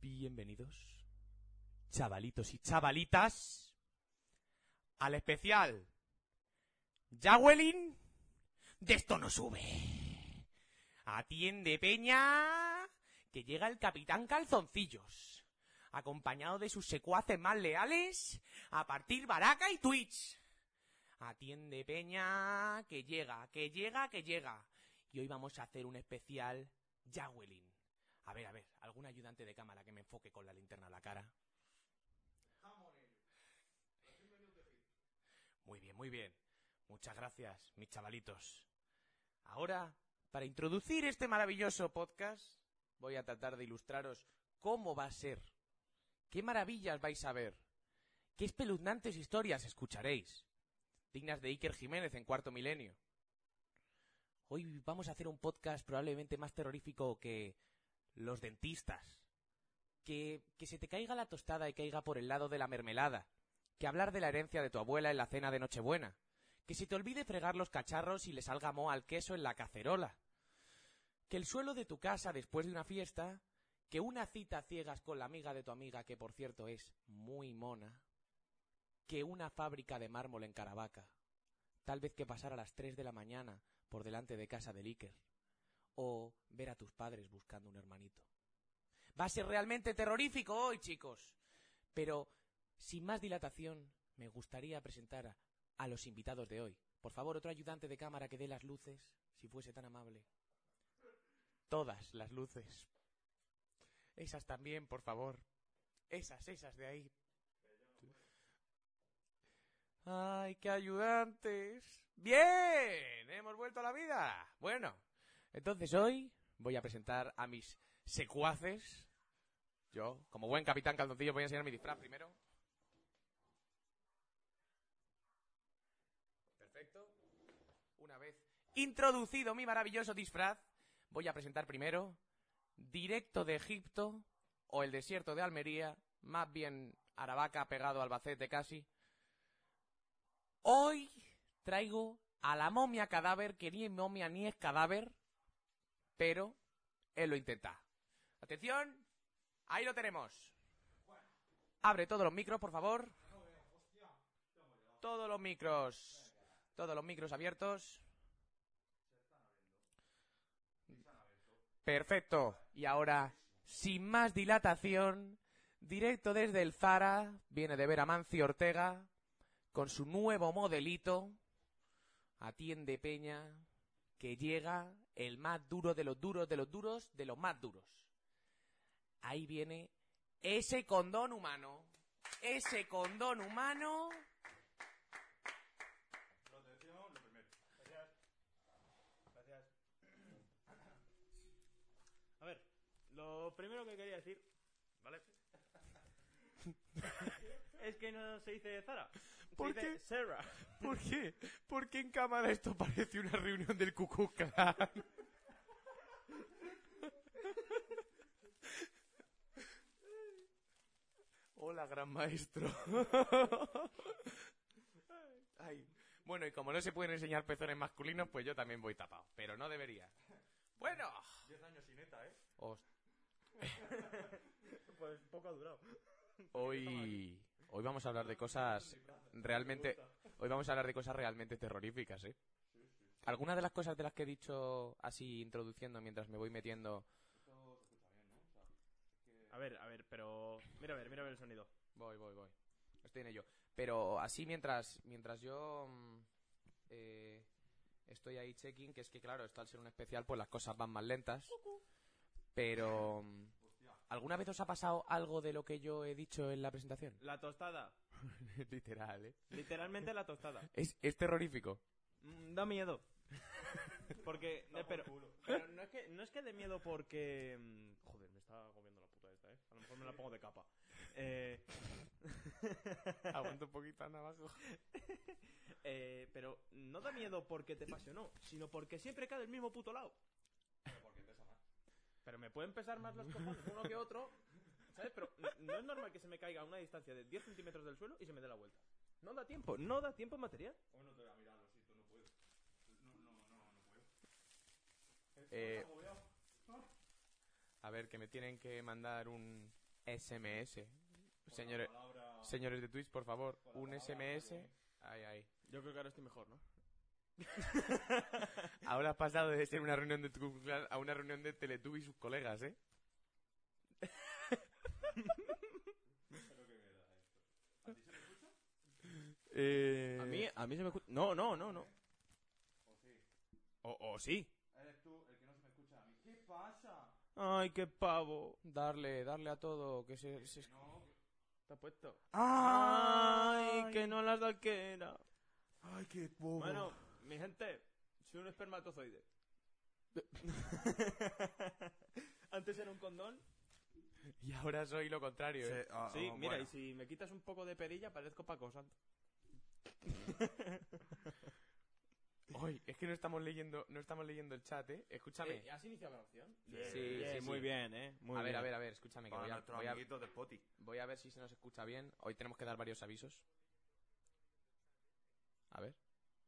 Bienvenidos, chavalitos y chavalitas, al especial Jawelin de esto no sube. Atiende Peña, que llega el capitán Calzoncillos, acompañado de sus secuaces más leales, a partir Baraca y Twitch. Atiende Peña, que llega, que llega, que llega. Y hoy vamos a hacer un especial Jawelin. A ver, a ver, algún ayudante de cámara que me enfoque con la linterna a la cara. Muy bien, muy bien. Muchas gracias, mis chavalitos. Ahora, para introducir este maravilloso podcast, voy a tratar de ilustraros cómo va a ser, qué maravillas vais a ver, qué espeluznantes historias escucharéis, dignas de Iker Jiménez en Cuarto Milenio. Hoy vamos a hacer un podcast probablemente más terrorífico que los dentistas. Que, que se te caiga la tostada y caiga por el lado de la mermelada. Que hablar de la herencia de tu abuela en la cena de Nochebuena. Que se te olvide fregar los cacharros y le salga moho al queso en la cacerola. Que el suelo de tu casa después de una fiesta. Que una cita a ciegas con la amiga de tu amiga, que por cierto es muy mona. Que una fábrica de mármol en Caravaca. Tal vez que pasar a las tres de la mañana por delante de casa del Iker o ver a tus padres buscando un hermanito. Va a ser realmente terrorífico hoy, chicos. Pero, sin más dilatación, me gustaría presentar a, a los invitados de hoy. Por favor, otro ayudante de cámara que dé las luces, si fuese tan amable. Todas las luces. Esas también, por favor. Esas, esas de ahí. ¡Ay, qué ayudantes! ¡Bien! ¡Hemos vuelto a la vida! Bueno, entonces hoy voy a presentar a mis secuaces. Yo, como buen capitán calzoncillo, voy a enseñar mi disfraz primero. Perfecto. Una vez introducido mi maravilloso disfraz, voy a presentar primero directo de Egipto o el desierto de Almería, más bien Aravaca pegado a Albacete casi. Hoy traigo a la momia cadáver, que ni es momia ni es cadáver, pero él lo intenta. Atención, ahí lo tenemos. Abre todos los micros, por favor. Todos los micros. Todos los micros abiertos. Perfecto. Y ahora, sin más dilatación, directo desde el Zara, viene de ver a Mancio Ortega con su nuevo modelito. Atiende Peña, que llega el más duro de los duros de los duros de los más duros. Ahí viene ese condón humano. Ese condón humano. Protección, lo primero. Gracias. Gracias. A ver, lo primero que quería decir, ¿vale? es que no se dice Zara. se ¿Por dice qué? Sarah. ¿Por qué? ¿Por qué en cámara esto parece una reunión del Cucú Clan? Hola, gran maestro. Ay. Bueno, y como no se pueden enseñar pezones masculinos, pues yo también voy tapado. Pero no debería. Bueno. Diez años sin ETA, ¿eh? os- Pues poco ha durado. Hoy, hoy vamos a hablar de cosas realmente, hoy vamos a hablar de cosas realmente terroríficas, ¿eh? Algunas de las cosas de las que he dicho así introduciendo mientras me voy metiendo, A ver, a ver, pero... Mira a ver, mira a ver el sonido. voy, voy, voy, estoy en ello. Pero así mientras, mientras yo mm, eh, estoy ahí checking, que es que claro, esto al ser un especial, pues las cosas van más lentas. Pero, mm, ¿alguna vez os ha pasado algo de lo que yo he dicho en la presentación? La tostada. Literal, ¿eh? Literalmente la tostada. Es, es terrorífico. Mm, da miedo. Porque... eh, pero, pero no, es que, no es que dé miedo porque... mm, Joder, me está agobiando la puta esta, ¿eh? A lo mejor me la pongo de capa. Eh... Aguanta un poquito abajo. Eh, pero no da miedo porque te pase o no, sino porque siempre cae del mismo puto lado. Pero me pueden pesar más los cojones uno que otro, ¿sabes? Pero n- no es normal que se me caiga a una distancia de 10 centímetros del suelo y se me dé la vuelta. No da tiempo, no da tiempo en material. Eh, a ver, que me tienen que mandar un, SMS. Señores, señores de Twitch, por favor, un SMS. Ay, ay. Yo creo que ahora estoy mejor, ¿no? Ahora has pasado de ser una reunión de tu clan a una reunión de Teletubby y sus colegas, ¿eh? Eh, A mí, a mí se me escucha. No, no, no, no. O, o sí. Ay, qué pavo. Darle, darle a todo. Que se, se- Está puesto. ¡Ay! Ay, que no las da que era. ¡Ay, qué bobo! Bueno, mi gente, soy un espermatozoide. Antes era un condón. y ahora soy lo contrario, ¿eh? ah, Sí, mira, y si me quitas un poco de perilla, parezco Paco Santo. Ay, es que no estamos leyendo, no estamos leyendo el chat, ¿eh? Escúchame. Eh, ¿Has iniciado canción? Sí, sí, sí. muy bien, eh. Muy a ver, bien. a ver, a ver, escúchame. Que Para voy, a, nuestros voy a- amiguitos Ah, de Spotty. voy a ver si se nos escucha bien. Hoy tenemos que dar varios avisos. A ver.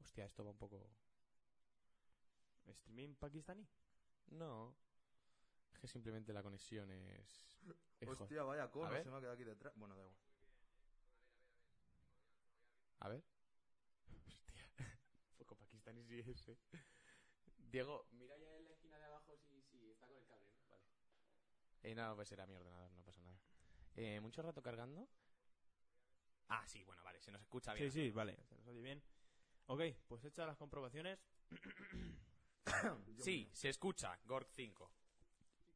Hostia, esto va un poco... ¿Streaming pakistaní? No. Es que simplemente la conexión es... es jo- Hostia, vaya A cono, ver. se me ha quedado aquí detrás. Bueno, da igual. A ver. Hostia. Poco pakistaní sí es, eh. Diego, mira ya en la esquina de abajo si, si está con el cable, ¿no? Vale. Eh, no, pues era mi ordenador, no pasa nada. Eh, ¿Mucho rato cargando? Ah, sí, bueno, vale, se nos escucha bien. Sí, sí, vale. Se nos oye bien. Ok, pues hechas las comprobaciones. Yo Sí, se escucha, Gorg 5.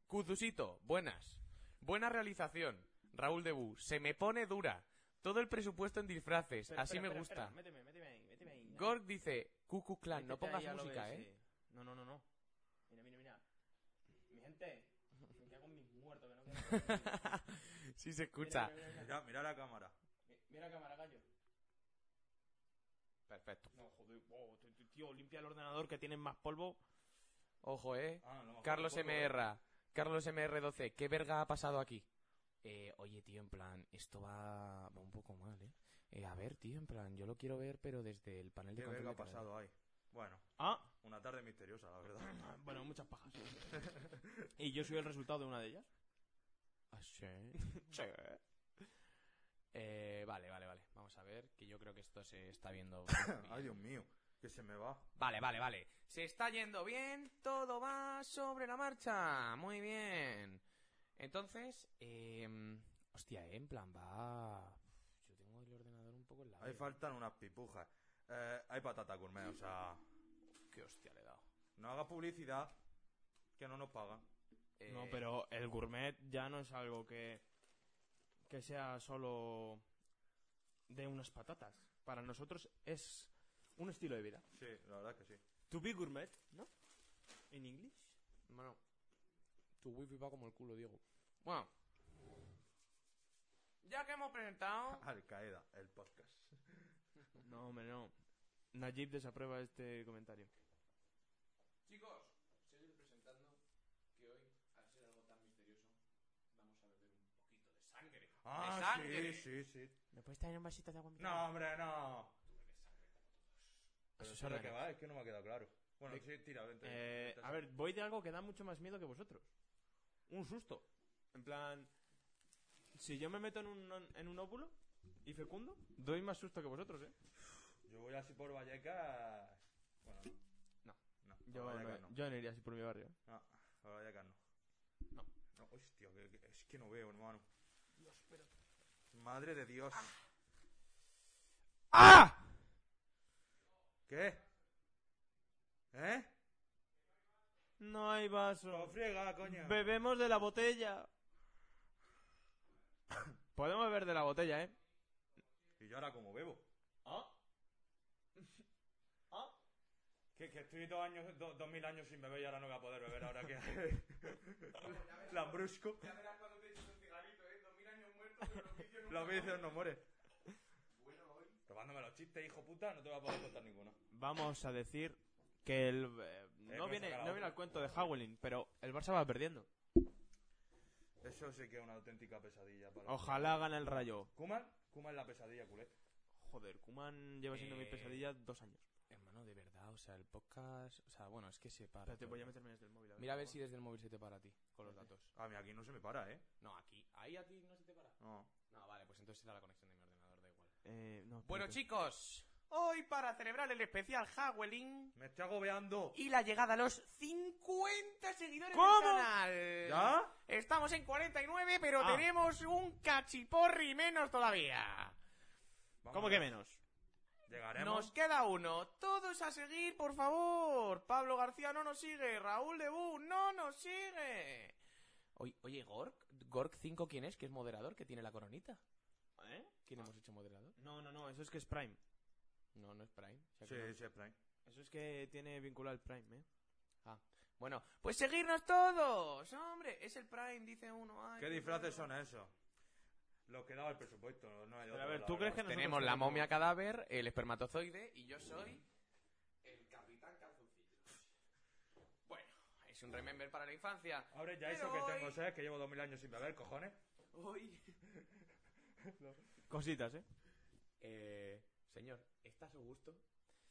Cuzusito, buenas. Buena realización. Raúl Debu, se me pone dura. Todo el presupuesto en disfraces, Espera, así espera, me espera, gusta. espera, Méteme, méteme ahí, méteme ahí. Gorg dice, Cucu Clan, no Métete ahí, pongas ya lo música, ves, ¿eh? sí. No, no, no, no. Mira, mira, mira. Mi gente, me cago en mis muertos, que no quiero- sí se escucha. Mira, me- mira, mira, Mira, mira la cámara. mira. Mira, cámara, gallo. Perfecto. No, joder, wow, t- t- tío, limpia el ordenador que tienen más polvo. Ojo, eh. Ah, no, Carlos tampoco- MR. Carlos MR12. ¿Qué verga ha pasado aquí? Eh, oye, tío, en plan, esto va, va un poco mal, eh. Eh, A ver, tío, en plan, yo lo quiero ver, pero desde el panel de ¿Qué control verga ha de calidad. pasado ahí? Bueno, Ah, una tarde misteriosa, la verdad. bueno, muchas pajas. y yo soy el resultado de una de ellas. Ah, sí. Eh, vale, vale, vale. Vamos a ver, que yo creo que esto se está viendo. Ay, Dios mío, que se me va. Vale, vale, vale. Se está yendo bien, todo va sobre la marcha. Muy bien. Entonces, eh, hostia, eh, en plan va... Yo tengo el ordenador un poco en la... Ahí verga. faltan unas pipujas. Eh, hay patata gourmet, o sea, Qué hostia le he dado. no haga publicidad que no nos pagan. Eh, No, pero el gourmet ya no es algo que, que sea solo de unas patatas. Para nosotros es un estilo de vida. Sí, la verdad que sí. To be gourmet, ¿no? ¿En inglés? Bueno, tu wifi va como el culo, Diego. Bueno. Ya que hemos presentado... Al Qaeda, el podcast. No, hombre, no. Najib desaprueba este comentario. Chicos, seguir presentando que hoy, al ser algo tan misterioso, vamos a beber un poquito de sangre. ¡De Ah, sí, sangre! sí, sí. ¿Me puedes traer un vasito de agua? No, hombre, no. Pero Eso es eso es lo orgánico. que va, es que no me ha quedado claro. Bueno, sí, tira, vente. Eh, vente, a ver, voy de algo que da mucho más miedo que vosotros. Un susto. En plan, si yo me meto en un, en un óvulo y fecundo, doy más susto que vosotros, ¿eh? Yo voy así por Vallecas. Bueno, no. No, no. Yo, por no, Vallecas no. yo no iría así por mi barrio. No, por Vallecas no. No. No, hostia, que- que- es que no veo, hermano. Dios, pero. Madre de Dios. ¡Ah! ¿Qué? ¿Eh? No hay No vaso. friega, coño. Bebemos de la botella. Podemos beber de la botella, ¿eh? Y yo ahora como bebo. ¿Ah? ¿Ah? Que, que estoy dos años, do- dos mil años sin beber y ahora no voy a poder beber ahora que. Lambrusco. Ya verás cuando te eches un cigarrito, ¿eh? Dos mil años muertos, pero los vicios nunca Los vicios no muere. Bueno, hoy... Robándome los chistes, hijo puta, no te voy a poder contar ninguno. Vamos a decir que el... eh, no, que viene, saca la no viene otra. al cuento de Howling, pero el Barça va perdiendo. Eso sí que es una auténtica pesadilla para. Ojalá gane el Rayo. Kuman, Kuman es la pesadilla, culé. Joder, Kuman lleva siendo mi Eh, pesadilla dos años. Hermano, de verdad, o sea, el podcast... O sea, bueno, es que sepa... Espérate, voy a meterme desde el móvil. a ver. Mira a ver si desde el móvil se te para a ti con los datos. A mí aquí no se me para, ¿eh? No, aquí. Ahí a ti no se te para. No. No, vale, pues entonces será la conexión de mi ordenador, da igual. Eh, no, Bueno, espérate. chicos, hoy para celebrar el especial Halloween Me estoy agobiando. y la llegada a los 50 seguidores ¿Cómo? del canal. ¿Ya? Estamos en 49, pero Ah. tenemos un cachiporri menos todavía. Vamos ¿Cómo allá. que menos? Llegaremos. Nos queda uno. Todos a seguir, por favor. Pablo García no nos sigue. Raúl Debú no nos sigue. Oye, oye Gork, Gork 5, ¿quién es? ¿Que es moderador? ¿Que tiene la coronita? ¿Eh? ¿Quién hemos hecho moderador? No, no, no, eso es que es Prime. No, no es Prime. O sea que Sí, no- sí, es Prime. Eso es que tiene vinculado el Prime, ¿eh? Bueno, pues seguirnos todos. Hombre, es el Prime, dice uno. Ay, ¿Qué qué disfraces bueno. son esos? Los que daba el presupuesto, no, no hay Pero a otro, ver, la ¿tú crees verdad. que nosotros Tenemos la tenemos- momia cadáver, el espermatozoide y yo soy el capitán calzoncillo. Bueno, es un remember para la infancia. Ahora ya Pero eso que tengo hoy- sed, que llevo 2000 años sin beber, cojones. Hoy... Cositas, ¿eh? Eh, señor, ¿está a su gusto?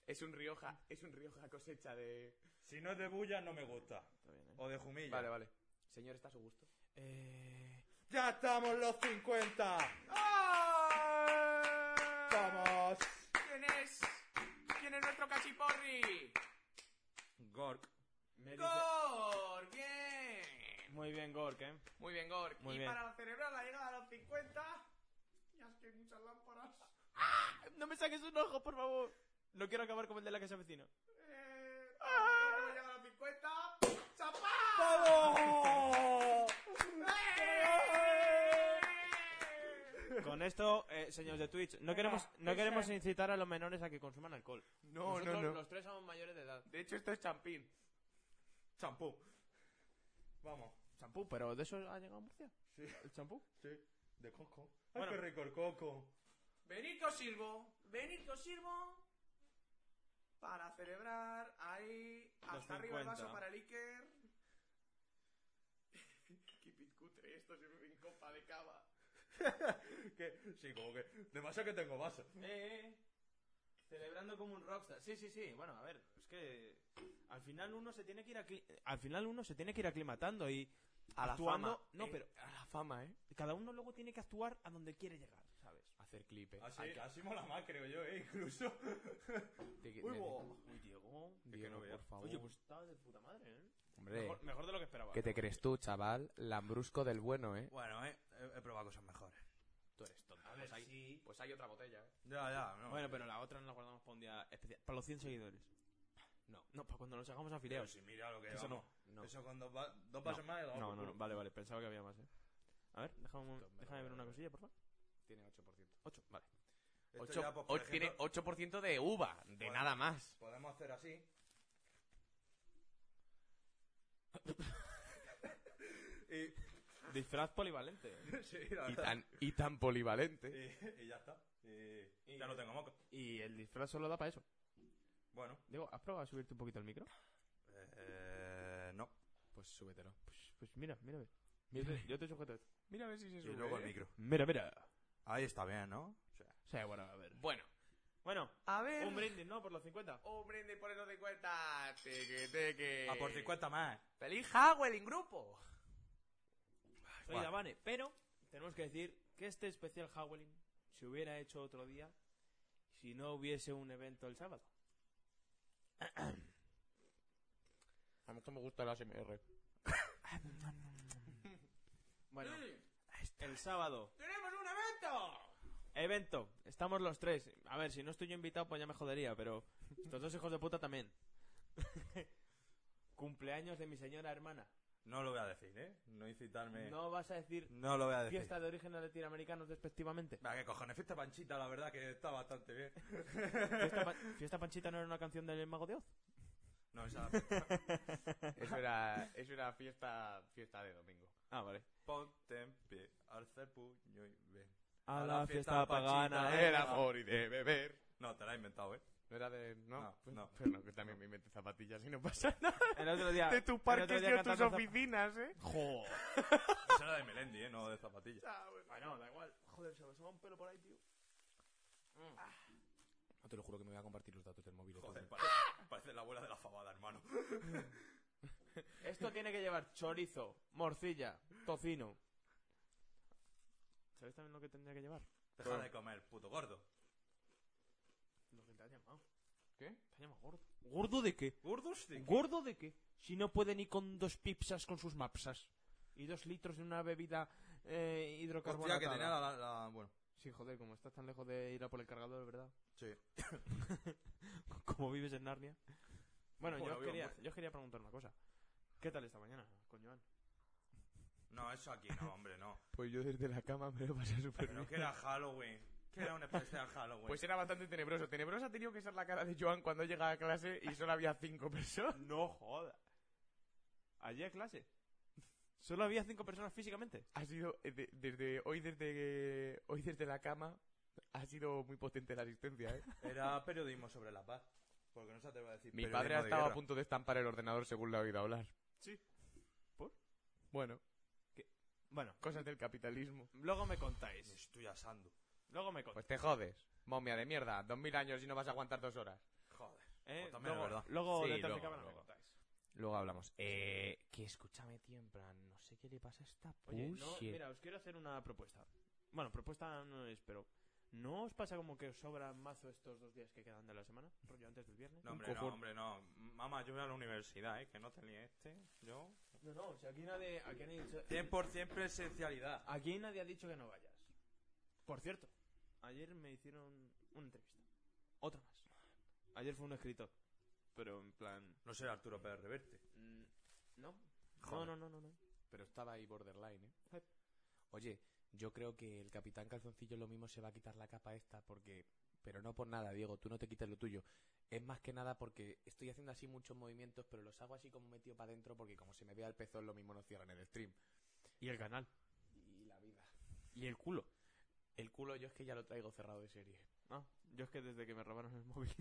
Es un Rioja, es un Rioja cosecha de... Si no es de bulla, no me gusta. Está bien, ¿eh? O de jumilla. Vale, vale. Señor, ¿está a su gusto? Eh, ¡Ya estamos los 50! ¡Vamos! ¡Ah! ¿Quién es? ¿Quién es nuestro cachiporri? Gork. me dice- ¡Gor! ¡Bien! Muy bien, Gork, ¿eh? Muy bien, Gor. Muy y bien. para celebrar la llegada a los 50, ya es que hay muchas lámparas. ¡Ah! No me saques un ojo, por favor. ¡Ah! No quiero acabar como el de la casa vecina. Eh, para llegar a los 50, ¡chapá! ¡Eh! Con esto, eh, señores de Twitch, no queremos, no queremos incitar a los menores a que consuman alcohol. No, Nosotros, no, no. Los tres somos mayores de edad. De hecho, esto es champín. Champú. Vamos. ¿Champú? ¿Pero de eso ha llegado a Murcia? Sí, ¿El champú? sí. De coco. Ay, Bueno. qué rico el coco. Venid que os sirvo, venid que os sirvo para celebrar ahí Los hasta arriba el 50. vaso para el Iker. Qué pit cutre esto se bebe en copa de cava. que, sí, como que. Demasiado que tengo vaso. Eh, eh. Celebrando como un rockstar. Sí, sí, sí. Bueno, a ver, es que al final uno se tiene que ir acli- al final uno se tiene que ir aclimatando y actuando- No, pero a la fama, eh. cada uno luego tiene que actuar a donde quiere llegar, ¿sabes? Hacer clip, eh. Así, así mola más, creo yo, ¿eh? Incluso. Uy, Uy, Diego. Diego, que no vea. por favor. Oye, pues estaba de puta madre, ¿eh? Hombre, Mejor, mejor de lo que esperaba. ¿qué te crees tú, chaval? Lambrusco del bueno, eh. Bueno, ¿eh? He, he probado cosas mejores. Tú eres tonto. A ver, pues, hay, sí. pues hay otra botella, eh. Ya, ya, no. Bueno, pero la otra no la guardamos para un día especial. Para los 100 seguidores. No. No, para cuando nos hagamos Pero afiliados. si mira lo que Eso llevamos. No. Eso con dos, va- dos pues vasos más. y lo No, damos no, por no, culo. vale, vale, pensaba que había más, ¿eh? A ver, déjame, un- Toma, déjame ver una vale. cosilla, por favor. Tiene 8%. 8, vale. Esto Ocho- ya, pues, por o- ejemplo, tiene 8% de uva, de Joder. nada más. Podemos hacer así. y, Disfraz polivalente. sí, la Y verdad. tan, y tan polivalente. Y- y ya está. Y, Y- ya no tengo moco. Y el disfraz solo da para eso. Bueno, Diego, ¿has probado a subirte un poquito el micro? eh, no. Pues súbetelo. Pues, pues mira, mira, a ver. Mira, yo te sujeto esto. Mira a ver si se Y luego eh. el micro. Mira, mira. Ahí está bien, ¿no? O sea, O sea, bueno, a ver. Bueno, Bueno, a ver. un brindis, ¿no? Por los 50. Un brindis por el de cuenta. Teque, teque. a Ah, por 50 más. ¡Feliz Halloween, grupo! Soy Vale. Davane, pero tenemos que decir que este especial Halloween se hubiera hecho otro día si no hubiese un evento el sábado. A mí me gusta el ASMR. Bueno, el sábado. ¡Tenemos un evento! Evento, estamos los tres. A ver, si no estoy yo invitado, pues ya me jodería, pero estos dos hijos de puta también. Cumpleaños de mi señora hermana. No lo voy a decir, ¿eh? No incitarme. No vas a decir No lo voy a decir. fiesta de origen latinoamericanos despectivamente. Va, qué cojones, fiesta panchita, la verdad que está bastante bien. ¿Fiesta, pan- ¿Fiesta Panchita no era una canción del Mago de Oz? No, esa. Es una, es una fiesta, fiesta de domingo. Ah, vale. Ponte en pie, alza el puño y ven. A la la fiesta fiesta eh. pagana Panchita, de El la amor y de beber. No, te la he inventado, ¿eh? No era de. No, No, Pues- no. Pero no, que también me inventé zapatillas y no pasa nada. El otro día. De tus el parques otro y día de tus cantando- oficinas, ¿eh? ¡Jo! Esa era de Melendi, ¿eh? No de zapatillas. Bueno, da igual. Joder, se me asoma un pelo por ahí, tío. No te lo juro que me voy a compartir los datos del móvil. Joder, parece, parece la abuela de la fabada, hermano. Esto tiene que llevar chorizo, morcilla, tocino. ¿Sabes también lo que tendría que llevar? Deja de comer, puto gordo. Lo que te has llamado. ¿Qué? Te has llamado gordo. ¿Gordo de qué? ¿Gordo? hostia? ¿Gordo de qué? Si no puede ni con dos pipsas con sus mapsas. Y dos litros de una bebida eh, hidrocarbonatada. Hostia, que tenía la, la- la- Bueno, Sí, joder, como estás tan lejos de ir a por el cargador, ¿verdad? sí. como vives en Narnia. Bueno, Bueno, yo, vivo os en quería, Murcia. yo os quería preguntar una cosa. ¿Qué tal esta mañana con Joan? No, eso aquí no, hombre, no. Pues yo desde la cama me lo pasé súper Pero que era Halloween. Que era un especial Halloween. Pues era bastante tenebroso. Tenebrosa ha tenido que ser la cara de Joan cuando llega a clase y solo había cinco personas. No joda. Allí a clase. Solo había cinco personas físicamente. Ha sido, eh, de- desde hoy desde, hoy desde la cama, ha sido muy potente la asistencia, ¿eh? Era periodismo sobre la paz. Porque no se atreve a decir Mi periodismo padre ha de estado a guerra. punto de estampar el ordenador según le he oído hablar. Sí. ¿Por? Bueno, Bueno, cosas del capitalismo. luego me Me contáis. estoy asando. Luego me contáis. Pues te jodes. Momia de mierda, dos mil años y no vas a aguantar dos horas. Joder. ¿eh? pues también es luego, verdad. luego Sí, detrás de luego, cámara me luego. contáis. Luego hablamos. Eh, que escúchame, tío, en plan, no sé qué le pasa a esta Oye, push. no, mira, os quiero hacer una propuesta. Bueno, propuesta no es, pero... ¿No os pasa como que os sobran mazo estos dos días que quedan de la semana? Rollo antes del viernes. No, hombre, no, cojón. hombre, no. Mamá, yo voy a la universidad, ¿eh? Que no te líes este. Yo... No, no, si aquí nadie, aquí, nadie, 100% presencialidad. aquí nadie ha dicho que no vayas. Por cierto, ayer me hicieron una entrevista. Otra más. Ayer fue un escritor. Pero en plan... No será Arturo Pérez Reverte. mm, No. No, Joder. no, no, no, no. Pero estaba ahí borderline, ¿eh? Sí. Oye, yo creo que el Capitán Calzoncillo lo mismo se va a quitar la capa esta porque... Pero no por nada, Diego, tú no te quites lo tuyo. Es más que nada porque estoy haciendo así muchos movimientos, pero los hago así como metido para adentro porque como se me vea el pezón, lo mismo no cierran el stream. Y el canal. Y la vida. Y el culo. El culo yo es que ya lo traigo cerrado de serie. Ah, yo es que desde que me robaron el móvil.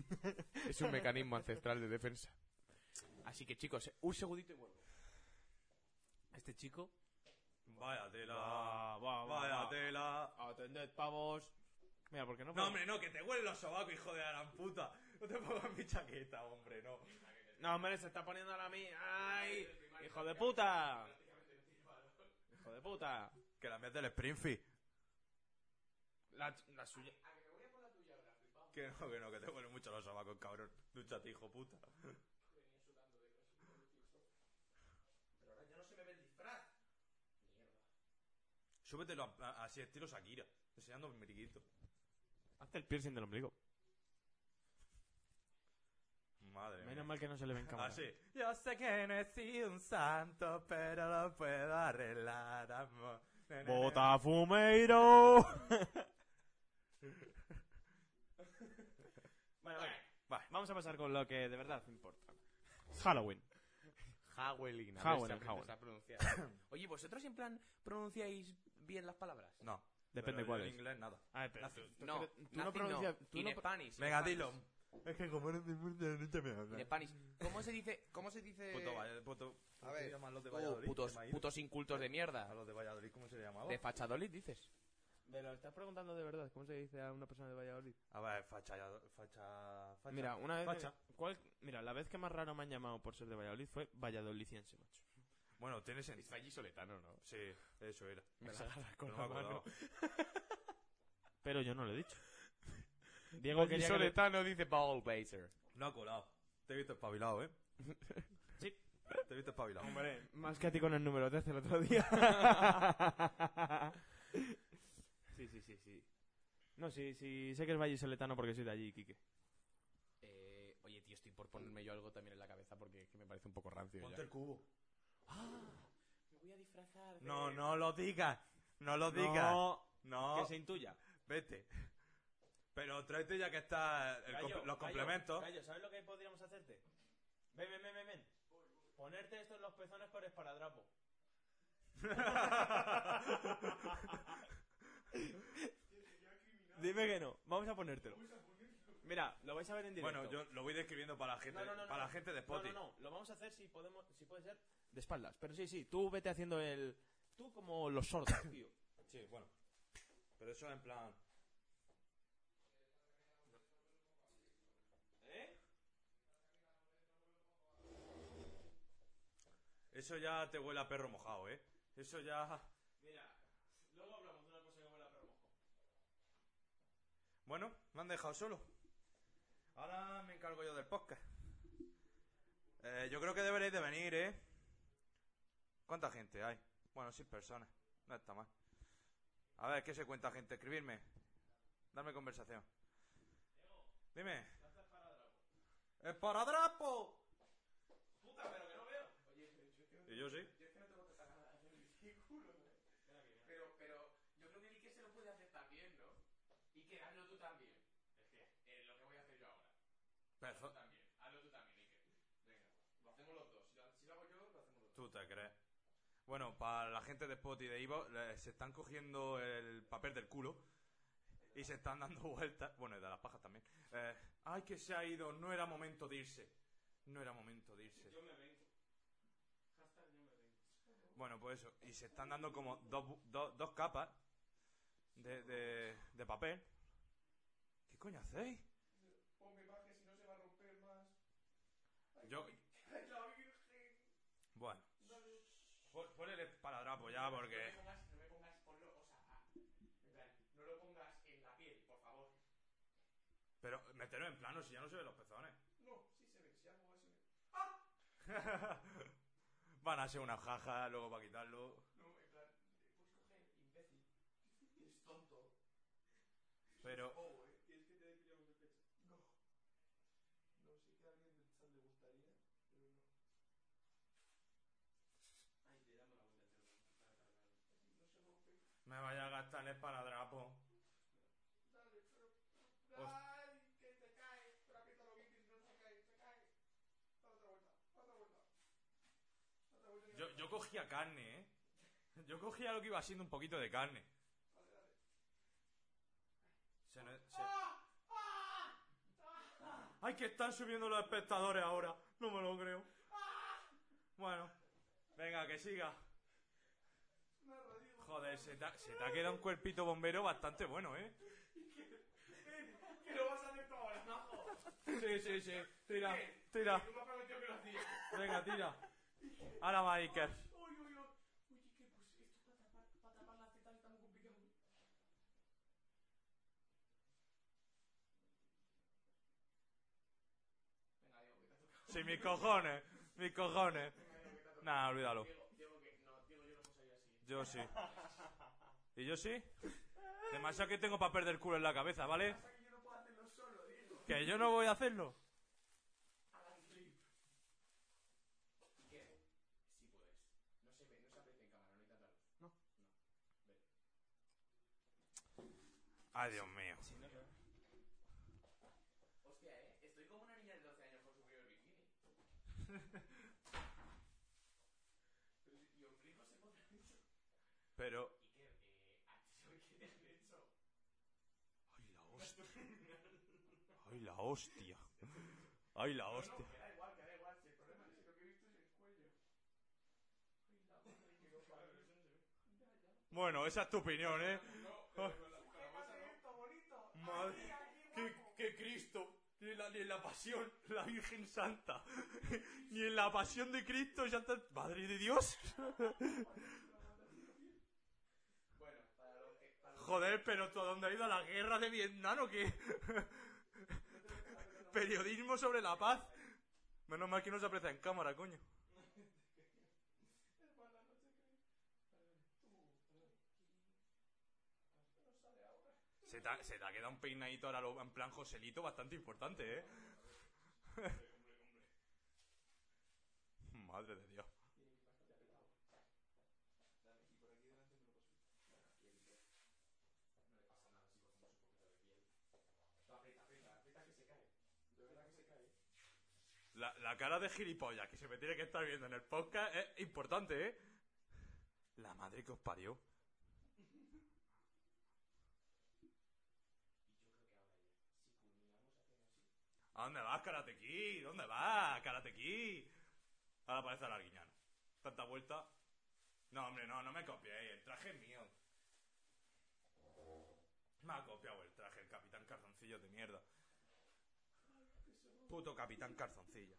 Es un mecanismo ancestral de defensa. Así que chicos, un segundito y vuelvo. Este chico... Vaya tela. Ah. Va, Ah, va, va, Vaya va. tela. Atended, pavos. Mira, porque no... No, podemos- hombre, no, que te huelen los sobacos, hijo de la gran puta. No te pongas mi chaqueta, hombre, no. No, hombre, se está poniendo a la mía. ¡Ay! ¡Hijo de puta! ¡Hijo de puta! Que la mía del Springfield. La, la suya. Que no, que no, que te huelen mucho los sobacos, cabrón. Dúchate, hijo puta. Pero ahora ya no se me ve el disfraz. Súbetelo a- a- así, estilo Shakira. Enseñando mi meriguito. Hazte el piercing del ombligo. Madre mía. Menos mal que no se le ven cámara. Así. Yo sé que no he sido un santo, pero lo puedo arreglar, amor. Ne, ne, ne. fumeiro! bueno, vale. Vale. Vamos a pasar con lo que de verdad importa. Halloween. Howelin. a ver si aprendes a Oye, ¿vosotros en plan pronunciáis bien las palabras? No. Depende pero cuál yo es. En inglés, nada. A ver, pero Nazi. tú- tú No, cre- tú no nothing pronuncias... no. tú In no pro- Spanish. in Venga, Spanish. dilo. Es que como no me importa, no te me In Spanish. ¿Cómo se dice? ¿Cómo se dice? Puto, Valle- puto. ¿cómo ver. se llaman los de Oh, Valladolid? putos, Se me ha ido. putos incultos de A mierda. los de Valladolid, ¿cómo se le llamaba? Ah, De Fachadolid, dices. ¿Me lo estás preguntando de verdad? ¿Cómo se dice a una persona de Valladolid? A ver, facha, facha, facha. Mira, una vez. Facha. ¿cuál- mira, la vez que más raro me han llamado por ser de Valladolid fue Valladoliciense, macho. Bueno, tienes en... soletano, ¿no? Sí, eso era. Me la agarra con No me la mano. acordaba. Pero yo no lo he dicho. Diego Pues quería que le- dice Ball Baser. No ha colado. Te he visto espabilado, ¿eh? Sí. Te he visto espabilado. Hombre, más que a ti con el número 13 el otro día. sí, sí, sí, sí. No, sí, sí, sé que es vallisoletano porque soy de allí, Quique. Eh, oye, tío, estoy por ponerme yo algo también en la cabeza porque es que me parece un poco rancio. Ponte ya. Ah. el cubo. Me voy a disfrazar. de- No, no lo digas. No lo digas. No, No. que se intuya. Vete. Pero tráete ya que está el Gallo, comple- los Gallo, complementos. Gallo, ¿sabes lo que podríamos hacerte? Ven, ven, ven, ven, ven. Ponerte esto en los pezones por esparadrapo. Dime que no, vamos a ponértelo. Mira, lo vais a ver en directo. bueno, yo lo voy describiendo para la gente, No, no, no, para no. la gente de No, Spotify. no, no, lo vamos a hacer si podemos, si puede ser de espaldas. Pero sí, sí, tú vete haciendo el... Tú como los sordos, tío. Sí, bueno. Pero eso en plan. ¿Eh? Eso ya te huele a perro mojado, ¿eh? Eso ya... Mira, luego hablamos de una cosa que huele a perro mojado. Bueno, me han dejado solo. Ahora me encargo yo del podcast. Eh, yo creo que deberéis de venir, ¿eh? ¿Cuánta gente hay? Bueno, seis personas. No está mal. A ver, ¿qué se cuenta, gente? Escribirme. Darme conversación. Dime. ¡Es para Drapo! Puta, pero que no veo. Y yo sí. Yo es que no tengo que sacar nada, es ridículo. Pero, pero, yo creo que el Ike se lo puede hacer también, ¿no? Y que hazlo tú también. Es que, eh, lo que voy a hacer yo ahora. Hazlo Pero también, hazlo tú también, Ike. Venga, lo hacemos los dos. Si lo, si lo hago yo, lo hacemos los dos. tú te crees. Bueno, para la gente de Spot y de Ivo, eh, se están cogiendo el papel del culo y se están dando vueltas. Bueno, y de las pajas también. Eh, ¡Ay, que se ha ido! No era momento de irse. No era momento de irse. Yo me vengo. Hashtag yo me vengo. Bueno, pues eso. Y se están dando como dos, bu- do- dos capas de, de, de papel. ¿Qué coño hacéis? Ponme imagen, si no se va a romper más. Yo. La Virgen. Bueno. No, no, no Pon- Ponele paladrapo ya, porque. me pongas, no me pongas, ponlo, o sea, ah, en plan, no lo pongas en la piel, por favor. Pero meterlo en plano si ya no se ven los pezones. No, sí se ve, si hago eso. Van a ser una jaja, luego para quitarlo. No, en plan, eh, puedes coger, imbécil. Eres tonto. Pero. Oh, eh, tienes que tener que llevar un pecho. No. No sé que a alguien del chat le gustaría, pero no. Ay, te damos la vuelta entero. No se rompe. Me vaya a gastar el esparadrapo. Dale, pero. ¡Ay! ¡Que te caes! Pero apriétalo bien, que si no se cae, se cae. Da otra vuelta, da otra vuelta. Da otra vuelta. y Yo, yo cogía carne, ¿eh? Yo cogía lo que iba siendo un poquito de carne. Dale, dale. Se nos- se- ¡Ay, que están subiendo los espectadores ahora! No me lo creo. Bueno, venga, que siga. Una radio. Joder, se te, ha- se te ha quedado un cuerpito bombero bastante bueno, ¿eh? ¿Qué lo vas a hacer tú ahora, majo? Sí, sí, sí. Tira, ¿Qué? tira. Tú me has prometido que lo hacías. Venga, tira. Ahora va Iker. Uy, uy, uy. Uy, que pues esto para tapar, para tapar las tetas está muy complicado. Venga, Diego, que te ha tocado. Sí, mis cojones. Mis cojones. Nah, olvídalo. Diego, Diego, que no, Diego, yo no soy así. Yo sí. ¿Y yo sí? Demasiado que tengo para perder culo en la cabeza, ¿vale? Pasa que yo no puedo hacerlo solo, Diego. Que yo no voy a hacerlo. Hagan clip. ¿Qué? Sí puedes. No se ve, no se aprecia en cámara, no hay tanta luz. Ay, Dios mío. Hostia, eh, estoy como una niña de 12 años con su primer bikini. Pero si- y ombligo se pone mucho. Pero... Iker, eh, ¿a ti sobre qué te han hecho? Ay, la hostia. Ay, la hostia. Ay, la hostia. No, no, que da igual, que da igual. Si el problema es que lo que he visto es el cuello. Ay, la madre que lo parió. Ya, ya. Bueno, esa es tu opinión, ¿eh? Sujétate esto, bonito. Madre. Aquí, aquí, ¡Qué, guapo. qué Cristo! Ni en, la, ni en la pasión, la Virgen Santa. Ni en la pasión de Cristo, ya está- ¡Madre de Dios! Bueno, para los que... Para los Joder, pero ¿tú a dónde ha ido? ¿A la guerra de Vietnam o qué? Periodismo sobre la paz. Menos mal que no se aprecia en cámara, coño. Es para la noche que... Tú, no sale ahora. Se te, ha, se te ha quedado un peinadito ahora lo- en plan Joselito bastante importante, ¿eh? Madre de Dios. La, la cara de gilipollas que se me tiene que estar viendo en el podcast es importante, ¿eh? La madre que os parió. ¿A dónde vas, Karate Kid? ¿Dónde vas, Karate Kid? Ahora parece Larguiñano. Tanta vuelta. No, hombre, no, no me copiéis. El traje es mío. Me ha copiado el traje el Capitán Calzoncillo de mierda. Puto Capitán Calzoncillo.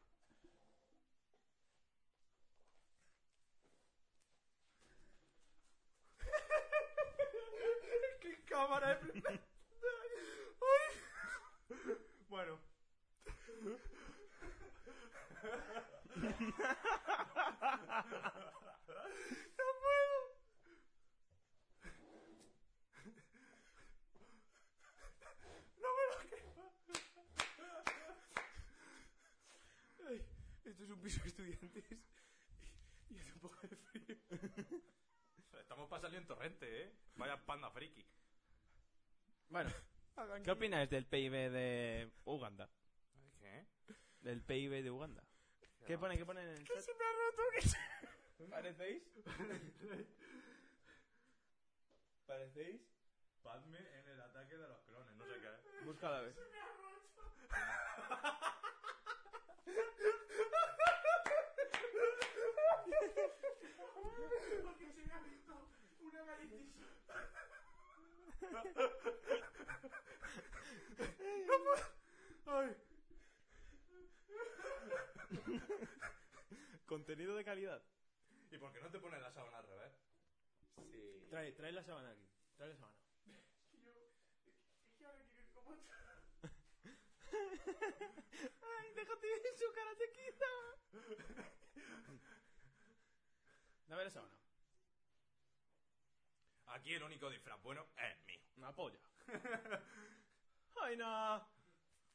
un piso de estudiantes y, y hace un poco de frío. Estamos pasando en torrente, ¿eh? Vaya panda friki. Bueno, Ah, ¿qué opináis del PIB de Uganda? ¿Qué? Del PIB de Uganda. ¿Qué pone? ¿Qué pone en el chat? me ha roto? que ¿Parecéis? ¿Parecéis? Padme en el ataque de los clones, no sé qué. Búscala a ver. Porque se me ha visto una nariz. Contenido de calidad. ¿Y por qué no te pones la sábana al revés? Sí. Trae, trae la sábana aquí. Trae la sábana. Y yo. Es que ahora quiero ir como tú. Ay, déjate de su cara te quita. Dame la sábana. Aquí el único disfraz bueno es mío. Una polla. Ay, no.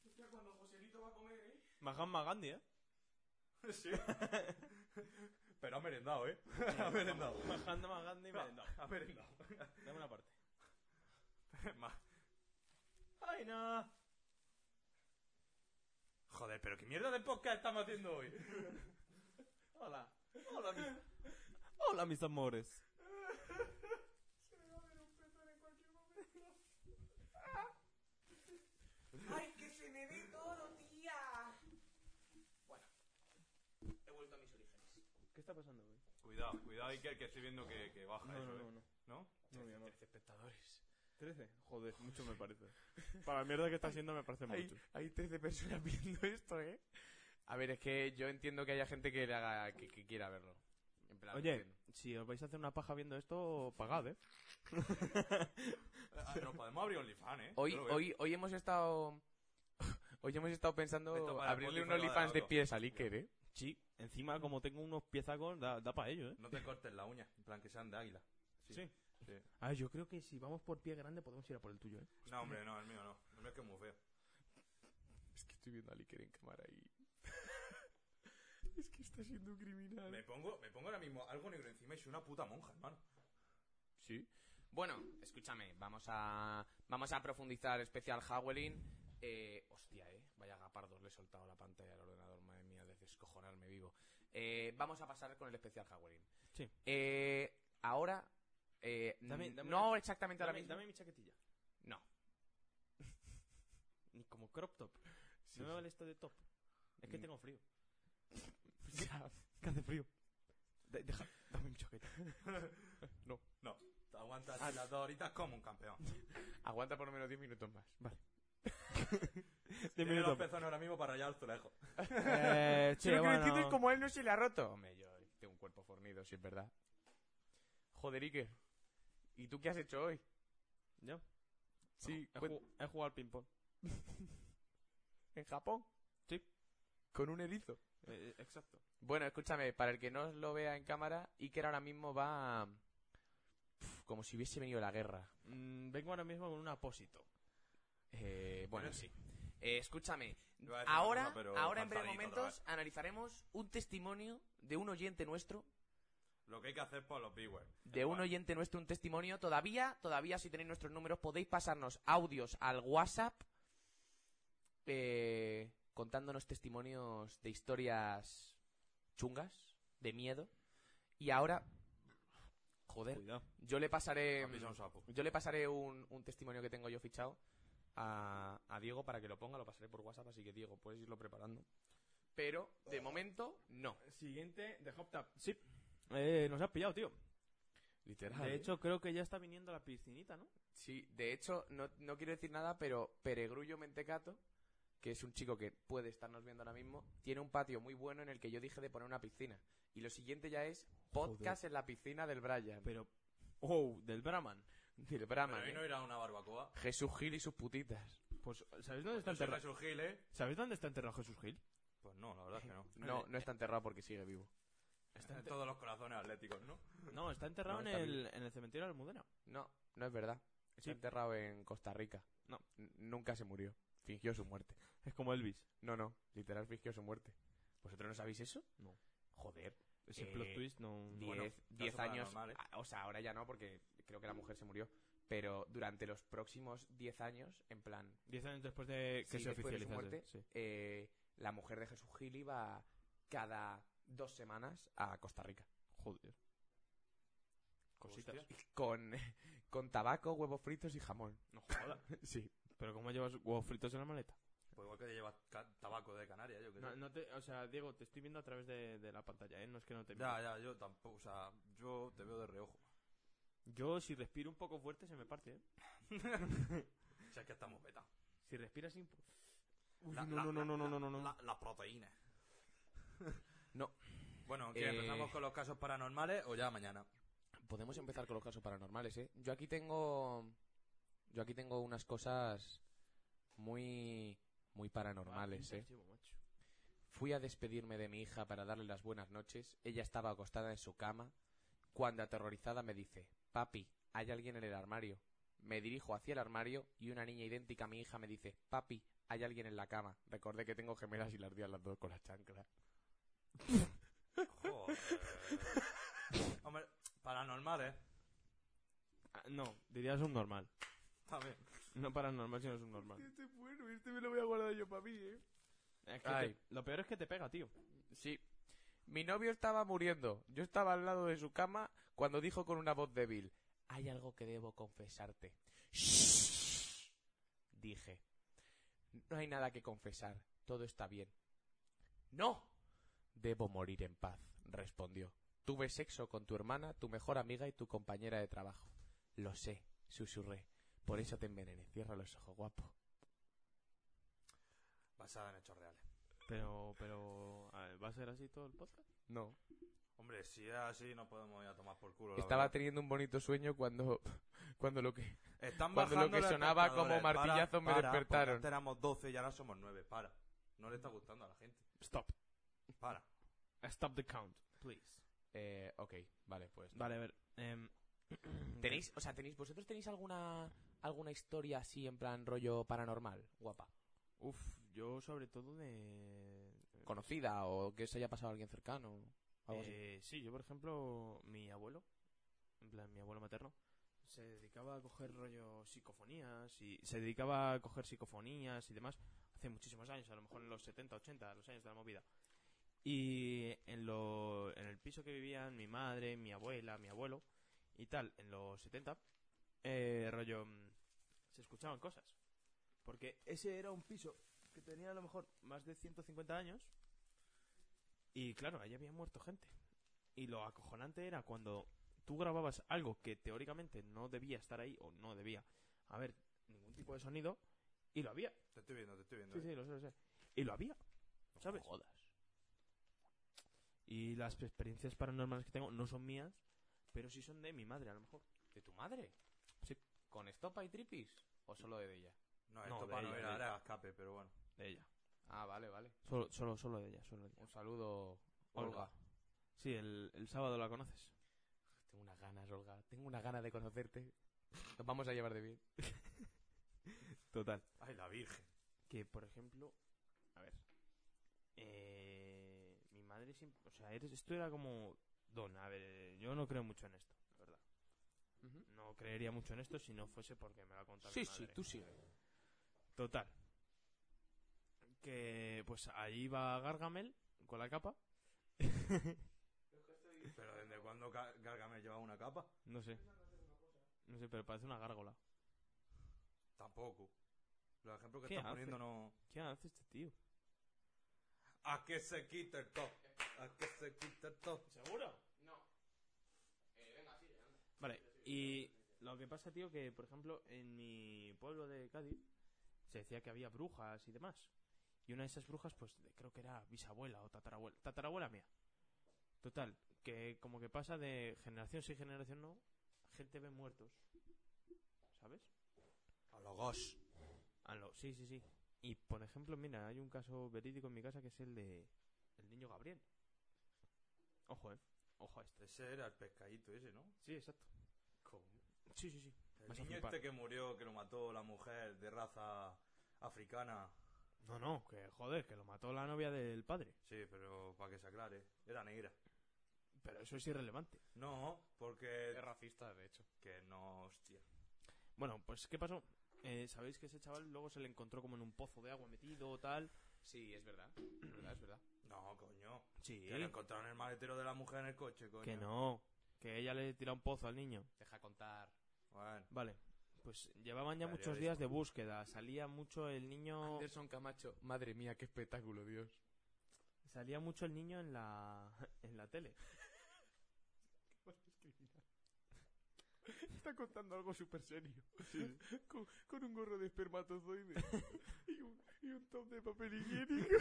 Hostia, cuando Joselito va a comer, ¿eh? Mahatma Gandhi, ¿eh? Sí. Pero ha merendado, ¿eh? ha merendado. Mahatma Gandhi merendado. Ha merendado. Dame una parte. Ma- Ay, no. Joder, pero qué mierda de podcast estamos haciendo hoy. Hola. Hola, mis... Hola, mis amores. ¡Ay, que se me ve todo, tía! Bueno, he vuelto a mis orígenes. ¿Qué está pasando, güey? Cuidado, cuidado, Iker, que estoy viendo que, que baja No, eso, no, ¿eh? no, no. ¿No? No, mi amor. espectadores. ¿13? Joder, mucho me parece. Para la mierda que está haciendo me parece Hay, mucho. hay 13 personas viendo esto, ¿eh? A ver, es que yo entiendo que haya gente que, le haga, que, que quiera verlo. En plan, lo Oye, entiendo. si os vais a hacer una paja viendo esto, pagad, ¿eh? Ah, Nos podemos abrir OnlyFans, ¿eh? hoy, Yo lo veo. hoy, hoy hemos estado... Hoy hemos estado Esto pensando para abrirle un Spotify lo OnlyFans de adelanto. pies a Iker, ¿eh? Sí, encima como tengo unos piezacos, da, da para ello, ¿eh? No te cortes la uña, en plan que sean de águila. Sí. sí. Ah, yo creo que si vamos por pie grande podemos ir a por el tuyo, ¿eh? No, hombre, no, el mío no. El mío es que es muy feo. Es que estoy viendo a Iker en cámara y... es que está siendo un criminal. Me pongo, me pongo ahora mismo algo negro encima y soy una puta monja, hermano. Sí. Bueno, escúchame, vamos a vamos a profundizar especial Howling. Eh, hostia, eh, vaya gapardos, le he soltado la pantalla al ordenador, madre mía, de descojonarme vivo. Eh, vamos a pasar con el especial Howling. Sí. Eh, ahora, eh, Dame- n- dame no una- exactamente ahora Dame, mismo. dame mi chaquetilla. No. Ni como crop top. Sí, no me sí. vale esto de top. Es que Mm. tengo frío. Ya. Que hace frío. De- deja, dame mi chaqueta. Te aguantas las dos horitas como un campeón. Aguanta por lo menos 10 minutos más. Vale. De Tiene los pezones ahora mismo para rayar el zulejo. Eh, lo que no entiendo es cómo a él no se le ha roto. Hombre, yo tengo un cuerpo fornido, si es verdad. Joder, Iker. ¿Y tú qué has hecho hoy? Yo. Sí, He, cuen- ju- he jugado al ping-pong. en Japón. Sí. Con un erizo. Eh, eh, exacto. Bueno, escúchame, para el que no lo vea en cámara, Iker ahora mismo va pf, como si hubiese venido la guerra. Mm, vengo ahora mismo con un apósito. Eh, bueno, Pero- sí. Eh, escúchame, Iba a decir una ahora, cosa, pero ahora en breves pantanito otra momentos analizaremos un testimonio de un oyente nuestro, vez. Lo que hay que hacer por los viewers. de un oyente nuestro, un testimonio. Todavía, todavía si tenéis nuestros números podéis pasarnos audios al WhatsApp eh, contándonos testimonios de historias chungas, de miedo. Y ahora, joder, Cuidado. Yo le pasaré. Ha pisado un sapo. Yo le pasaré un, un testimonio que tengo yo fichado a, a Diego para que lo ponga. Lo pasaré por WhatsApp, así que Diego, puedes irlo preparando. Pero, de momento, no. Siguiente, de Hop Tap. Sí. Eh, nos has pillado, tío. Literal. ¿eh? De hecho, creo que ya está viniendo la piscinita, ¿no? Sí, de hecho, no, no quiero decir nada, pero Peregrullo Mentecato, que es un chico que puede estarnos viendo ahora mismo, tiene un patio muy bueno en el que yo dije de poner una piscina. Y lo siguiente ya es podcast en la piscina del Brian. Pero. Oh, del Brahman. Del Pero Brahman, hoy ¿eh? no irá a una barbacoa. Jesús Gil y sus putitas. Pues, ¿sabéis dónde está Yo soy enterrado? Jesús Gil, ¿eh? ¿Sabéis dónde está enterrado Jesús Gil? Pues no, la verdad es que no. No, no está enterrado porque sigue vivo. Está en todos los corazones atléticos, ¿no? No, está enterrado No, está en, el, en el cementerio de Almudena. No, no es verdad. Está Sí. enterrado en Costa Rica. No. N- nunca se murió. Fingió su muerte. Es como Elvis. No, no. Literal fingió su muerte. ¿Vosotros no sabéis eso? No. Joder. Ese Eh, plot twist no... 10, Bueno, caso años. paranormal, ¿eh? a- O sea, ahora ya no, porque creo que la mujer se murió. Pero durante los próximos 10 años, en plan, 10 años después de que Sí, se después de su oficializase. muerte. sí. eh, la mujer de Jesús Gil iba cada dos semanas a Costa Rica. Joder. Cositas. Y Con, con tabaco, huevos fritos y jamón. No jodas. Sí. ¿Pero cómo llevas huevos fritos en la maleta? Pues igual que llevas ca- tabaco de Canarias, yo que No, sé. no te, o sea, Diego, te estoy viendo a través de, de la pantalla, ¿eh? No es que no te Ya, mire. ya, yo tampoco, o sea, yo te veo de reojo. Yo, si respiro un poco fuerte, se me parte, ¿eh? O sea, es que estamos beta. Si respiras sin... La- no, la- no, no, no, no, no, no, no. La, la proteína. No. Bueno, ¿qué, Eh, empezamos con los casos paranormales o ya mañana? Podemos empezar con los casos paranormales, ¿eh? Yo aquí tengo. Yo aquí tengo unas cosas muy. muy paranormales, ¿eh? Fui a despedirme de mi hija para darle las buenas noches. Ella estaba acostada en su cama cuando aterrorizada me dice, papi, hay alguien en el armario. Me dirijo hacia el armario y una niña idéntica a mi hija me dice, papi, hay alguien en la cama. Recordé que tengo gemelas y las di a las dos con la chancla. Joder. Hombre, paranormales. Ah, no, diría subnormal. También. No paranormal, sino subnormal. Este es bueno, este me lo voy a guardar yo para mí, ¿eh? Es que Ay. te- lo peor es que te pega, tío. Sí. Mi novio estaba muriendo. Yo estaba al lado de su cama cuando dijo con una voz débil: Hay algo que debo confesarte. Shh. Dije: No hay nada que confesar. Todo está bien. No. Debo morir en paz, respondió. Tuve sexo con tu hermana, tu mejor amiga y tu compañera de trabajo. Lo sé, susurré. Por eso te envenené. Cierra los ojos, guapo. Basada en hechos reales. Pero, pero... a ver, ¿Va a ser así todo el podcast? No. Hombre, si es así, no podemos ir a tomar por culo. la Estaba verdad. teniendo un bonito sueño cuando, cuando lo que Están cuando lo bajando que los sonaba espectadores. como martillazo Para, me para, porque despertaron. Antes éramos 12 y ahora somos 9. Para. No le está gustando a la gente. Stop. Para. Stop the count, please. Eh, ok, vale, pues. Vale, a ver. em, ¿Tenéis, o sea, tenéis, vosotros tenéis alguna alguna historia así en plan rollo paranormal, guapa? Uf, yo sobre todo de... ¿Conocida o que se haya pasado a alguien cercano? Algo así. Eh, sí, yo por ejemplo, mi abuelo, en plan mi abuelo materno, se dedicaba a coger rollo psicofonías y se dedicaba a coger psicofonías y demás hace muchísimos años, a lo mejor en los 70, 80, los años de la movida. Y en, lo, en el piso que vivían mi madre, mi abuela, mi abuelo y tal, en los 70, eh, rollo, mm, se escuchaban cosas. Porque ese era un piso que tenía a lo mejor más de 150 años y claro, ahí había muerto gente. Y lo acojonante era cuando tú grababas algo que teóricamente no debía estar ahí o no debía haber ningún tipo de sonido y lo había. Te estoy viendo, te estoy viendo. eh. Sí, sí, lo sé, lo sé. Y lo había. ¿Sabes? Y las experiencias paranormales que tengo no son mías, pero sí son de mi madre a lo mejor. ¿De tu madre? Sí. ¿Con estopa y tripis? ¿O solo de ella? No, No, esto de para no ella, era, de era escape, pero bueno. De ella. Ah, vale, vale. Solo, solo, solo de ella, solo de ella. Un saludo, Olga. Olga. Sí, el, el sábado la conoces. Tengo unas ganas, Olga. Tengo unas ganas de conocerte. Nos vamos a llevar de bien. Total. Ay, la virgen. que por ejemplo a ver eh, mi madre siempre o sea eres- esto era como don a ver eh, yo no creo mucho en esto la verdad Ujú. no creería mucho en esto si no fuese porque me lo ha contado mi madre. sigue. total que pues ahí va Gargamel con la capa Pero ¿desde cuándo Ga- Gargamel lleva una capa? no sé no sé pero parece una gárgola Tampoco. Los ejemplos que ¿Qué estás hace? poniendo no... qué hace este tío A que se quite el top. A que se quite el top. seguro Vale, y lo que pasa, tío, que por ejemplo en mi pueblo de Cádiz se decía que había brujas y demás. Y una de esas brujas, pues de- creo que era bisabuela o tatarabuela, tatarabuela mía. Total, que como que pasa de generación sí, generación no, gente ve muertos. ¿Sabes? A los gos. Ah, no, sí, sí, sí. Y por ejemplo, mira, hay un caso verídico en mi casa que es el de el niño Gabriel. Ojo, eh. Ojo a este. Ese era el pescadito ese, ¿no? Sí, exacto. Sí, sí, sí. El Vas a niño flipar. este que murió, que lo mató la mujer de raza africana. No, no, que joder, que lo mató la novia del padre. Sí, pero para que se aclare, era negra. Pero eso es irrelevante. No, porque... Es racista, de hecho. Que no, hostia. Bueno, pues ¿qué pasó? Eh, Sabéis que ese chaval luego se le encontró como en un pozo de agua metido o tal. Sí, es verdad. Es verdad, es verdad. No, coño. Sí. Que lo encontraron en el maletero de la mujer en el coche, coño. Que no, que ella le tira un pozo al niño. Deja contar. Bueno, Vale, pues llevaban ya muchos Periodismo. días de búsqueda. Salía mucho el niño. Anderson Camacho. Madre mía, qué espectáculo, Dios. Salía mucho el niño en la, en la tele. Está contando algo súper serio. Con, con un gorro de espermatozoide. y, un, y un top de papel higiénico.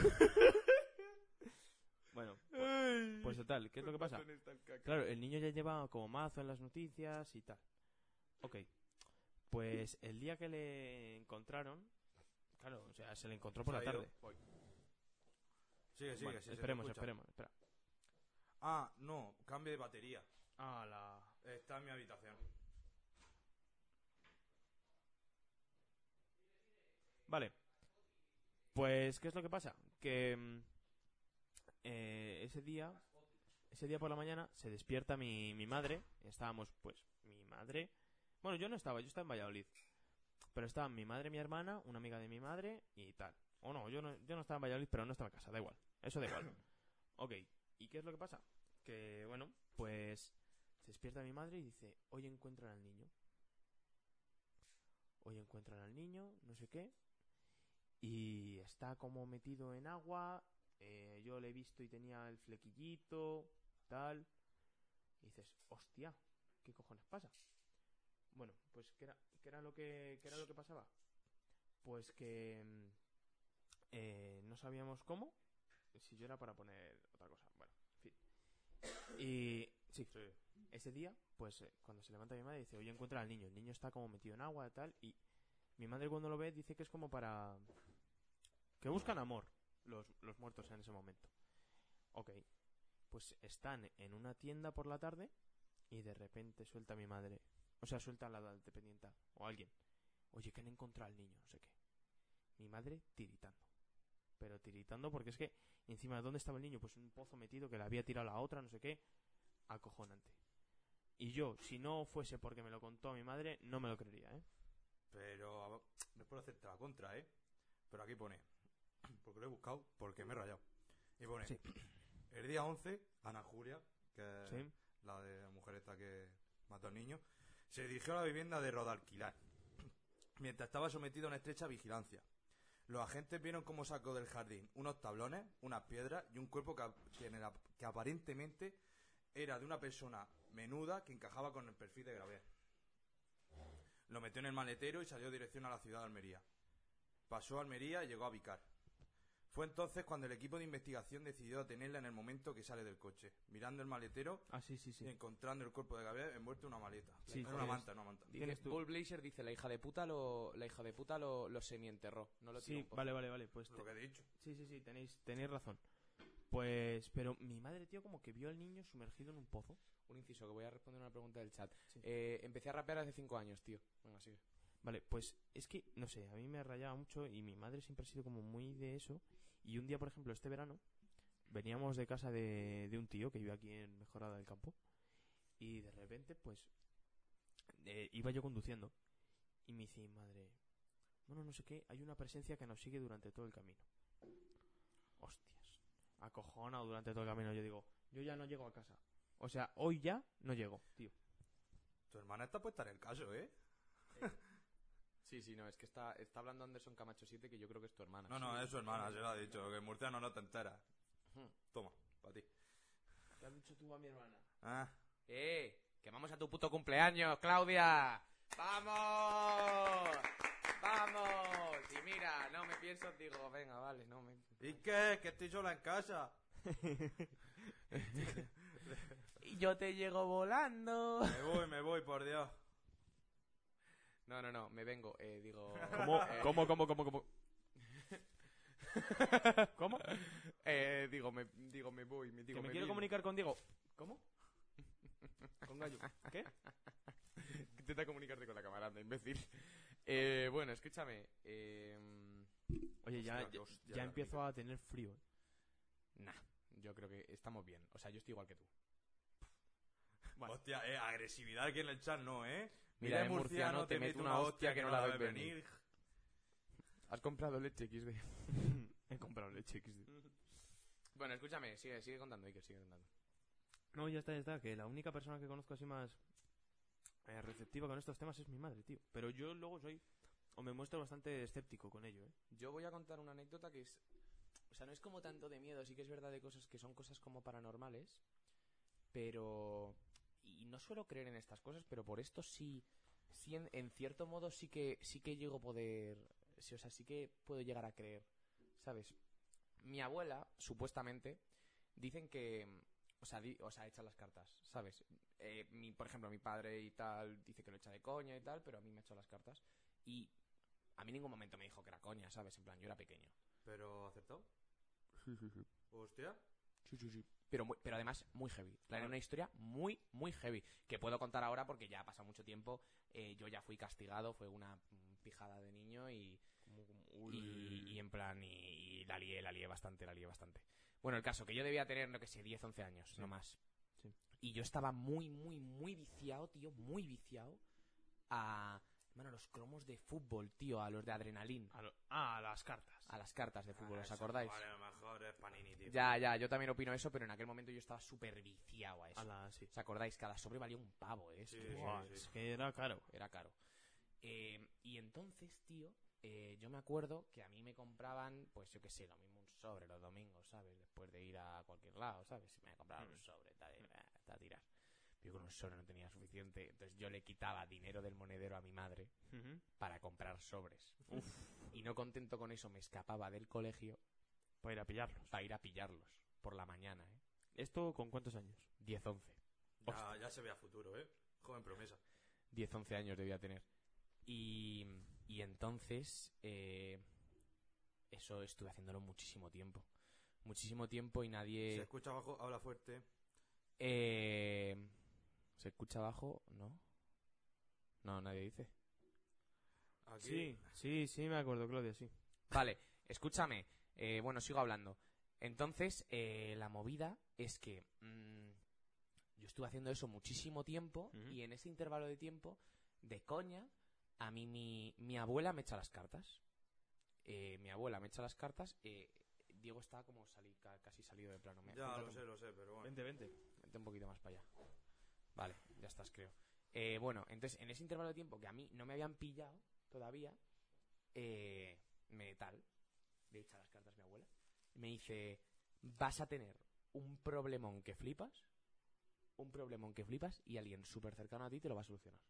Bueno, Ay. pues total, ¿qué es lo que pasa? Con estas cacas. Claro, el niño ya lleva como mazo en las noticias y tal. Ok. Pues el día que le encontraron. Claro, o sea, se le encontró por se la ha ido. tarde. Voy. Sigue, sigue, Bueno, sí, se te esperemos, escucha. esperemos, espera. Ah, no, cambio de batería. Ah, la. Está en mi habitación. Vale. Pues, ¿qué es lo que pasa? Que mm, eh, ese día, ese día por la mañana, se despierta mi, mi madre. Estábamos, pues, mi madre. Bueno, yo no estaba, yo estaba en Valladolid. Pero estaban mi madre, mi hermana, una amiga de mi madre y tal. O no, yo no, yo no estaba en Valladolid, pero no estaba en casa, da igual. Eso da igual. ok, ¿y qué es lo que pasa? Que, bueno, pues se despierta mi madre y dice, hoy encuentran al niño. Hoy encuentran al niño, no sé qué y está como metido en agua. eh, yo le he visto y tenía el flequillito, tal. Y dices, hostia, ¿qué cojones pasa? Bueno, pues ¿qué era, qué era lo, que, qué era lo que pasaba? Pues que mm, eh, no sabíamos cómo. Si yo era para poner otra cosa, bueno, en fin. Y sí, ese día, pues eh, cuando se levanta mi madre dice, oye, encuentra al niño. El niño está como metido en agua, tal. Y mi madre cuando lo ve dice que es como para... Que buscan amor los, los muertos en ese momento. Ok. Pues están en una tienda por la tarde y de repente suelta mi madre. O sea, suelta la dependienta o alguien. Oye, que han encontrado al niño, no sé qué. Mi madre tiritando. Pero tiritando porque es que encima de dónde estaba el niño, pues en un pozo metido que le había tirado la otra, no sé qué. Acojonante. Y yo, si no fuese porque me lo contó mi madre, no me lo creería, ¿eh? Pero a- no es por hacerte la contra, ¿eh? Pero aquí pone, porque lo he buscado, porque me he rayado. Y pone, Sí. el día 11, Ana Julia, Eh. que Sí. la de la mujer esta que mató al niño, se dirigió a la vivienda de Rodalquilar, mientras estaba sometido a una estrecha vigilancia. Los agentes vieron cómo sacó del jardín unos tablones, unas piedras y un cuerpo que, ap- que en el ap- que aparentemente era de una persona menuda que encajaba con el perfil de Gravé. Lo metió en el maletero y salió dirección a la ciudad de Almería. Pasó a Almería y llegó a Vicar. Fue entonces cuando el equipo de investigación decidió detenerla en el momento que sale del coche, mirando el maletero Ah, sí, sí, sí. y encontrando el cuerpo de Gabriel envuelto en una maleta. Sí, en una joder. manta, en una Este manta. Tienes tú. Paul Blazer dice, la hija de puta lo, la hija de puta lo, lo semienterró. No lo tiró Sí, un pozo. vale, vale, vale. Pues Lo te- que he dicho. sí, sí, sí, tenéis, tenéis razón. Pues, pero mi madre, tío, como que vio al niño sumergido en un pozo. Un inciso, que voy a responder una pregunta del chat. Sí. Eh, empecé a rapear hace cinco años, tío. Venga, sigue. Vale, pues es que, no sé, a mí me rayaba mucho y mi madre siempre ha sido como muy de eso. Y un día, por ejemplo, este verano, veníamos de casa de, de un tío que vive aquí en Mejorada del Campo. Y de repente, pues, eh, iba yo conduciendo. Y me dice mi madre, bueno, no sé qué, hay una presencia que nos sigue durante todo el camino. Hostias. Acojonado durante todo el camino, yo digo, yo ya no llego a casa. O sea, hoy ya no llego, tío. Tu hermana está puesta en el caso, ¿eh? Sí, sí, no, es que está, está hablando Anderson Camacho 7, que yo creo que es tu hermana. No, no, es su hermana, se lo ha dicho. Que el murciano no te entera. Hmm. Toma, para ti. ¿Qué has dicho tú a mi hermana? Ah, ¡Eh! ¡Que vamos a tu puto cumpleaños, Claudia! ¡Vamos! ¡Vamos! Y mira, no me pienso, digo, venga, vale, no me... ¿Y qué? Que estoy sola en casa. Y yo te llego volando. Me voy, me voy, por Dios. No, no, no, me vengo, eh, digo... ¿Cómo, eh, cómo, cómo, cómo, cómo? ¿Cómo? eh, digo, me, digo, me voy, me digo, que me, me quiero vino. comunicar con Diego. ¿Cómo? Con Gallo. ¿Qué? Intenta comunicarte con la cámara, anda, imbécil. Eh, bueno, escúchame. eh, Oye, ya, Hostia, qué ya- hostia ya la empiezo rica. a tener frío. ¿eh? Nah, yo creo que estamos bien. O sea, yo estoy igual que tú. Bueno. Hostia, eh, agresividad aquí en el chat no, ¿eh? Mira, el de murciano te meto una hostia que no la ves ves venir. Has comprado leche XD. He comprado leche XD. Bueno, escúchame, sigue, sigue contando, Iker, sigue contando. No, ya está, ya está. Que la única persona que conozco así más eh, receptiva con estos temas es mi madre, tío. Pero yo luego soy... O me muestro bastante escéptico con ello, ¿eh? Yo voy a contar una anécdota que es. O sea, no es como tanto de miedo, sí que es verdad de cosas que son cosas como paranormales. Pero. Y no suelo creer en estas cosas, pero por esto sí. sí en, en cierto modo sí que sí que llego a poder. sí, o sea, sí que puedo llegar a creer. ¿Sabes? Mi abuela, supuestamente, dicen que. O sea, di- o sea, echa las cartas, ¿sabes? Eh, mi, por ejemplo, mi padre y tal dice que lo echa de coña y tal, pero a mí me ha echado las cartas. Y a mí en ningún momento me dijo que era coña, ¿sabes? En plan, yo era pequeño. Pero acertado. Hostia. Pero, muy- pero además, muy heavy. En plan, era una historia muy, muy heavy. Que puedo contar ahora porque ya ha pasado mucho tiempo. eh, yo ya fui castigado, fue una mm, pijada de niño y, y, em- y en plan, y, y la lié, la lié bastante, la lié bastante. Bueno, el caso, que yo debía tener, no que sé, 10, 11 años, no más. Sí. Y yo estaba muy, muy, muy viciado, tío, muy viciado a, hermano, a los cromos de fútbol, tío, a los de adrenalín, A lo- ah, a las cartas. a las cartas de fútbol, Ah, ¿os eso, acordáis? Vale, a lo mejor es Panini, tío. Ya, ya, yo también opino eso, pero en aquel momento yo estaba súper viciado a eso. A la- sí. ¿Os acordáis? Cada sobre valía un pavo, ¿eh? Es Sí, que sí, Buah, sí. Es que era caro. Era caro. Eh, y entonces, tío, eh, yo me acuerdo que a mí me compraban, pues yo qué sé, lo mismo un sobre los domingos, ¿sabes? Después de ir a cualquier lado, ¿sabes? Me compraban un sobre, tal, y, ah, tal, tirar. Yo con un sobre no tenía suficiente, entonces yo le quitaba dinero del monedero a mi madre Ujú. para comprar sobres. Y no contento con eso, me escapaba del colegio Para ir a pillarlos. para ir a pillarlos por la mañana, ¿eh? ¿Esto con cuántos años? 10, 11. Ya, ya se ve a futuro, ¿eh? Joven promesa. 10, 11 años debía tener. Y, y entonces, eh, eso estuve haciéndolo muchísimo tiempo. Muchísimo tiempo y Se nadie... escucha abajo, habla fuerte. eh, ¿Se escucha abajo? ¿No? No, nadie dice. Aquí. Sí, sí, sí, me acuerdo, Claudia, sí. Vale, escúchame. Eh, bueno, sigo hablando. Entonces, eh, la movida es que mm, yo estuve haciendo eso muchísimo tiempo Ujú. y en ese intervalo de tiempo, de coña, a mí mi, mi abuela me echa las cartas. Eh, mi abuela me echa las cartas. eh, Diego está como sali- ca- casi salido de plano. Me- Ya, acércate lo un sé, lo sé, pero bueno. Vente, vente. Vete un poquito más para allá. Vale, ya estás, creo. Eh, bueno, entonces, en ese intervalo de tiempo que a mí no me habían pillado todavía, eh, me tal, le echa las cartas a mi abuela, y me dice, vas a tener un problemón que flipas, un problemón que flipas, y alguien súper cercano a ti te lo va a solucionar.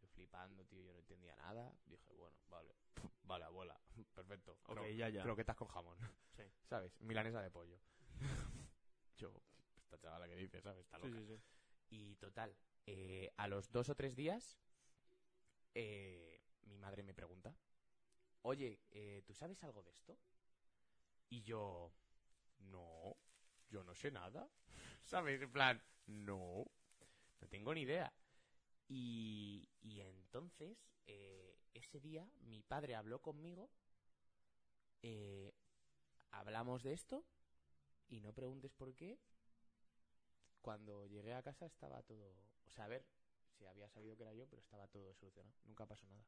Yo flipando, tío, yo no entendía nada. Dije, bueno, vale, vale, abuela, perfecto. Ok, Cro- ya, ya. croquetas con jamón. Sí. ¿Sabes? Milanesa de pollo. Yo, esta chavala que dice, ¿sabes? Está loca. Sí, sí, sí. Y total, eh, a los dos o tres días, eh, mi madre me pregunta, oye, eh, ¿tú sabes algo de esto? Y yo, no, yo no sé nada. ¿Sabes? En plan, no, no tengo ni idea. Y, y entonces, eh, ese día, mi padre habló conmigo, eh, hablamos de esto, y no preguntes por qué, cuando llegué a casa estaba todo. O sea, a ver, si había sabido que era yo, pero estaba todo solucionado. Nunca pasó nada.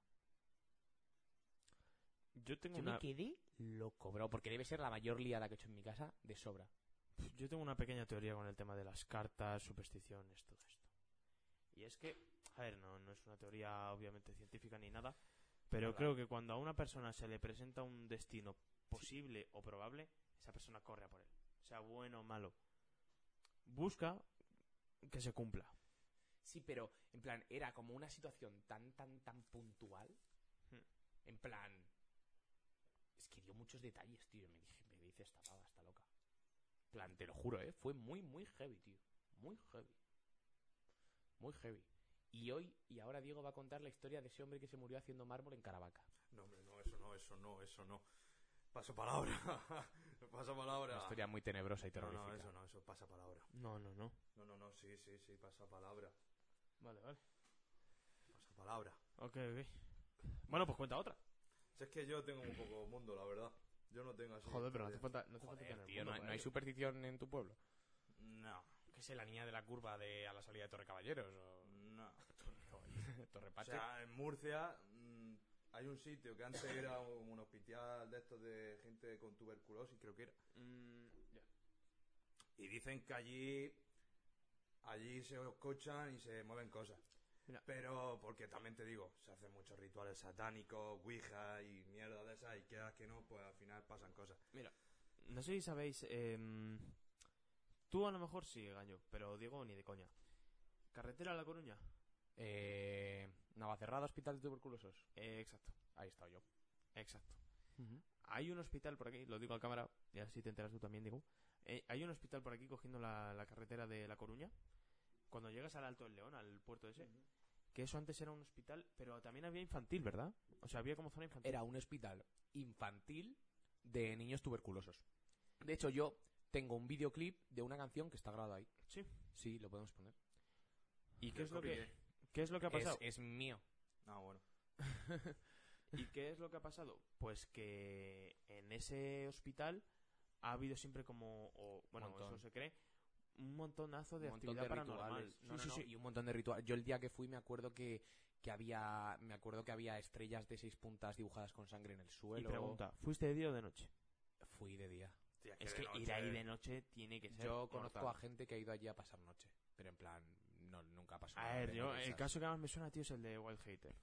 Yo tengo Yo una... me quedé loco, bro, porque debe ser la mayor liada que he hecho en mi casa de sobra. Yo tengo una pequeña teoría con el tema de las cartas, supersticiones, todo esto. Y es que, a ver, no, no es una teoría obviamente científica ni nada, pero Hola. creo que cuando a una persona se le presenta un destino posible o probable, esa persona corre a por él, sea bueno o malo. Busca que se cumpla. Sí, pero en plan, era como una situación tan, tan, tan puntual. Hmm. En plan. Es que dio muchos detalles, tío. y Me dije, me dice esta pava, está loca. En plan, te lo juro, ¿eh? Fue muy, muy heavy, tío. Muy heavy. Muy heavy. Y hoy, y ahora Diego va a contar la historia de ese hombre que se murió haciendo mármol en Caravaca. No, hombre, no, eso no, eso no, eso no. Paso palabra. paso palabra. Una historia muy tenebrosa y no, terrorífica. no, eso no, eso pasa palabra. No, no, no. No, no, no, sí, sí, sí, pasa palabra. Vale, vale. Pasa palabra. Ok, ok. Bueno, pues cuenta otra. Si es que yo tengo un poco mundo, la verdad. Yo no tengo así. Joder, pero no hace historia. falta, no hace falta Joder, tener tío, no, mundo eh. hay- para no hay ello. superstición en tu pueblo. No, Que sé, la niña de la curva de a la salida de Torre Caballeros o no. Torre O Pache. sea, en Murcia mm, hay un sitio que antes era un, un hospital de estos de gente con tuberculosis, creo que era. Mm, ya. Y dicen que allí allí se escuchan y se mueven cosas. Mira. Pero, porque también te digo, se hacen muchos rituales satánicos, ouija y mierda de esas, y quedas que no, pues al final pasan cosas. No sé si sabéis. em, tú a lo mejor sí, Gaño, pero Diego ni de coña. Carretera a La Coruña. eh, Navacerrada, Hospital de Tuberculosos. Eh, exacto, Ahí he estado yo. exacto. Hay un hospital por aquí, lo digo a cámara, y así te enteras tú también, Diego. Eh, hay un hospital por aquí cogiendo la, la carretera de La Coruña. Cuando llegas al Alto del León, al puerto ese, que eso antes era un hospital, pero también había infantil, ¿verdad? O sea, había como zona infantil. Era un hospital infantil de niños tuberculosos. De hecho, yo tengo un videoclip de una canción que está grabada ahí. Sí. Sí, lo podemos poner. ¿Y qué es, lo copyright. que, qué es lo que ha pasado? Es, es mío. No, bueno. ¿Y qué es lo que ha pasado? Pues que en ese hospital ha habido siempre como, o, bueno, Montón. eso se cree, un montonazo de un montón actividad de paranormal. rituales. No, no, sí, sí, no. sí, y un montón de rituales. Yo el día que fui me acuerdo que, que había me acuerdo que había estrellas de seis puntas dibujadas con sangre en el Y suelo. pregunta, ¿fuiste de día o de noche? Fui de día. Tía, Es de que noche- ir ahí de noche tiene que ser. Yo conozco mortal. a gente que ha ido allí a pasar noche, pero en plan no nunca pasó. A nada ver, de yo, esas. el caso que más me suena, tío, es el de Wild Hater.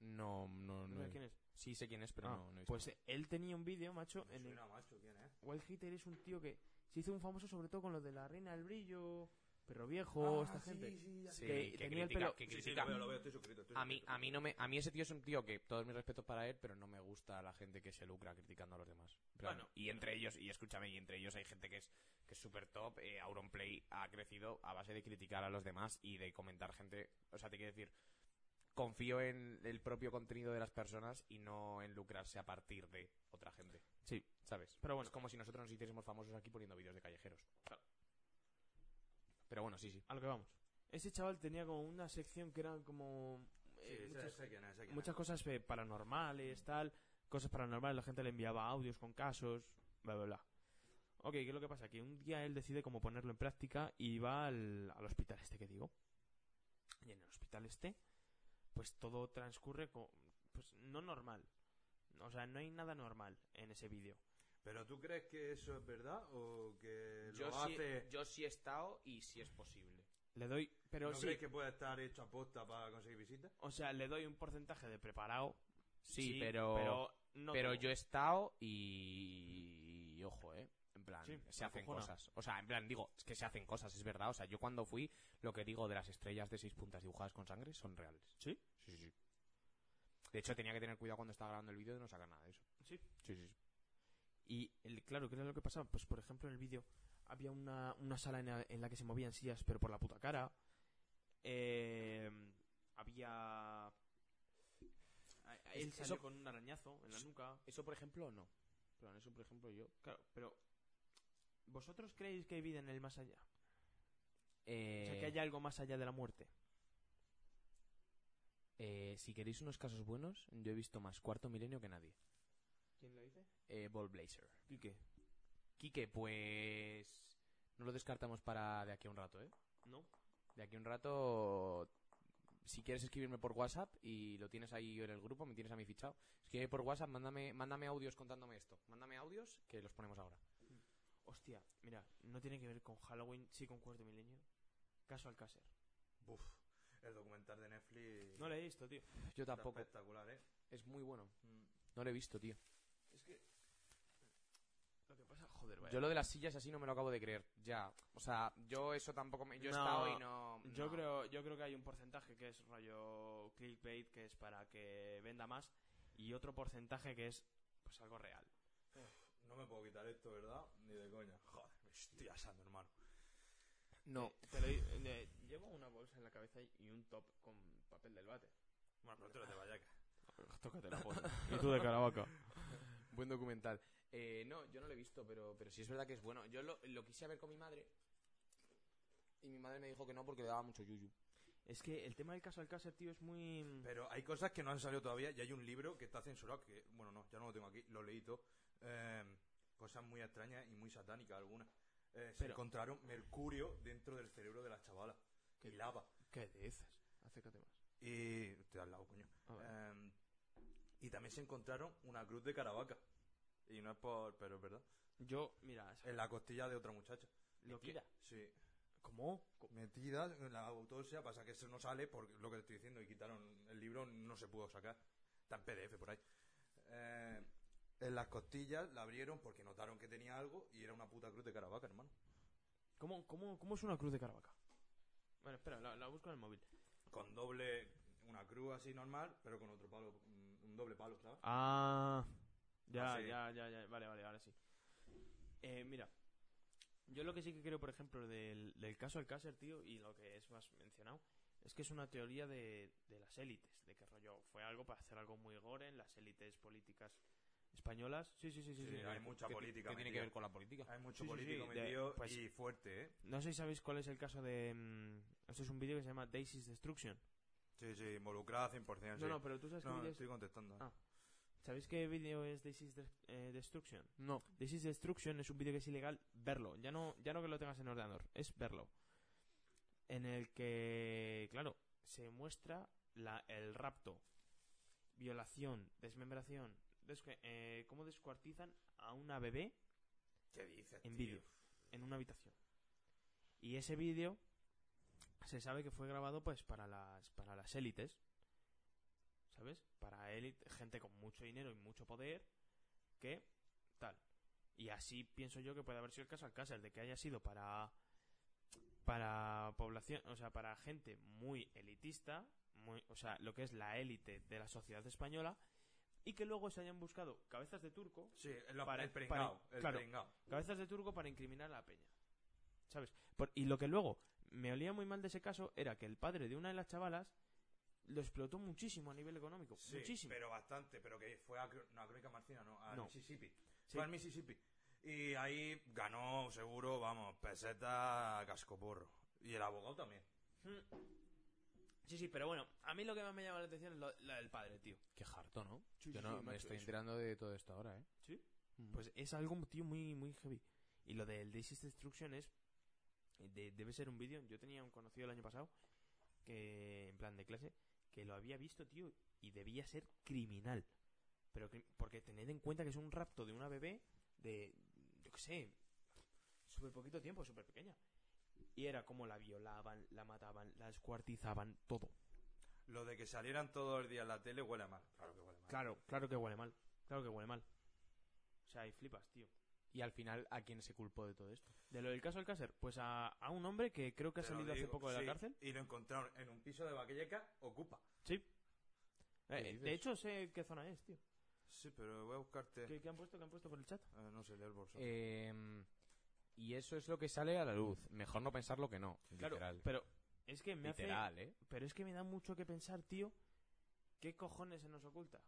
no no ¿No no. sabes quién es? Sí sé quién es, pero Ah, no, no he visto Pues eh, él tenía un vídeo, macho, Me en el... suena, macho, ¿quién es? Wild Hater es un tío que se hizo un famoso sobre todo con lo de la Reina del Brillo, Perro Viejo, esta gente. nada. que Ah, Sí, que, tenía el critica- pelo- que Sí, sí, critica- lo veo, lo veo, estoy suscrito. estoy A mí, suscrito. a mí no me, a mí ese tío es un tío que todos mis respetos para él, pero no me gusta la gente que se lucra criticando a los demás. En plan, Bueno. y entre ellos, y escúchame, y entre ellos hay gente que es que es super top. Eh, Auronplay ha crecido a base de criticar a los demás y de comentar gente. O sea, te quiero decir, confío en el propio contenido de las personas y no en lucrarse a partir de otra gente. Sí. ¿Sabes? Pero bueno, Es como si nosotros nos hiciésemos famosos aquí poniendo vídeos de callejeros. Pero bueno, sí, sí. a lo que vamos. Ese chaval tenía como una sección que eran como eh, Sí, sé- muchas, sé quién es, sé quién muchas es. cosas eh, paranormales, tal, cosas paranormales, la gente le enviaba audios con casos, bla, bla, bla. Ok, ¿qué es lo que pasa? Que un día él decide cómo ponerlo en práctica y va al, al hospital este que digo. Y en el hospital este, pues todo transcurre co- pues no normal. O sea, no hay nada normal en ese vídeo. ¿Pero tú crees que eso es verdad o que Yo lo sí, hace... yo sí he estado y sí es posible. Le doy, pero ¿No sí, crees que puede estar hecho aposta para conseguir visitas? o sea, le doy un porcentaje de preparado. Sí, pero pero, no todo. yo he estado y, y ojo, eh, en plan Sí, se hacen acojona. cosas, o sea, en plan digo, es que se hacen cosas, es verdad, o sea, yo cuando fui lo que digo de las estrellas de seis puntas dibujadas con sangre son reales. ¿Sí? Sí, sí, sí. De hecho tenía que tener cuidado cuando estaba grabando el vídeo de no sacar nada de eso. Sí. Sí, sí. sí. Y el- claro, ¿qué era lo que pasaba? Pues por ejemplo en el vídeo había una, una sala en la, en la que se movían sillas, pero por la puta cara. Eh, había... a- a- Ah, Él Es- salió eso- con un arañazo en la nuca. Eso por ejemplo no. Pero eso por ejemplo yo Claro, pero... ¿Vosotros creéis que hay vida en el más allá? O sea, que hay algo más allá de la muerte. Eh, si queréis unos casos buenos, yo he visto más Cuarto Milenio que nadie. ¿Quién lo dice? Eh, Ball Blazer. Quique. Quique, pues. No lo descartamos para de aquí a un rato, ¿eh? ¿No? De aquí a un rato. Si quieres escribirme por WhatsApp y lo tienes ahí en el grupo, me tienes a mí fichado. Escribe por WhatsApp, mándame, mándame audios contándome esto. Mándame audios que los ponemos ahora. Hostia, mira, no tiene que ver con Halloween, sí con Cuarto Milenio. Caso Alcácer. Buf, el documental de Netflix No lo he visto, tío. Yo está tampoco. espectacular, ¿eh? Es muy bueno. Mm. No lo he visto, tío. Es que... Lo que pasa, joder, vaya. Yo lo de las sillas así no me lo acabo de creer. Ya. O sea, yo eso tampoco me. Yo he No, estado y no. Yo no. creo, yo creo que hay un porcentaje que es rollo clickbait, que es para que venda más, y otro porcentaje que es pues algo real. No me puedo quitar esto, ¿verdad? Ni de coña. Joder, me estoy asando, hermano. No. Te lo di- eh, llevo una bolsa en la cabeza y un top con papel del bate. Bueno, pero tú eres de Vallaca. Tócate la polla. y tú de Caravaca. Buen documental. Eh, no, yo no lo he visto, pero, pero sí es verdad que es bueno. Yo lo, lo quise ver con mi madre y mi madre me dijo que no porque le daba mucho yuyu. Es que el tema del caso Alcácer, tío, es muy... Pero hay cosas que no han salido todavía y hay un libro que está censurado, que, bueno, no, ya no lo tengo aquí, lo leí todo. Eh, cosas muy extrañas y muy satánicas algunas. Eh, se Pero- encontraron mercurio dentro del cerebro de las chavalas. ¿Qué? Y lava. ¿Qué dices? Acércate más. Y... Estoy al lado, coño. A ver. Eh, y también se encontraron una cruz de Caravaca. Y no es por... pero es verdad. Yo, mira, En la costilla de otra muchacha. lo que- Mentira. Sí. ¿Cómo? Metida en la autopsia, pasa que eso no sale por lo que te estoy diciendo y quitaron el libro, no se pudo sacar. Está en PDF por ahí. Eh, en las costillas la abrieron porque notaron que tenía algo y era una puta cruz de Caravaca, hermano. ¿Cómo, cómo, cómo es una cruz de Caravaca? Bueno, espera, la, la busco en el móvil. Con doble, una cruz así normal, pero con otro palo, un un doble palo, ¿sabes? Ah, ya, Ah, sí. ya, ya, ya. Vale, vale, ahora sí. Eh, mira, yo lo que sí que creo, por ejemplo, del, del caso Alcácer, tío, y lo que es más mencionado, es que es una teoría de, de las élites, de que rollo fue algo para hacer algo muy gore en las élites políticas españolas. Sí, sí, sí, sí. sí. Eh, hay mucha ¿Qué ti- política ¿Qué tiene que metida. ver con la política? Hay mucho Sí, sí, político sí, de- metido pues- y fuerte, ¿eh? No sé si sabéis cuál es el caso de... mm, esto es un vídeo que se llama Daisy's Destruction. Sí, sí, involucrada 100%. No, Ah, sí. no, pero tú sabes qué No, vídeo es- estoy contestando. ¿eh? Ah. ¿Sabéis qué vídeo es Daisy's Des- eh, Destruction? No. This is Destruction es un vídeo que es ilegal verlo. Ya no, ya no que lo tengas en ordenador, es verlo. En el que, claro, se muestra la, el rapto, violación, desmembración. descu- eh, cómo descuartizan a una bebé ¿Qué dices? en tío? vídeo, en una habitación. Y ese vídeo se sabe que fue grabado pues para las para las élites. ¿Sabes? Para élite, gente con mucho dinero y mucho poder que tal. Y así pienso yo que puede haber sido el caso Alcácer de que haya sido para para población, o sea, para gente muy elitista, muy, o sea, lo que es la élite de la sociedad española y que luego se hayan buscado cabezas de turco Sí, el, el Para- pringao, para- el claro. pringao. cabezas de turco para incriminar a la peña. ¿Sabes? Por- y lo que luego me olía muy mal de ese caso era que el padre de una de las chavalas lo explotó muchísimo a nivel económico. Sí, muchísimo. pero bastante, pero que fue a, Cro- no, a Crónica Marciana, no, a No. Mississippi. Sí. Fue al Mississippi. Y ahí ganó, seguro, vamos, peseta a cascoporro. Y el abogado también. Mm. Sí, sí, pero bueno, a mí lo que más me llama la atención es lo, la del padre, tío. Qué harto, ¿no? Sí, Yo sí, no sí, me macho, estoy eso. enterando de todo esto ahora, ¿eh? ¿Sí? Mm. Pues es algo, tío, muy, muy heavy. Y lo del Daisy's Destruction es... eh, de- debe ser un vídeo. Yo tenía un conocido el año pasado, que en plan de clase, que lo había visto, tío, y debía ser criminal. Pero cri- porque tened en cuenta que es un rapto de una bebé de, yo qué sé, súper poquito tiempo, súper pequeña. Y era como la violaban, la mataban, la descuartizaban, todo. Lo de que salieran todos los días en la tele huele mal. Claro que huele mal. Claro, claro que huele mal. Claro que huele mal. O sea, y flipas, tío. Y al final, ¿a quién se culpó de todo esto? De lo del caso Alcácer, pues a, a un hombre que creo que ha Te lo salido hace digo, poco de sí, la cárcel. Y lo encontraron en un piso de Baquelleca, ocupa. Sí. ¿Qué Eh, dices? de hecho, sé qué zona es, tío. Sí, pero voy a buscarte. ¿Qué, qué han puesto? ¿Qué han puesto por el chat? Eh, no sé, leer el bolso. Eh, y eso es lo que sale a la luz. Mejor no pensarlo que no. Claro, literal. pero es que me hace... literal, ¿eh? Pero es que me da mucho que pensar, tío. ¿Qué cojones se nos oculta?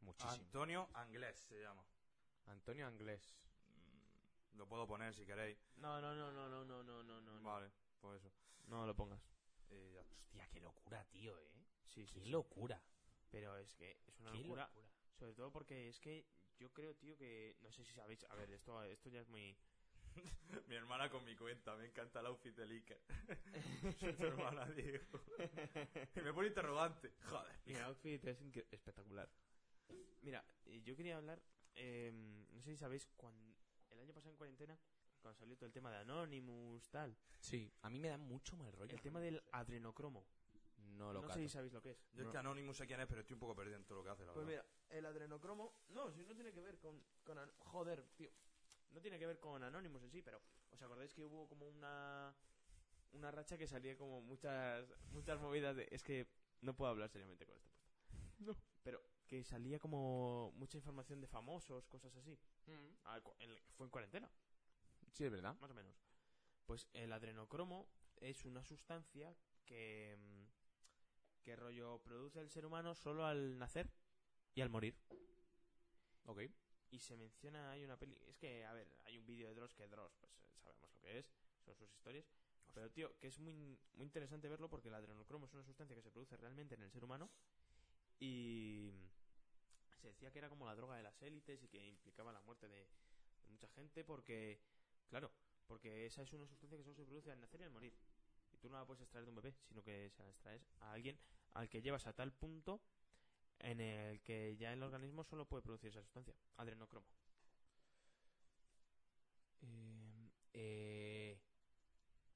Muchísimo. Antonio Anglés se llama. Antonio Anglés. Mm, Lo puedo poner si queréis. No, no, no, no, no, no, no, no, no. no. Vale, pues eso. No lo pongas. Y ya está. Eh, Hostia, qué locura, tío, ¿eh? Sí, sí. Qué sí. locura. Pero es que es una qué locura. locura. Sobre todo porque es que yo creo, tío, que... No sé si sabéis... A ver, esto, esto ya es muy... Mi hermana con mi cuenta, me encanta el outfit de Iker. Soy tu hermana, Diego. Y me pone interrogante. Joder. Mi outfit es incre- espectacular. Mira, eh, yo quería hablar. eh, no sé si sabéis, cuando, el año pasado en cuarentena, cuando salió todo el tema de Anonymous, tal. Sí, a mí me da mucho mal rollo. El tema del adrenocromo. No lo No sé cato. si sabéis lo que es. Yo es que Anonymous sé quién es, pero estoy un poco perdido en todo lo que hace, la Pues verdad. mira, el adrenocromo. No, si no tiene que ver con. con an- joder, tío. No tiene que ver con Anonymous en sí, pero. ¿Os acordáis que hubo como una. Una racha que salía como muchas. Muchas movidas de. Es que no puedo hablar seriamente con este puesto. No. Pero que salía como mucha información de famosos, cosas así. Ah, cu- en- fue en cuarentena Sí, es verdad. más o menos. Pues el adrenocromo es una sustancia que. mm, que rollo produce el ser humano solo al nacer y al morir. Ok. Y se menciona, hay una peli. Es que, a ver, hay un vídeo de Dross que Dross, pues eh, sabemos lo que es, son sus historias. Pero, tío, que es muy, muy interesante verlo porque el adrenocromo es una sustancia que se produce realmente en el ser humano y se decía que era como la droga de las élites y que implicaba la muerte de, de mucha gente porque, claro, porque esa es una sustancia que solo se produce al nacer y al morir. Y tú no la puedes extraer de un bebé, sino que se la extraes a alguien al que llevas a tal punto en el que ya el organismo solo puede producir esa sustancia, adrenocromo. Eh, eh,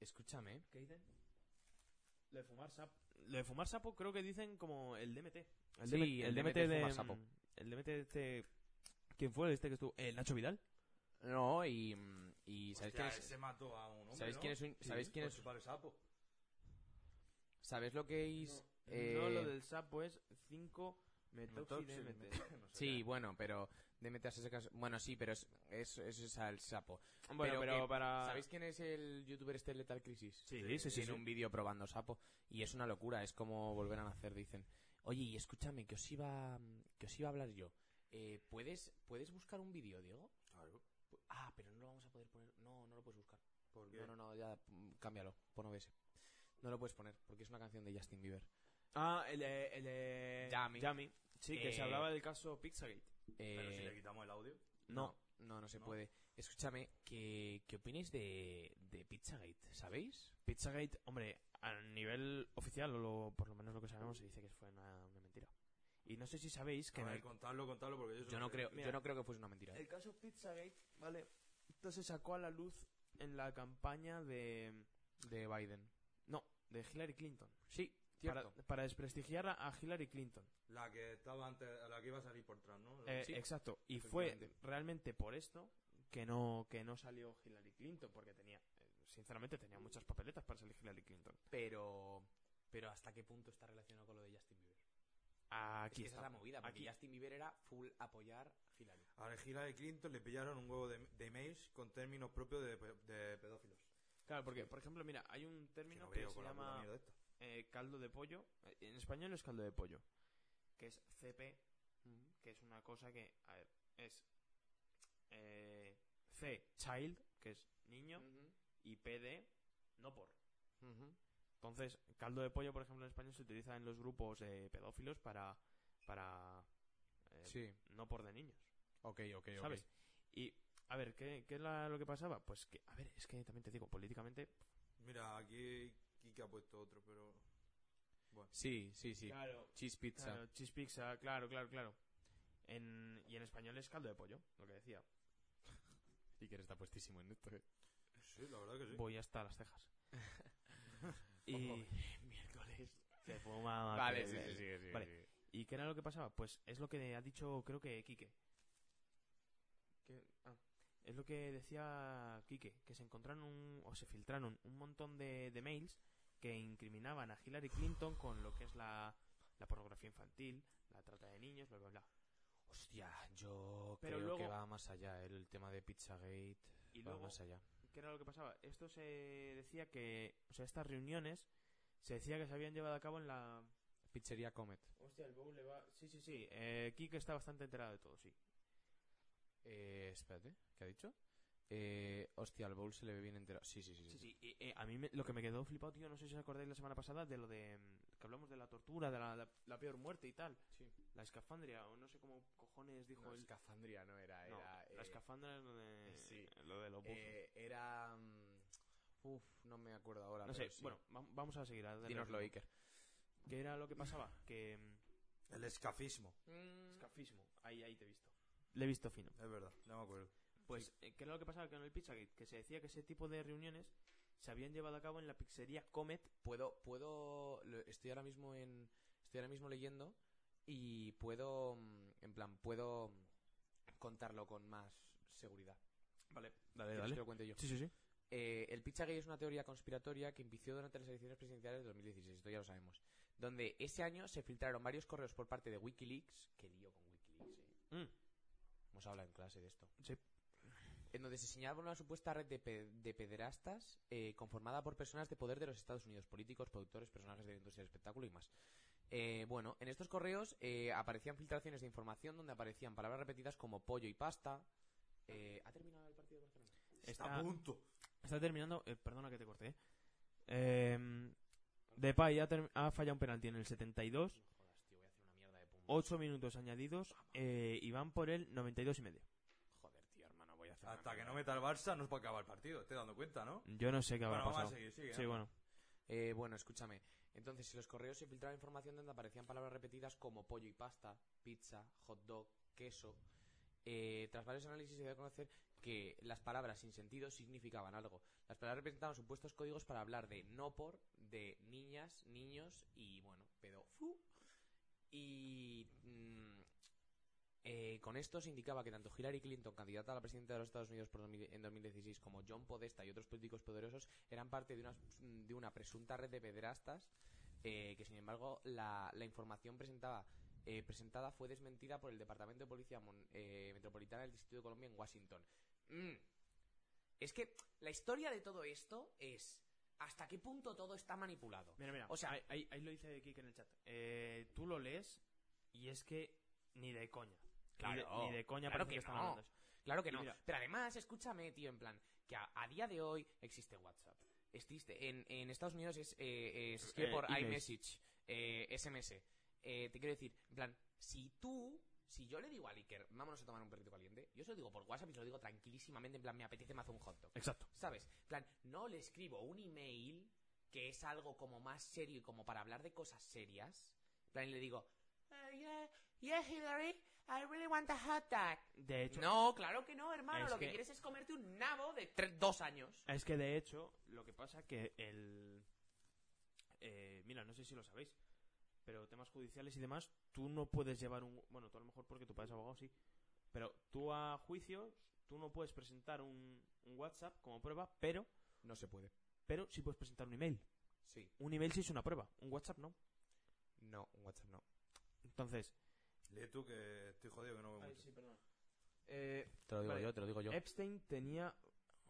escúchame. ¿Qué dicen? Lo de fumar sapo. Lo de fumar sapo creo que dicen como el DMT. El Sí, DMT, el DMT de, mm, fuma sapo. El DMT de este... ¿Quién fue este que estuvo? ¿El Nacho Vidal? No, y, mm, y ¿sabes quién Hostia, es? ese mató a un hombre, ¿Sabéis ¿no? quién es un- Sí, ¿Sabéis quién por es? chupar el sapo. ¿Sabéis lo que es? eh, No, lo del sapo es 5 Metoxi, metoxi-DMT. no sé Sí, qué. bueno, pero DMT a secas... Bueno, sí, pero es, es, es, es al sapo. Pero Bueno, pero, que- para... ¿Sabéis quién es el youtuber este Lethal Crisis? Ah. Sí, Que sí, sí, Tiene sí. un vídeo probando sapo y es una locura, es como volver a nacer, dicen. Oye, y escúchame, que os iba, que os iba a hablar yo. Eh, ¿puedes, ¿Puedes buscar un vídeo, Diego? Claro. Pu- Ah, pero no lo vamos a poder poner. No, no lo puedes buscar. ¿Por qué? No, no, no, ya, mm, cámbialo, pon OBS. No lo puedes poner porque es una canción de Justin Bieber. Ah, el de... El de... Yami. Sí, que se Eh, hablaba del caso Pizzagate. Pero si Eh, le quitamos el audio. No, no, no se No. puede. Escúchame, ¿qué, qué opináis de, de Pizzagate? ¿Sabéis? Pizzagate, hombre, a nivel oficial, o lo- por lo menos lo que sabemos, se dice que fue una, una mentira. Y no sé si sabéis que... A en ver, el- contadlo, contadlo, porque yo... Yo no creo, yo mira. no creo que fuese una mentira. ¿eh? El caso Pizzagate, vale, esto se sacó a la luz en la campaña de... De Biden. No, de Hillary Clinton. Sí, Para, cierto. para desprestigiar a, a Hillary Clinton. La que estaba antes... La que iba a salir por atrás, ¿no? Eh, Sí. Exacto. Y fue Efectivamente. realmente por esto que no, que no salió Hillary Clinton, porque tenía, eh, sinceramente, tenía muchas papeletas para salir Hillary Clinton. Pero, pero ¿hasta qué punto está relacionado con lo de Justin Bieber? Aquí es que esa está. es la movida, porque Aquí. Justin Bieber era full apoyar a Hillary. A la gira de Clinton le pillaron un huevo de, de emails con términos propios de, pe- de pedófilos. Claro, porque, por ejemplo, mira, hay un Que término no que, veo se con la puta llama mierda esta. eh, caldo de pollo. Eh, En español es caldo de pollo, que es CP, que es una cosa que, a ver, es eh, C, child, que es niño, y PD, no por. Entonces, caldo de pollo, por ejemplo, en español se utiliza en los grupos eh, pedófilos para. para. eh, Sí, no por de niños. ok, ok, ok. ¿Sabes? Y, a ver, ¿qué, qué es la- lo que pasaba? Pues que, a ver, es que también te digo, políticamente. Mira, aquí Kike ha puesto otro, pero... Bueno. Sí, sí, sí. Claro, Cheese pizza. claro, cheese pizza, claro, claro, claro. En, y en español es caldo de pollo, lo que decía. Y que está puestísimo en esto, eh. Sí, la verdad que sí. Voy hasta las cejas. y. Miércoles. Se fuma. Vale, que- sí, sí, sigue, sigue, Vale. sigue. ¿Y qué era lo que pasaba? Pues es lo que ha dicho, creo que Quique. Que- ah, es lo que decía Quique, que se encontraron un- o se filtraron un montón de, de mails que incriminaban a Hillary Clinton con lo que es la, la pornografía infantil, la trata de niños, bla, bla, bla. Hostia, yo Pero creo que luego- va más allá. ¿eh? El tema de Pizzagate Y va luego, más allá. ¿qué era lo que pasaba? Esto se decía que, o sea, estas reuniones se decía que se habían llevado a cabo en la... Pizzería Comet. Hostia, el bowl le va... Sí, sí, sí. Eh, Quique está bastante enterado de todo, sí. Eh, espérate, ¿qué ha dicho? Eh, hostia, al bowl se le ve bien entero. Sí, sí, sí. sí, Sí, sí, y, eh, a mí me- lo que me quedó flipado, tío, no sé si os acordáis la semana pasada de lo de mm, que hablamos de la tortura, de la, la- la peor muerte y tal. Sí. La escafandria, o no sé cómo cojones dijo No, el. escafandria no era, No, era. la eh, escafandra es lo de. sí. Lo de los buzos. eh, era. mm, Uf, no me acuerdo ahora. no pero sé, sí. bueno, Mm, vam- vamos a seguir. a darle Dínoslo, ritmo. Iker. ¿Qué era lo que pasaba? Que. mm, El escafismo. Escafismo, ahí, ahí te he visto. Le he visto fino. Es verdad, no me acuerdo. Pues, eh, ¿qué era lo que pasaba con el Pizzagate? Que se decía que ese tipo de reuniones se habían llevado a cabo en la pizzería Comet. Puedo, puedo. lo- Estoy ahora mismo en. Estoy ahora mismo leyendo y puedo. mm, En plan, puedo mm, contarlo con más seguridad. Vale, ¿Quieres que lo cuente yo. Sí, sí, sí. Eh, el Pizzagate es una teoría conspiratoria que invició durante las elecciones presidenciales de 2016, esto ya lo sabemos. Donde ese año se filtraron varios correos por parte de Wikileaks, que lío con Wikileaks, eh. Mm. Hemos hablado en clase de esto. Sí. En donde se señalaba una supuesta red de, pe- de pederastas eh, conformada por personas de poder de los Estados Unidos, políticos, productores, personajes de la industria del espectáculo y más. Eh, bueno, en estos correos eh, aparecían filtraciones de información donde aparecían palabras repetidas como pollo y pasta. Eh, ¿Ha terminado el partido de Barcelona? Está a punto. Está terminando, eh, perdona que te corté, eh. Eh, Depay ha, ter- ha fallado un penalti en el 72, Jodas, tío, voy a hacer una mierda de punto. 8 minutos añadidos eh, y van por el 92 y medio. Joder, tío, hermano, voy a hacer Hasta una que mierda. no meta el Barça no se puede acabar el partido, te dando cuenta, ¿no? Yo no sé qué habrá bueno, vamos a pasado. seguir, sigue. Sí, ¿no? bueno. Eh, bueno, escúchame. Entonces, si los correos se filtraba información donde aparecían palabras repetidas como pollo y pasta, pizza, hot dog, queso, eh, tras varios análisis se dio a conocer que las palabras sin sentido significaban algo. Las palabras representaban supuestos códigos para hablar de no por, de niñas, niños y, bueno, pedo. fu. Y mm, eh, con esto se indicaba que tanto Hillary Clinton, candidata a la presidenta de los Estados Unidos por 2000 en 2016, como John Podesta y otros políticos poderosos eran parte de una, de una presunta red de pederastas eh, que, sin embargo, la, la información presentaba, eh, presentada fue desmentida por el Departamento de Policía Mon- eh, Metropolitana del Distrito de Colombia en Washington. Mm. Es que la historia de todo esto es hasta qué punto todo está manipulado. Mira, mira. O sea- ahí, ahí- ahí lo dice Kike en el chat. Eh, tú lo lees y es que ni de coña. Ni de- Claro. ni de coña Claro parece que están no. hablando. Claro que Y no. mira- Pero además, escúchame, tío, en plan, que a, a día de hoy existe WhatsApp. Existe, en, en Estados Unidos es, eh, eh, se escribe Eh, por emails. iMessage, eh, SMS. Eh, te quiero decir, en plan, si tú, si yo le digo a Iker, vámonos a tomar un perrito caliente, yo se lo digo por WhatsApp y se lo digo tranquilísimamente, en plan, me apetece más un hot dog. Exacto. ¿Sabes? En plan, no le escribo un email que es algo como más serio y como para hablar de cosas serias. En plan, y le digo, "Eh, yeah, yeah, Hillary, I really want a hot dog. De hecho, No, claro que no, hermano. Es lo que, que- quieres es comerte un nabo de tre- dos años. Ah, Es que de hecho, lo que pasa que el. eh, mira, no sé si lo sabéis, pero temas judiciales y demás, tú no puedes llevar un. Bueno, tú a lo mejor porque tu padre es abogado, sí. Pero tú a juicio, tú no puedes presentar un, un WhatsApp como prueba, pero, No se puede. pero sí puedes presentar un email. Sí. Un email sí es una prueba, un WhatsApp no. No, un WhatsApp no. Entonces. Lee tú que estoy jodido que no veo mucho. perdón. Eh, Te lo digo Vale. yo, te lo digo yo. Epstein tenía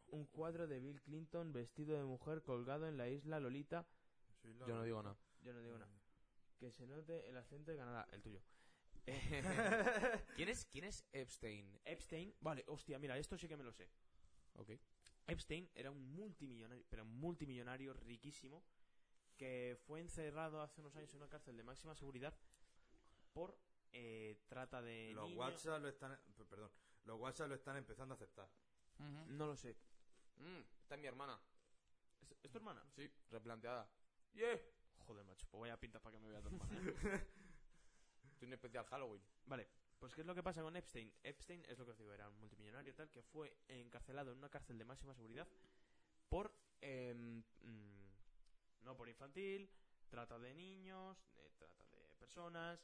un cuadro de Bill Clinton vestido de mujer colgado en la isla Lolita. Soy la- nada. Yo no digo nada. Que se note el acento de Canadá, el tuyo. ¿Quién es, ¿Quién es Epstein? Epstein, vale, hostia, mira, esto sí que me lo sé. Ok. Epstein era un multimillonario, pero un multimillonario riquísimo que fue encerrado hace unos años en una cárcel de máxima seguridad por eh, trata de Los niños. WhatsApp lo están... p- Perdón. Los WhatsApp lo están empezando a aceptar. No lo sé. Mm, está mi hermana. ¿Es, es tu hermana? Sí, replanteada. Yeah. Joder, macho, pues voy a pintar para que me vea tu hermana. ¿eh? Tiene especial Halloween. Vale, pues ¿qué es lo que pasa con Epstein? Epstein, es lo que os digo, era un multimillonario tal que fue encarcelado en una cárcel de máxima seguridad por... em, mm, no por infantil, trata de niños, eh, trata de personas,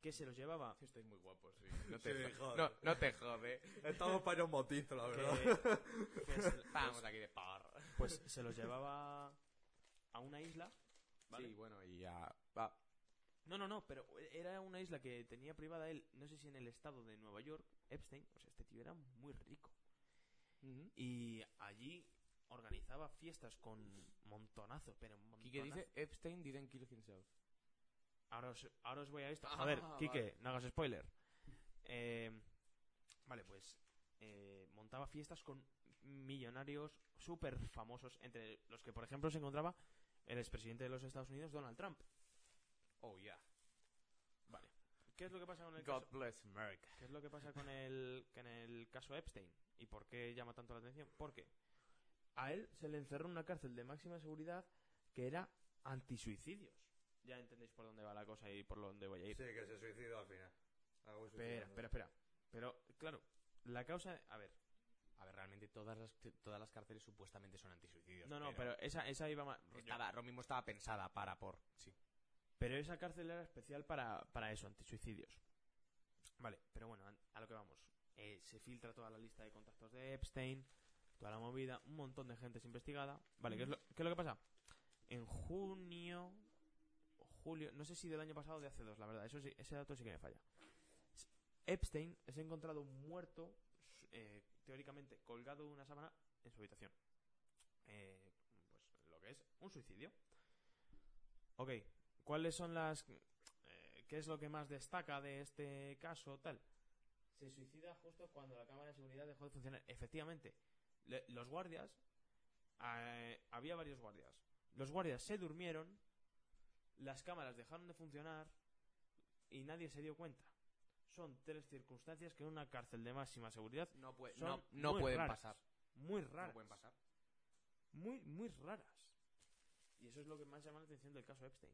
que se los llevaba... Estoy muy guapo, sí. No te Sí, jodas. no, no te jode. Estamos para ir a un motizo, la que- verdad. que se- Vamos aquí de par. pues, pues se los llevaba a una isla. ¿vale? Sí, bueno, y ya. Va. No, no, no, pero era una isla que tenía privada él, no sé si en el estado de Nueva York, Epstein, o sea, este tío era muy rico. Y allí organizaba fiestas con montonazo, pero un Quique montonazo. dice: Epstein didn't kill himself. Ahora os, ahora os voy a esto. Ah, Joder, vale. Quique, no hagas spoiler. Eh, vale, pues eh, montaba fiestas con millonarios súper famosos, entre los que, por ejemplo, se encontraba el expresidente de los Estados Unidos, Donald Trump. Oh, yeah. Vale. ¿Qué es lo que pasa con el God caso? bless America. ¿Qué es lo que pasa con el, con el caso Epstein? ¿Y por qué llama tanto la atención? Porque a él se le encerró en una cárcel de máxima seguridad que era antisuicidios. Ya entendéis por dónde va la cosa y por dónde voy a Sí, ir. que se suicidó al final. Algo Espera, suicidado. espera, espera. Pero, claro, la causa... A ver, A ver, realmente todas las, todas las cárceles supuestamente son antisuicidios. no, no, pero esa, esa iba más... rollo. Estaba, lo mismo estaba pensada para por. Sí. Pero esa cárcel era especial para, para eso, antisuicidios. Vale, pero bueno, an- a lo que vamos. Eh, se filtra toda la lista de contactos de Epstein, toda la movida, un montón de gente es investigada. Vale, ¿qué es lo, qué es lo que pasa? En junio, julio, no sé si del año pasado o de hace dos, la verdad, eso sí, ese dato sí que me falla. S- Epstein es encontrado muerto, s- eh, teóricamente colgado de una sábana en su habitación. Eh, pues lo que es un suicidio. Ok, ¿Cuáles son las... eh, ¿Qué es lo que más destaca de este caso tal? Se suicida justo cuando la cámara de seguridad dejó de funcionar. Efectivamente, le- los guardias... eh, había varios guardias. Los guardias se durmieron, las cámaras dejaron de funcionar y nadie se dio cuenta. Son tres circunstancias que en una cárcel de máxima seguridad No, pue- son no, no muy pueden raras, pasar. Muy No raras. pueden pasar. Muy, muy raras. Y eso es lo que más llama la atención del caso Epstein.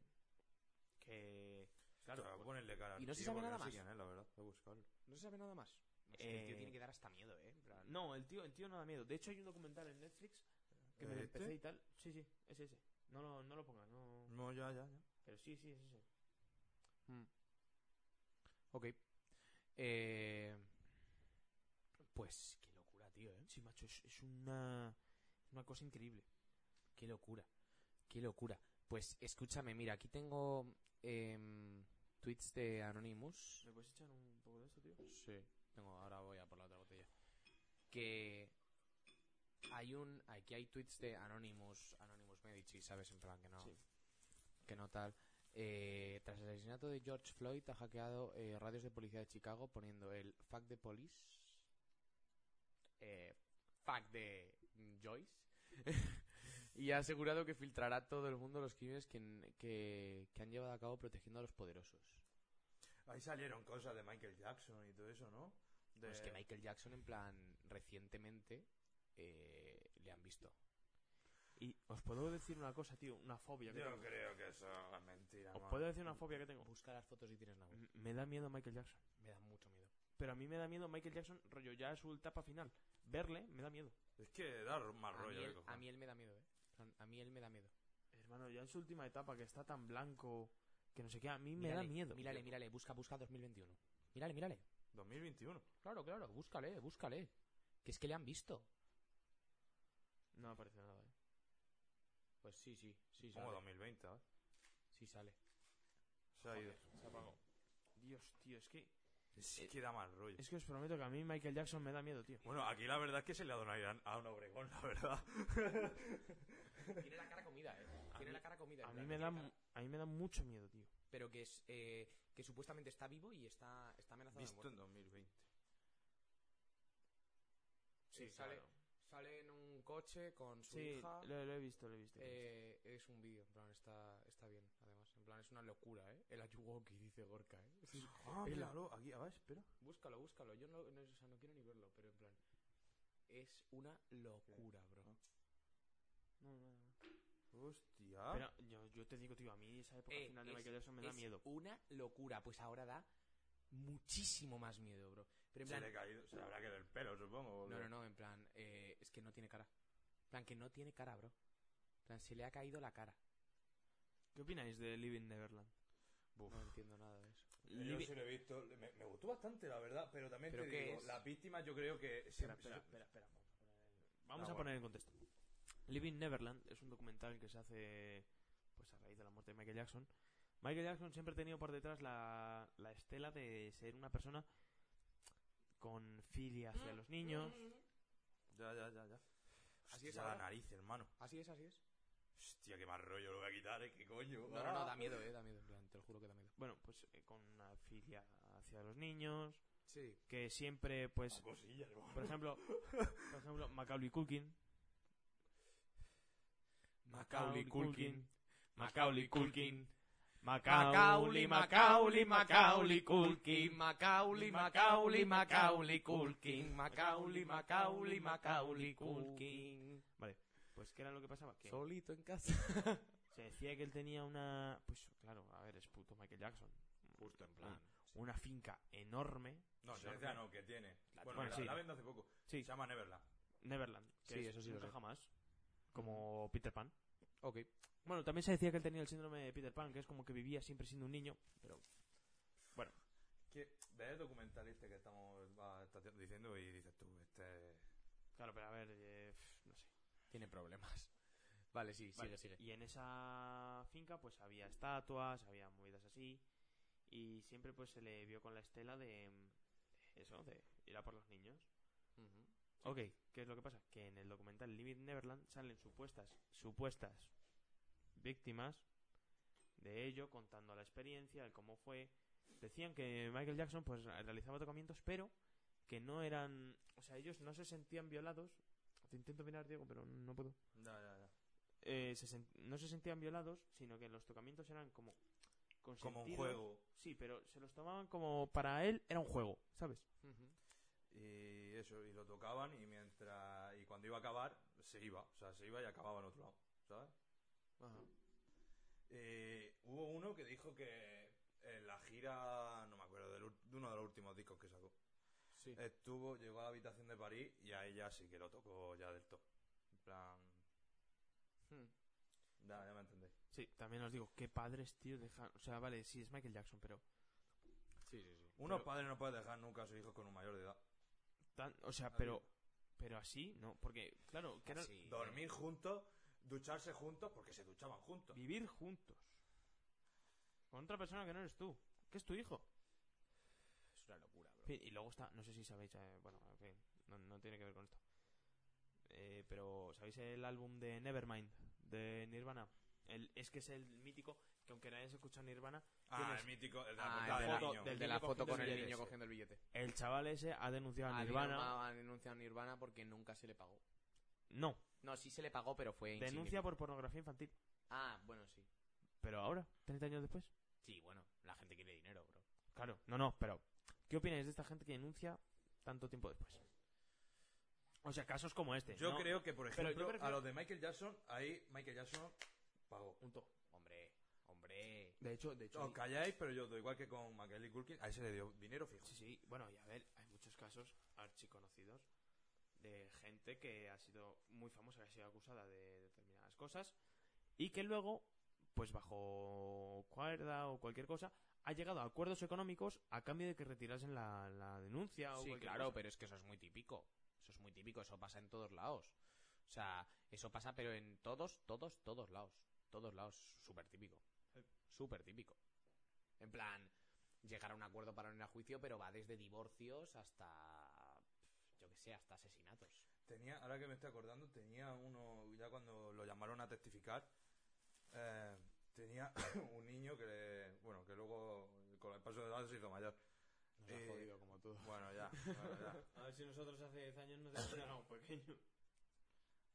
Que. Claro, Claro, ponerle cara. al Y no se tío, sabe porque nada sé más. quién es, eh, la verdad. Voy a buscarlo. No se sabe nada más. Es que el tío tiene que dar hasta miedo, ¿eh? No, el tío, el tío no da miedo. De hecho, hay un documental en Netflix que me lo ¿Este? empecé y tal. Sí, sí, es ese. No lo, no lo pongas, no. No, ya, ya, ya. Pero sí, sí, es ese. Ok. Eh, Pues qué locura, tío, ¿eh? Sí, macho, es, es una. Es una cosa increíble. Qué locura. Qué locura. Pues escúchame, mira, aquí tengo em, tweets de Anonymous. ¿Me puedes echar un poco de esto, tío? Sí. Tengo, ahora voy a por la otra botella. Que hay un. Aquí hay tweets de Anonymous. Anonymous Medici, ¿sabes? En plan que no. Sí. Que no tal. Eh, tras el asesinato de George Floyd, ha hackeado eh, radios de policía de Chicago poniendo el fuck de police. Eh, fuck de Joyce. y ha asegurado que filtrará a todo el mundo los crímenes que, que, que han llevado a cabo protegiendo a los poderosos. Ahí salieron cosas de Michael Jackson y todo eso, ¿no? De... Pues que Michael Jackson, en plan, recientemente eh, le han visto. Y os puedo decir una cosa, tío, una fobia que Yo tengo. creo que eso es mentira. Os mano. puedo decir una fobia que tengo. Busca las fotos y tienes la web. M- Me da miedo Michael Jackson. Me da mucho miedo. Pero a mí me da miedo Michael Jackson, rollo, ya es su etapa final. Verle me da miedo. Es que da A más rollo. mí, de él, a cojones. mí él me da miedo, ¿eh? Plan, A mí él me da miedo. Hermano, ya en su última etapa, que está tan blanco, que no sé qué, a mí me da miedo. Mírale, mírale, busca, busca 2021. Mírale, mírale. 2021. Claro, claro, búscale, búscale. Que es que le han visto. No aparece nada, eh. Pues sí, sí, sí Como sale. 2020, ¿eh? Sí sale. Se ha ido. Se apagó. Dios, tío, es que. Es que da mal rollo. Es que os prometo que a mí Michael Jackson me da miedo, tío. Bueno, aquí la verdad es que se le ha donado a un Obregón, la verdad. Tiene la cara comida, ¿eh? Tiene mí- la cara comida. en A mí plan, me tiene da, cara- a mí me da mucho miedo, tío. Pero que es... eh, que supuestamente está vivo y está, está amenazado de Visto muerte. en 2020. Sí, sale, sale en un coche con su Sí, hija. lo, lo he visto, lo he visto. lo he visto. Eh, es un vídeo, en plan, está, está bien, además. En plan, es una locura, ¿eh? El Ayuwoki, dice Gorka, ¿eh? Ah, Es la- míralo. Aquí, a ver, espera. Búscalo, búscalo. Yo no, no, o sea, no quiero ni verlo, pero en plan... Es una locura, bro. No, no, no. Hostia. Pero yo, yo te digo, tío, a mí esa época Eh, final de es- Michael Jackson me da es miedo. una locura. Pues ahora da muchísimo más miedo, bro. Pero en se plan... le ha caído. Se le habrá quedado el pelo, supongo. No, no, no, en plan... eh, es que no tiene cara. En plan, que no tiene cara, bro. En plan, se le ha caído la cara. ¿Qué opináis de Living Neverland? No entiendo nada de eso. Yo sí lo he visto. Me, me gustó bastante, la verdad. Pero también ¿Pero te qué digo, es? las víctimas yo creo que... Espera, siempre- espera, espera, espera. Vamos Ah, a bueno. poner en contexto. Living Neverland es un documental que se hace pues a raíz de la muerte de Michael Jackson. Michael Jackson siempre ha tenido por detrás la, la estela de ser una persona con filia hacia los niños. Ya, ya, ya, ya. Así es Hostia, la ahora. nariz, hermano. Así es, así es. Hostia, qué mal rollo lo voy a quitar, ¿eh? ¿Qué coño? No, no, no, Ah. da miedo, eh, da miedo. En plan, te lo juro que da miedo. Bueno, pues eh, con una filia hacia los niños. Sí. Que siempre, pues, Una cosilla, hermano. por ejemplo, por ejemplo, Macaulay Culkin. Macaulay Culkin. Macaulay Culkin. Macaulay, Macaulay, Macaulay Culkin. Macaulay, Macaulay, Macaulay Culkin. Macaulay, Macaulay, Macaulay Culkin. Pues, ¿qué era lo que pasaba? Que Solito en casa. se decía que él tenía una... Pues, claro, a ver, es puto Michael Jackson. Justo en plan. Una finca enorme. No, se decía no, que tiene. Bueno, Bueno, la, sí. la vendo hace poco. Sí, Se llama Neverland. Neverland. Que Sí, es eso sí lo Nunca sé. jamás. Como Peter Pan. Ok. Bueno, también se decía que él tenía el síndrome de Peter Pan, que es como que vivía siempre siendo un niño. Pero, Que ves el documental este que estamos va, está diciendo y dices tú, este... claro, pero a ver, eh, pf, no sé. Tiene problemas. Vale, sí, Vale, sigue, sigue. Y en esa finca pues había estatuas, había movidas así y siempre pues se le vio con la estela de mm, eso, de ir a por los niños. Ujú. Ok, ¿qué es lo que pasa? Que en el documental Limit Neverland salen supuestas, supuestas víctimas de ello contando la experiencia, el cómo fue. Decían que Michael Jackson pues realizaba tocamientos, pero que no eran, o sea, ellos no se sentían violados. Te intento mirar, Diego, pero no puedo Ya, ya, ya. eh, se sen- no se sentían violados, sino que los tocamientos eran como... Como un consentidos. juego. Sí, pero se los tomaban como para él era un juego, ¿sabes? Y eso, y lo tocaban y mientras. Y cuando iba a acabar, se iba. O sea, se iba y acababa en otro lado, ¿sabes? Eh, hubo uno que dijo que en la gira, no me acuerdo, del ul- de uno de los últimos discos que sacó, Sí. Eh, estuvo, llegó a la habitación de París y a ella sí que lo tocó ya del todo. En plan, Hmm. ya, ya me entendéis. Sí, también os digo, qué padres, tío, dejan... O sea, vale, sí, es Michael Jackson, pero... Sí, sí, sí. Unos padres no pueden dejar nunca a sus hijos con un mayor de edad. tan- o sea, Así. pero... Pero así, ¿no? Porque, claro, que eran- Así. Dormir juntos, ducharse juntos, porque se duchaban juntos. vivir juntos. Con otra persona que no eres tú, que es tu hijo. Es una locura, bro. En fin, y luego está, no sé si sabéis, eh, bueno, en fin, no, no tiene que ver con esto. Eh, pero, ¿sabéis el álbum de Nevermind de Nirvana? El, es que es el mítico, que aunque nadie se escucha Nirvana, Ah, Tienes- el mítico, el de Ah, la el portada de la- del niño. del- de la niño foto cogiendo con el el billete, niño sí. cogiendo el billete. el chaval ese ha denunciado a A Nirvana. Nirvana Han denunciado a Nirvana porque nunca se le pagó. No, No, sí se le pagó, pero fue denuncia insignificante. por pornografía infantil. Ah, bueno, sí. Pero ahora, 30 años después. Sí, bueno, la gente quiere dinero, bro. Claro, no, no, pero ¿qué opináis de esta gente que denuncia tanto tiempo después? O sea, casos como este. Yo ¿no? creo que, por Pero yo ejemplo, a prefiero- los de Michael Jackson, ahí Michael Jackson pagó. Punto. Hombre, hombre. De hecho, de hecho. Os calláis, pero yo, doy igual que con Macaulay Culkin, ahí se le dio dinero fijo. Sí, sí, bueno, y a ver, hay muchos casos archiconocidos de gente que ha sido muy famosa, que ha sido acusada de determinadas cosas y que luego, pues bajo cuerda o cualquier cosa, ha llegado a acuerdos económicos a cambio de que retirasen la, la denuncia o Sí, cualquier claro, cosa. pero es que eso es muy típico. Eso es muy típico, eso pasa en todos lados. O sea, eso pasa, pero en todos, todos, todos lados. Todos lados, súper típico. Súper típico. En plan, llegar a un acuerdo para no ir a juicio, pero va desde divorcios hasta. Yo qué sé, hasta asesinatos. Tenía, ahora que me estoy acordando, tenía uno, ya cuando lo llamaron a testificar, eh, tenía un niño que, le- bueno, que luego con el paso de la edad se hizo mayor. Nos Eh, ha jodido como todo. Bueno, ya, bueno, ya. A ver si nosotros hace 10 años nos consideramos pequeño.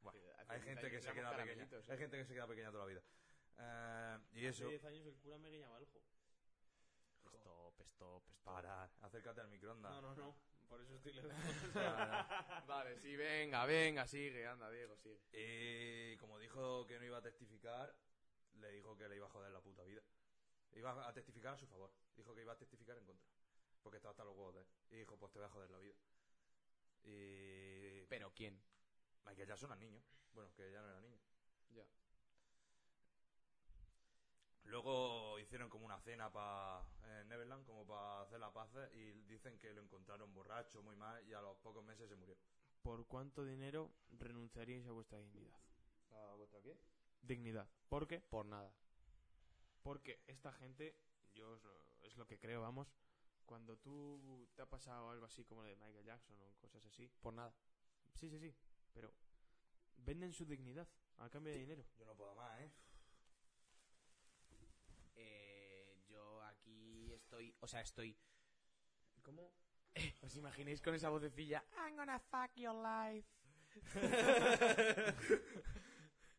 Bueno, Hace hay 10 gente que años se éramos queda pequeña. caramelitos, ¿eh? Hay gente que se queda pequeña toda la vida. Eh, y Hace eso, 10 años el cura me guiñaba el ojo. Stop, stop, stop. parar, acércate al microondas. No, no, no. Por eso estoy lejos. Parar. Vale, sí, venga, venga, sigue, anda, Diego, sigue. Y como dijo que no iba a testificar, le dijo que le iba a joder la puta vida. Iba a testificar a su favor. Dijo que iba a testificar en contra. Porque estaba hasta los huevos de él. Y dijo, pues te voy a joder la vida. Y... ¿Pero quién? Michael Jackson al niño. Bueno, que ya no era niño. Ya. Luego hicieron como una cena para Neverland, como para hacer la paz. Y dicen que lo encontraron borracho, muy mal, y a los pocos meses se murió. ¿Por cuánto dinero renunciaríais a vuestra dignidad? ¿A vuestra qué? Dignidad. ¿Por qué? Por nada. Porque esta gente, yo os lo- es lo que creo, vamos. Cuando tú te ha pasado algo así como lo de Michael Jackson o cosas así. Por nada. Sí, sí, sí. Pero venden su dignidad a cambio de dinero. Yo no puedo más, ¿eh? Eh, yo aquí estoy, o sea, estoy. ¿Cómo? ¿Os imagináis con esa vocecilla? I'm gonna fuck your life.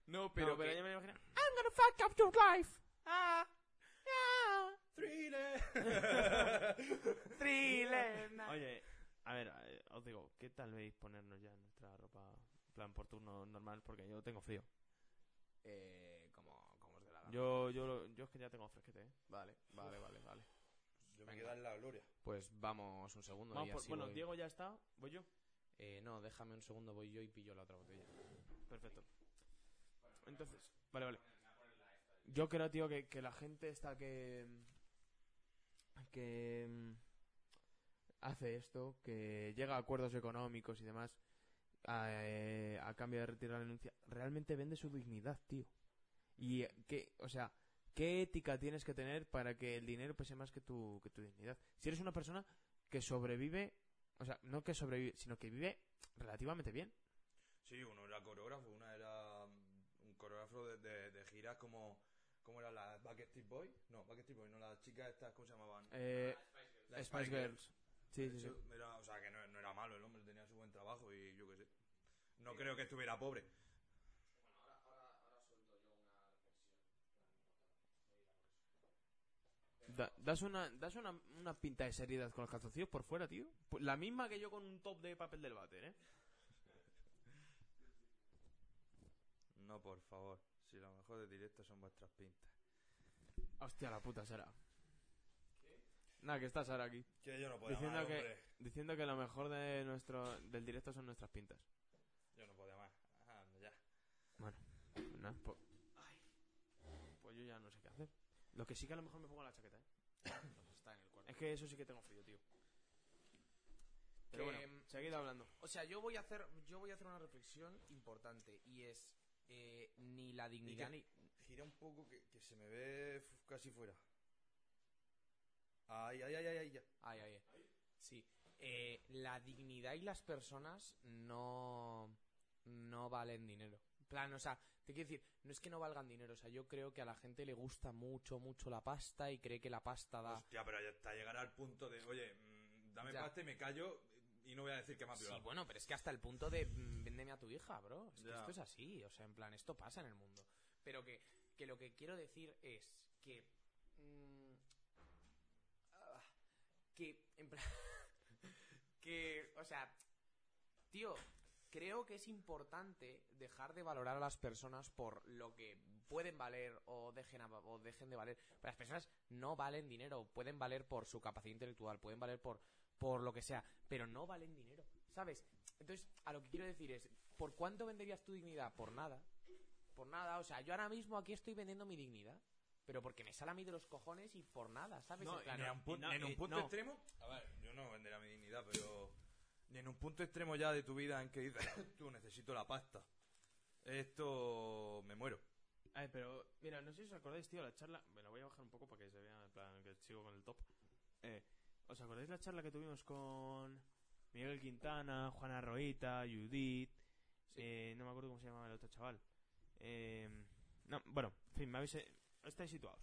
no, pero, No, pero que- ya me lo imagino. I'm gonna fuck up your life. Ah, ah, thriller. na- Oye, a ver, eh, os digo, ¿qué tal veis ponernos ya nuestra ropa en plan por turno normal? Porque yo tengo frío. Eh, como, como os de la gana. Yo, yo, lo- yo es que ya tengo fresquete, ¿eh? Vale, vale, vale, vale. Yo me quedo en la gloria. Pues vamos un segundo. Vamos y por- así bueno, voy. Diego ya está, voy yo. Eh, no, déjame un segundo, voy yo y pillo la otra botella. Perfecto. Entonces, vale, vale. Yo creo, tío, que, que la gente está que. que. mm, hace esto, que llega a acuerdos económicos y demás a, eh, a cambio de retirar la denuncia, realmente vende su dignidad, tío. Y eh, que, o sea, ¿qué ética tienes que tener para que el dinero pese más que tu, que tu dignidad? Si eres una persona que sobrevive, o sea, no que sobrevive, sino que vive relativamente bien. Sí, uno era coreógrafo, una era mm, un coreógrafo de, de- de giras como, como era la Backstreet Boy. No, Backstreet Boy, no, las chicas estas, ¿cómo se llamaban? Eh, Las Spice Girls. Sí, sí, sí. Eso era- o sea, que no, no era malo el hombre, tenía su buen trabajo y yo qué sé. No creo que estuviera pobre. Da- das una, das una, una pinta de seriedad con los calzoncillos por fuera, tío. Pues la misma que yo con un top de papel del váter, ¿eh? No, por favor. Si lo mejor de directo son vuestras pintas. Hostia, la puta Sara. Nada, que está Sara aquí. Que yo no podía Diciendo más, que, hombre. diciendo que lo mejor de nuestro, del directo son nuestras pintas. Yo no podía más. Ah, anda ya. Pues nada, po- pues yo ya no sé qué hacer. Lo que sí que a lo mejor me pongo la chaqueta, ¿eh? Está en el cuarto. Es que eso sí que tengo frío, tío. Pero Que, bueno, seguid hablando. O sea, yo voy a hacer, yo voy a hacer una reflexión importante y es eh, ni la dignidad ni. Gira un poco que, que se me ve f- casi fuera. Ay, ay, ay, ay, ay, ya. Ay, ay, ay. Sí. Eh, la dignidad y las personas no, no valen dinero. En Plan, o sea, te quiero decir, no es que no valgan dinero, o sea, yo creo que a la gente le gusta mucho, mucho la pasta y cree que la pasta da. Hostia, pero ya está llegar al punto de, oye, mm, dame Ya. pasta y me callo y no voy a decir que me ha Sí, privado. bueno, pero es que hasta el punto de mm, véndeme a tu hija, bro. Es que Ya. esto es así, o sea, en plan, esto pasa en el mundo. Pero que, que lo que quiero decir es que. mm, ah, que, en plan. que, o sea, tío, creo que es importante dejar de valorar a las personas por lo que pueden valer o dejen, a- o dejen de valer. Pero las personas no valen dinero, pueden valer por su capacidad intelectual, pueden valer por, por lo que sea, pero no valen dinero, ¿sabes? Entonces, a lo que quiero decir es, ¿por cuánto venderías tu dignidad? Por nada. Por nada, o sea, yo ahora mismo aquí estoy vendiendo mi dignidad, pero porque me sale a mí de los cojones y por nada, ¿sabes? No, En plan, Ni a un pun- y no- ni en un y punto no. extremo. A ver, yo no venderé mi dignidad, pero. Ni en un punto extremo ya de tu vida en que dices, tú necesito la pasta. Esto. me muero. Ay, pero mira, no sé si os acordáis, tío, la charla. Me la voy a bajar un poco para que se vea, en plan, que sigo con el top. Eh, ¿Os acordáis la charla que tuvimos con Miguel Quintana, Juana Roita, Judith? eh, no me acuerdo cómo se llamaba el otro chaval. Eh, no, bueno, en fin, me habéis. eh, Estáis situados.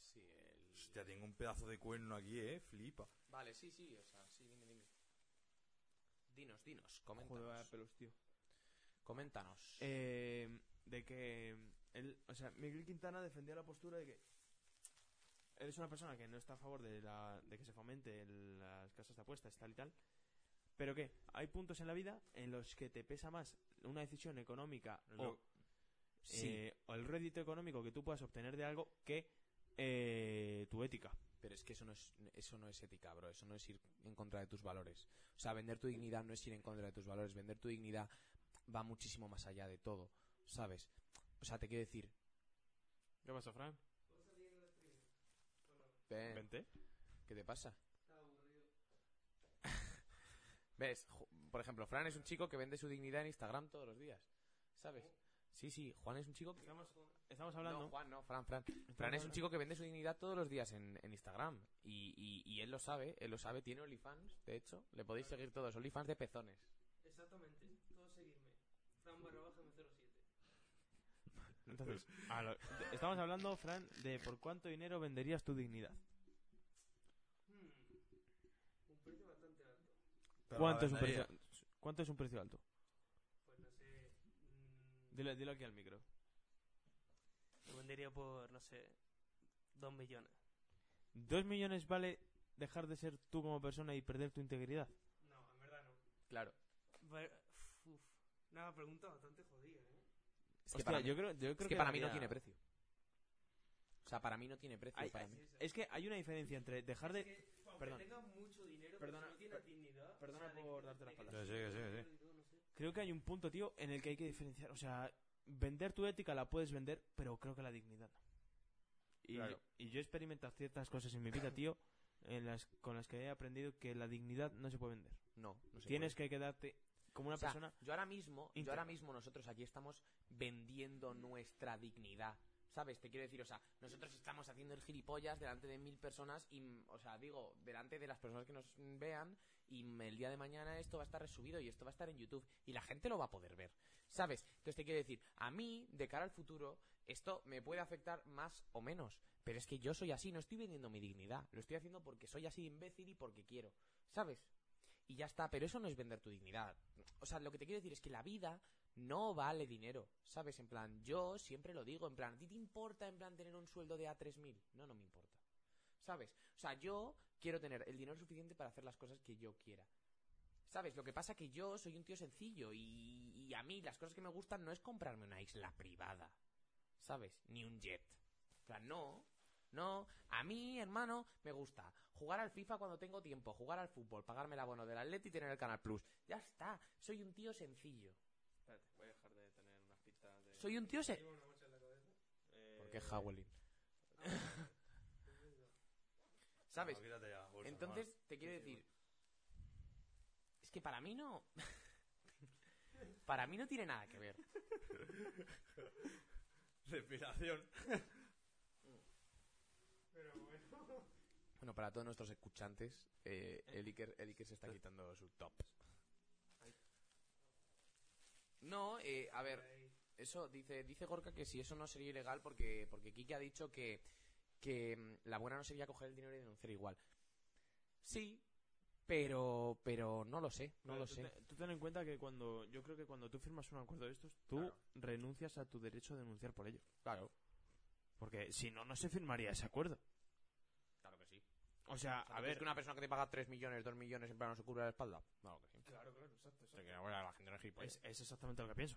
sí, el- Hostia, tengo un pedazo de cuerno aquí, eh. Flipa. Vale, sí, sí, o sea, sí, dime, dime. Dinos, dinos, Joder, vaya coméntanos. pelos, tío. Coméntanos. Eh, de que él, o sea, Miguel Quintana defendía la postura de que él es una persona que no está a favor de, la, de que se fomente el- las casas de apuestas, tal y tal, pero que hay puntos en la vida en los que te pesa más una decisión económica o, Lo- eh, o el rédito económico que tú puedas obtener de algo que eh, tu ética. Pero es que eso no es, eso no es ética, bro. Eso no es ir en contra de tus valores. O sea, vender tu dignidad no es ir en contra de tus valores. Vender tu dignidad va muchísimo más allá de todo, ¿sabes? O sea, te quiero decir... ¿Qué pasa, Fran? ven, Vente. ¿Qué te pasa? ¿Ves? Ju- Por ejemplo, Fran es un chico que vende su dignidad en Instagram todos los días, ¿sabes? Sí, sí, Juan es un chico que... Estamos, estamos hablando. No, Juan, no, Fran, Fran. Fran es un chico que vende su dignidad todos los días en, en Instagram. Y, y- y él lo sabe, él lo sabe, tiene OnlyFans, de hecho. Le podéis seguir todos, OnlyFans de pezones. Exactamente, todos seguirme. Fran barra baja M07. Entonces, a lo- estamos hablando, Fran, de por cuánto dinero venderías tu dignidad. Hmm, Un precio bastante alto. Pero ¿Cuánto la es, un vendería. precio, ¿Cuánto es un precio alto? Pues no sé. mm, Dilo, dilo aquí al micro. Lo vendería por, no sé, dos millones. ¿Dos millones vale dejar de ser tú como persona y perder tu integridad? No, en verdad no. Claro. Ver- uf, una pregunta bastante jodida, ¿eh? Es que Hostia, para, mí- yo creo, yo creo es que para mí no daría- tiene precio. O sea, para mí no tiene precio. Ay, para ay, mí. Es que hay una diferencia entre dejar de... Es que, aunque perdona. tengas mucho dinero, Perdona, pero si no tienes per- dignidad. perdona de- por darte de- la de- espalda. Sí, sí, sí, y todo, no sé. Creo que hay un punto, tío, en el que hay que diferenciar. O sea, vender tu ética la puedes vender, pero creo que la dignidad no. Y, Claro. y yo he experimentado ciertas cosas en mi vida, tío, en las, con las que he aprendido que la dignidad no se puede vender. No, no se Tienes que quedarte como una O sea, persona... Yo ahora mismo, yo íntegra. ahora mismo nosotros aquí estamos vendiendo nuestra dignidad. ¿Sabes? Te quiero decir, o sea, nosotros estamos haciendo el gilipollas delante de mil personas y, mm, o sea, digo, delante de las personas que nos mm, vean y mm, el día de mañana esto va a estar resubido y esto va a estar en YouTube y la gente lo va a poder ver. ¿Sabes? Entonces te quiero decir, a mí, de cara al futuro, esto me puede afectar más o menos. Pero es que yo soy así, no estoy vendiendo mi dignidad. Lo estoy haciendo porque soy así de imbécil y porque quiero. ¿Sabes? Y ya está, pero eso no es vender tu dignidad. O sea, lo que te quiero decir es que la vida no vale dinero, ¿sabes? En plan, yo siempre lo digo, en plan, ¿a ti te importa en plan tener un sueldo de A3000? No, no me importa. ¿Sabes? O sea, yo quiero tener el dinero suficiente para hacer las cosas que yo quiera. ¿Sabes? Lo que pasa que yo soy un tío sencillo y, y a mí las cosas que me gustan no es comprarme una isla privada. ¿Sabes? Ni un jet. O sea, no. No, a mí, hermano, me gusta jugar al FIFA cuando tengo tiempo, jugar al fútbol, pagarme el abono del Atleti y tener el Canal Plus. Ya está, soy un tío sencillo. Espérate, voy a dejar de tener unas pistas de. Soy un tío sencillo. Llevo una mocha en la cabeza. Eh, Porque es Howling. ¿Sabes? No, quítate ya la bolsa, Entonces, te quiero decir. Es que para mí no. para mí no tiene nada que ver. hermano. Respiración. Pero bueno. Bueno, para todos nuestros escuchantes, eh, el, Iker, el Iker se está quitando su top. No, eh, a ver, eso dice dice Gorka que si eso no sería ilegal porque porque Kike ha dicho que que mm, la buena no sería coger el dinero y denunciar igual. Sí, pero pero no lo sé, no Pero lo tú sé. te- tú ten en cuenta que cuando. Yo creo que cuando tú firmas un acuerdo de estos, tú Claro. renuncias a tu derecho a denunciar por ello. Claro, Porque si no, no se firmaría ese acuerdo. claro que sí. O sea, a a ver. que una persona que te paga 3 millones, 2 millones en plano se cubra la espalda. Claro que sí. Claro, claro, exacto. O sea, que ahora la gente no es gilipollas. Es, es exactamente lo que pienso.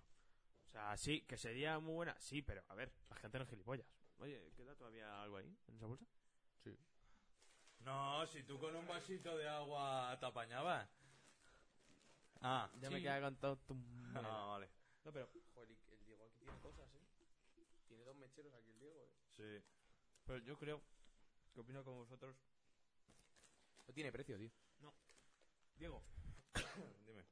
O sea, sí, que sería muy buena. Sí, pero a ver, la gente no es gilipollas. Oye, ¿queda todavía algo ahí en esa bolsa? No, si tú con un vasito de agua te apañabas. Ah, Ya me queda cantado tu. ah, vale. No, pero. Joder, el- el Diego aquí tiene cosas, ¿eh? Tiene dos mecheros aquí el Diego, ¿eh? Sí. Pero yo creo. ¿Qué opino con vosotros? No tiene precio, tío. Diego, Dime.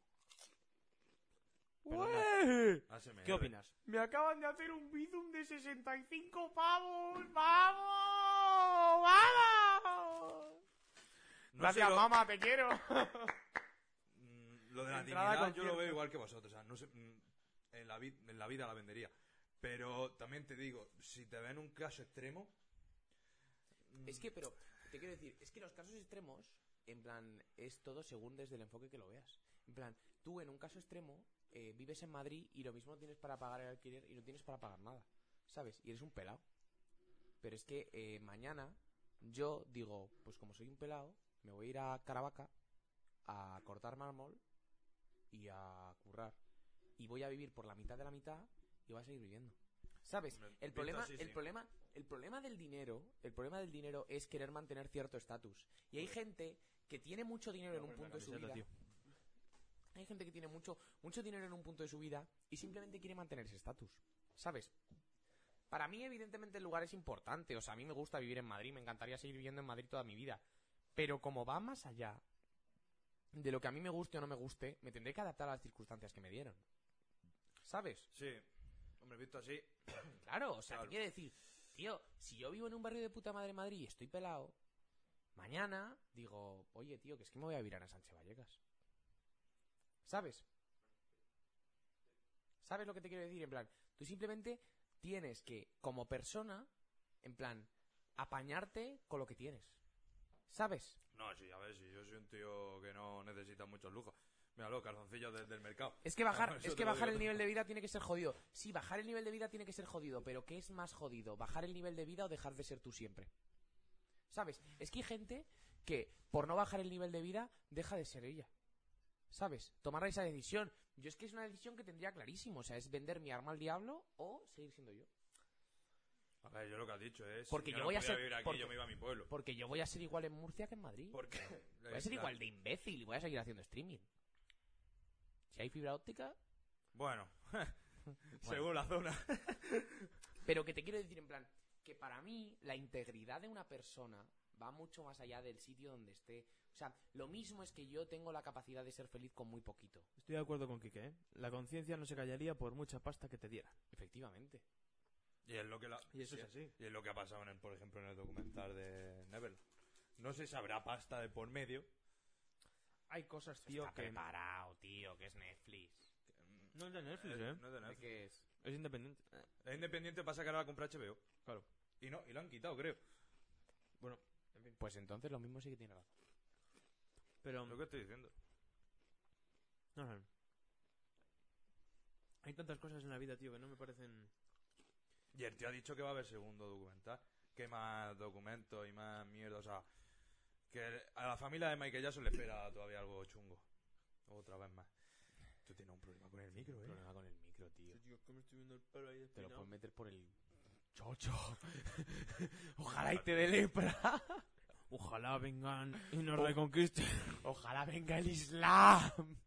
ASMR. ¿qué opinas? Eh, Me acaban de hacer un bizum de 65 pavos. ¡Vamos! ¡Vamos! No sé lo- mamá, te quiero. Mm, Lo de la Entrada dignidad yo concierto. lo veo igual que vosotros. O sea, no sé, mm, en, la vid- en la vida la vendería. Pero también te digo, si te ven un caso extremo... mm, Es que, pero, te quiero decir, es que los casos extremos, en plan, es todo según desde el enfoque que lo veas. En plan, tú en un caso extremo eh, vives en Madrid y lo mismo tienes para pagar el alquiler y no tienes para pagar nada, ¿sabes? Y eres un pelado. Pero es que eh, mañana yo digo, pues como soy un pelado, me voy a ir a Caravaca a cortar mármol y a currar. Y voy a vivir por la mitad de la mitad y voy a seguir viviendo. ¿Sabes? Hombre, El visto problema, así, el sí. problema, el problema del dinero, el problema del dinero es querer mantener cierto estatus. Y hay gente que tiene mucho dinero en un punto de su vida. Hay gente que tiene mucho, mucho dinero en un punto de su vida y simplemente quiere mantener ese estatus. ¿Sabes? Para mí, evidentemente, el lugar es importante. O sea, a mí me gusta vivir en Madrid, me encantaría seguir viviendo en Madrid toda mi vida. Pero como va más allá de lo que a mí me guste o no me guste, me tendré que adaptar a las circunstancias que me dieron. ¿Sabes? Sí. Hombre, visto así... Claro, o sea, Claro. te quiere decir, tío, si yo vivo en un barrio de puta madre en Madrid y estoy pelado, mañana digo, oye, tío, que es que me voy a virar a Sánchez Vallecas. ¿Sabes? ¿Sabes lo que te quiero decir? En plan, tú simplemente tienes que, como persona, en plan, apañarte con lo que tienes. ¿Sabes? No, sí, a ver, si yo soy un tío que no necesita muchos lujos. Mira, los calzoncillos del, del mercado. Es que bajar, Ah, Eso es te que lo bajar digo el todo. nivel de vida tiene que ser jodido. Sí, bajar el nivel de vida tiene que ser jodido, pero ¿qué es más jodido? ¿Bajar el nivel de vida o dejar de ser tú siempre? ¿Sabes? Es que hay gente que por no bajar el nivel de vida deja de ser ella. ¿Sabes? Tomar esa decisión. Yo es que es una decisión que tendría clarísimo. O sea, es vender mi arma al diablo o seguir siendo yo. A ver, yo lo que has dicho es... Porque yo yo no voy a podía ser- vivir aquí, porque- yo me iba a mi pueblo. Porque yo voy a ser igual en Murcia que en Madrid. Porque... Voy a ser igual de imbécil y voy a seguir haciendo streaming. Si hay fibra óptica, Bueno, según la zona. Pero que te quiero decir, en plan, que para mí la integridad de una persona va mucho más allá del sitio donde esté. O sea, lo mismo es que yo tengo la capacidad de ser feliz con muy poquito. Estoy de acuerdo con Quique, ¿eh? La conciencia no se callaría por mucha pasta que te diera. Efectivamente. Y es lo que la... Y eso sí, es así. Y es lo que ha pasado, en el- por ejemplo, en el documental de Neverland. No sé si habrá pasta de por medio. Hay cosas, tío, que. preparado, tío, que es Netflix. No es de Netflix, Eh, ¿eh? no es de Netflix. ¿Qué es? Es independiente. Es independiente pasa que ahora la compra HBO. Claro. Y no, y lo han quitado, creo. Bueno, Pues entonces lo mismo sí que tiene razón. pero. Lo que estoy diciendo. No sé. Hay tantas cosas en la vida, tío, que no me parecen. Y el tío ha dicho que va a haber segundo documental. Que más documentos y más mierda. O sea, Que a la familia de Michael Jackson le espera todavía algo chungo. Otra vez más. Tú tienes un problema con el micro, ¿eh? Problema con el micro, tío. Tío, es que me estoy viendo el pelo ahí Te lo despeinado. puedes meter por el chocho. Ojalá y te dé lepra. Ojalá vengan y nos reconquisten. Ojalá venga el Islam.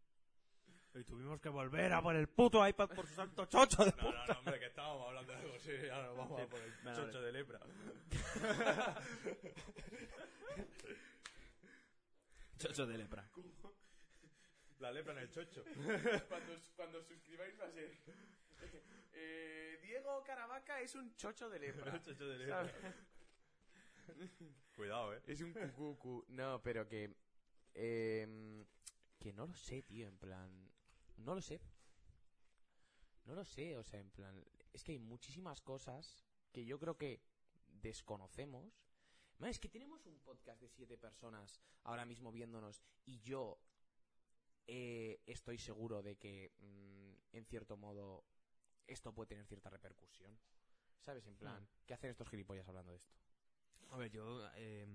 Y tuvimos que volver a por el puto iPad por su santo chocho de No, no, no, hombre, que estábamos hablando de algo, sí, ahora vamos a por el Vale, chocho de lepra. chocho de lepra. La lepra en el chocho. Cuando, os- cuando os suscribáis va a ser. eh, Diego Caravaca es un chocho de lepra. chocho de ¿sabes? Cuidado, eh. Es un cucucu. No, pero que. em, que no lo sé, tío, en plan. No lo sé. No lo sé, o sea, en plan. Es que hay muchísimas cosas que yo creo que desconocemos. Man, es que tenemos un podcast de siete personas ahora mismo viéndonos y yo eh, estoy seguro de que, mm, en cierto modo, esto puede tener cierta repercusión. ¿Sabes? En plan, ¿qué hacen estos gilipollas hablando de esto? A ver, yo eh,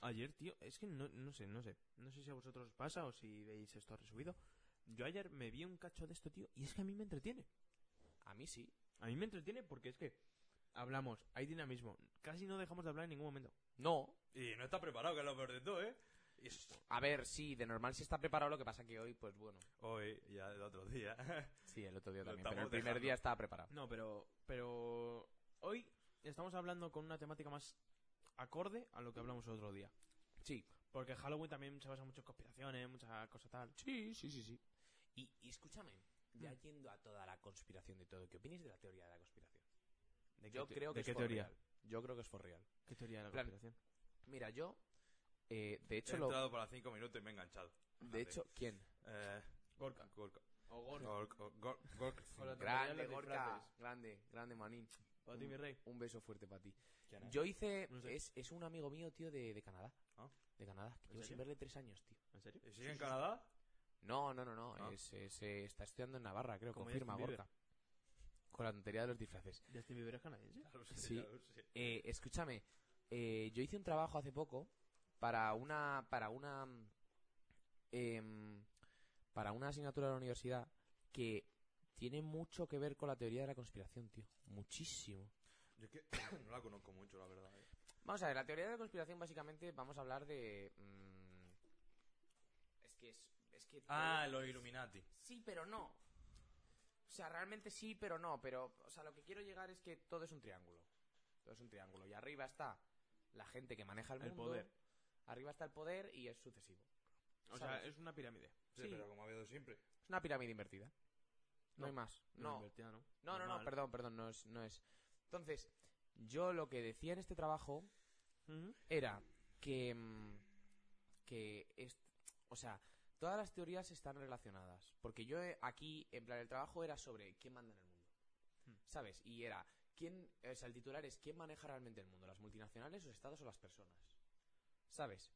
ayer, tío, es que no, no sé, no sé. No sé si a vosotros os pasa o si veis esto resubido. Yo ayer me vi un cacho de esto, tío, y es que a mí me entretiene. A mí sí. A mí me entretiene porque es que hablamos, hay dinamismo. Casi no dejamos de hablar en ningún momento. No, Y no está preparado, que es lo peor de todo, eh. Y es- A ver, sí, de normal sí está preparado, lo que pasa que hoy, pues bueno. Hoy, ya de otro día. Sí, el otro día Lo también, pero el estamos primer dejando. día estaba preparado. No, pero, pero hoy estamos hablando con una temática más acorde a lo que hablamos otro día. Sí. Porque Halloween también se basa en muchas conspiraciones, muchas cosas tal. Sí, sí, sí, sí. Y, y escúchame, ya yendo a toda la conspiración de todo, ¿qué opinas de la teoría de la conspiración? ¿De Yo qué te- creo que ¿de es qué for teoría? real. Yo creo que es for real. ¿Qué teoría de la Plan- conspiración? Mira, yo, eh, de He hecho, lo, entrado para cinco minutos y me he enganchado. de hecho, ¿quién? Eh, Gorka. Gorka. O Gorka. Gorka. Gorka. Hola, Te Grande, rodean los Gorka. disfraces. Grande, grande, Manín. Para ti, mi rey. Un beso fuerte para ti. ¿Quién es? Yo hice, No sé. es, es un amigo mío, tío, de, de Canadá. Ah. De Canadá, que ¿En llevo sin serio? verle tres años, tío. ¿En serio? ¿Y sigue en Canadá? No, no, no, no. Ah. es- es, eh, está estudiando en Navarra, creo. Como Confirma, Justin Bieber. Gorka. Con la tontería de los disfraces. ¿Justin Bieber es canadiense? Ya lo sé, Sí. ya lo sé. Eh, escúchame, eh, yo hice un trabajo hace poco para una. para una. mm, em, para una asignatura de la universidad que tiene mucho que ver con la teoría de la conspiración, tío. Muchísimo. Yo es que no la conozco mucho, la verdad. eh. Vamos a ver, la teoría de la conspiración básicamente vamos a hablar de. mm, es que es. es que Ah, los Illuminati. Sí, pero no. O sea, realmente sí, pero no. Pero, o sea, lo que quiero llegar es que todo es un triángulo. Todo es un triángulo. Y arriba está la gente que maneja el, El mundo. poder. Arriba está el poder y es sucesivo. O sea, ¿Sabes? es una pirámide. Sí, Sí. pero como ha habido siempre. Es una pirámide invertida. No, No. hay más. Una No, invertida, ¿no? no, no, no, Normal. perdón, perdón, no es, no es. Entonces, yo lo que decía en este trabajo Ujú. era que, mm, que est- o sea, todas las teorías están relacionadas. Porque yo eh, aquí, en plan, el trabajo era sobre quién manda en el mundo. Hmm. ¿Sabes? Y era, quién, o sea, el titular es quién maneja realmente el mundo, las multinacionales, los estados o las personas. ¿Sabes?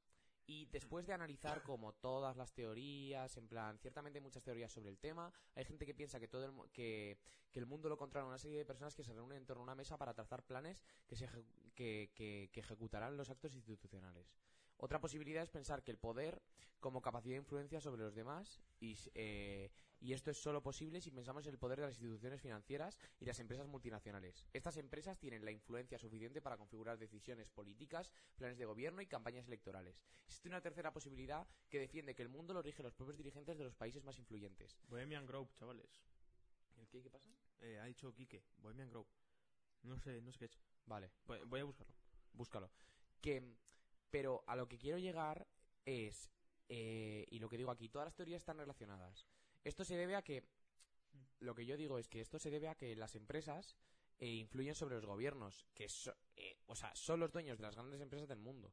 Y después de analizar como todas las teorías, en plan, ciertamente hay muchas teorías sobre el tema, hay gente que piensa que todo el, mu- que, que el mundo lo controla una serie de personas que se reúnen en torno a una mesa para trazar planes que, se eje- que, que- que ejecutarán los actos institucionales. Otra posibilidad es pensar que el poder como capacidad de influencia sobre los demás y, s- eh, y esto es solo posible si pensamos en el poder de las instituciones financieras y las empresas multinacionales. Estas empresas tienen la influencia suficiente para configurar decisiones políticas, planes de gobierno y campañas electorales. Existe una tercera posibilidad que defiende que el mundo lo rigen los propios dirigentes de los países más influyentes. Bohemian Grove, chavales. ¿El qué? ¿Qué pasa? Eh, ha dicho Quique. Bohemian Grove. No sé, no sé qué ha hecho. Vale. Voy- Voy a buscarlo. búscalo. Que, pero a lo que quiero llegar es, eh, y lo que digo aquí, todas las teorías están relacionadas. Esto se debe a que, lo que yo digo es que esto se debe a que las empresas eh, influyen sobre los gobiernos, que so- eh, o sea, son los dueños de las grandes empresas del mundo.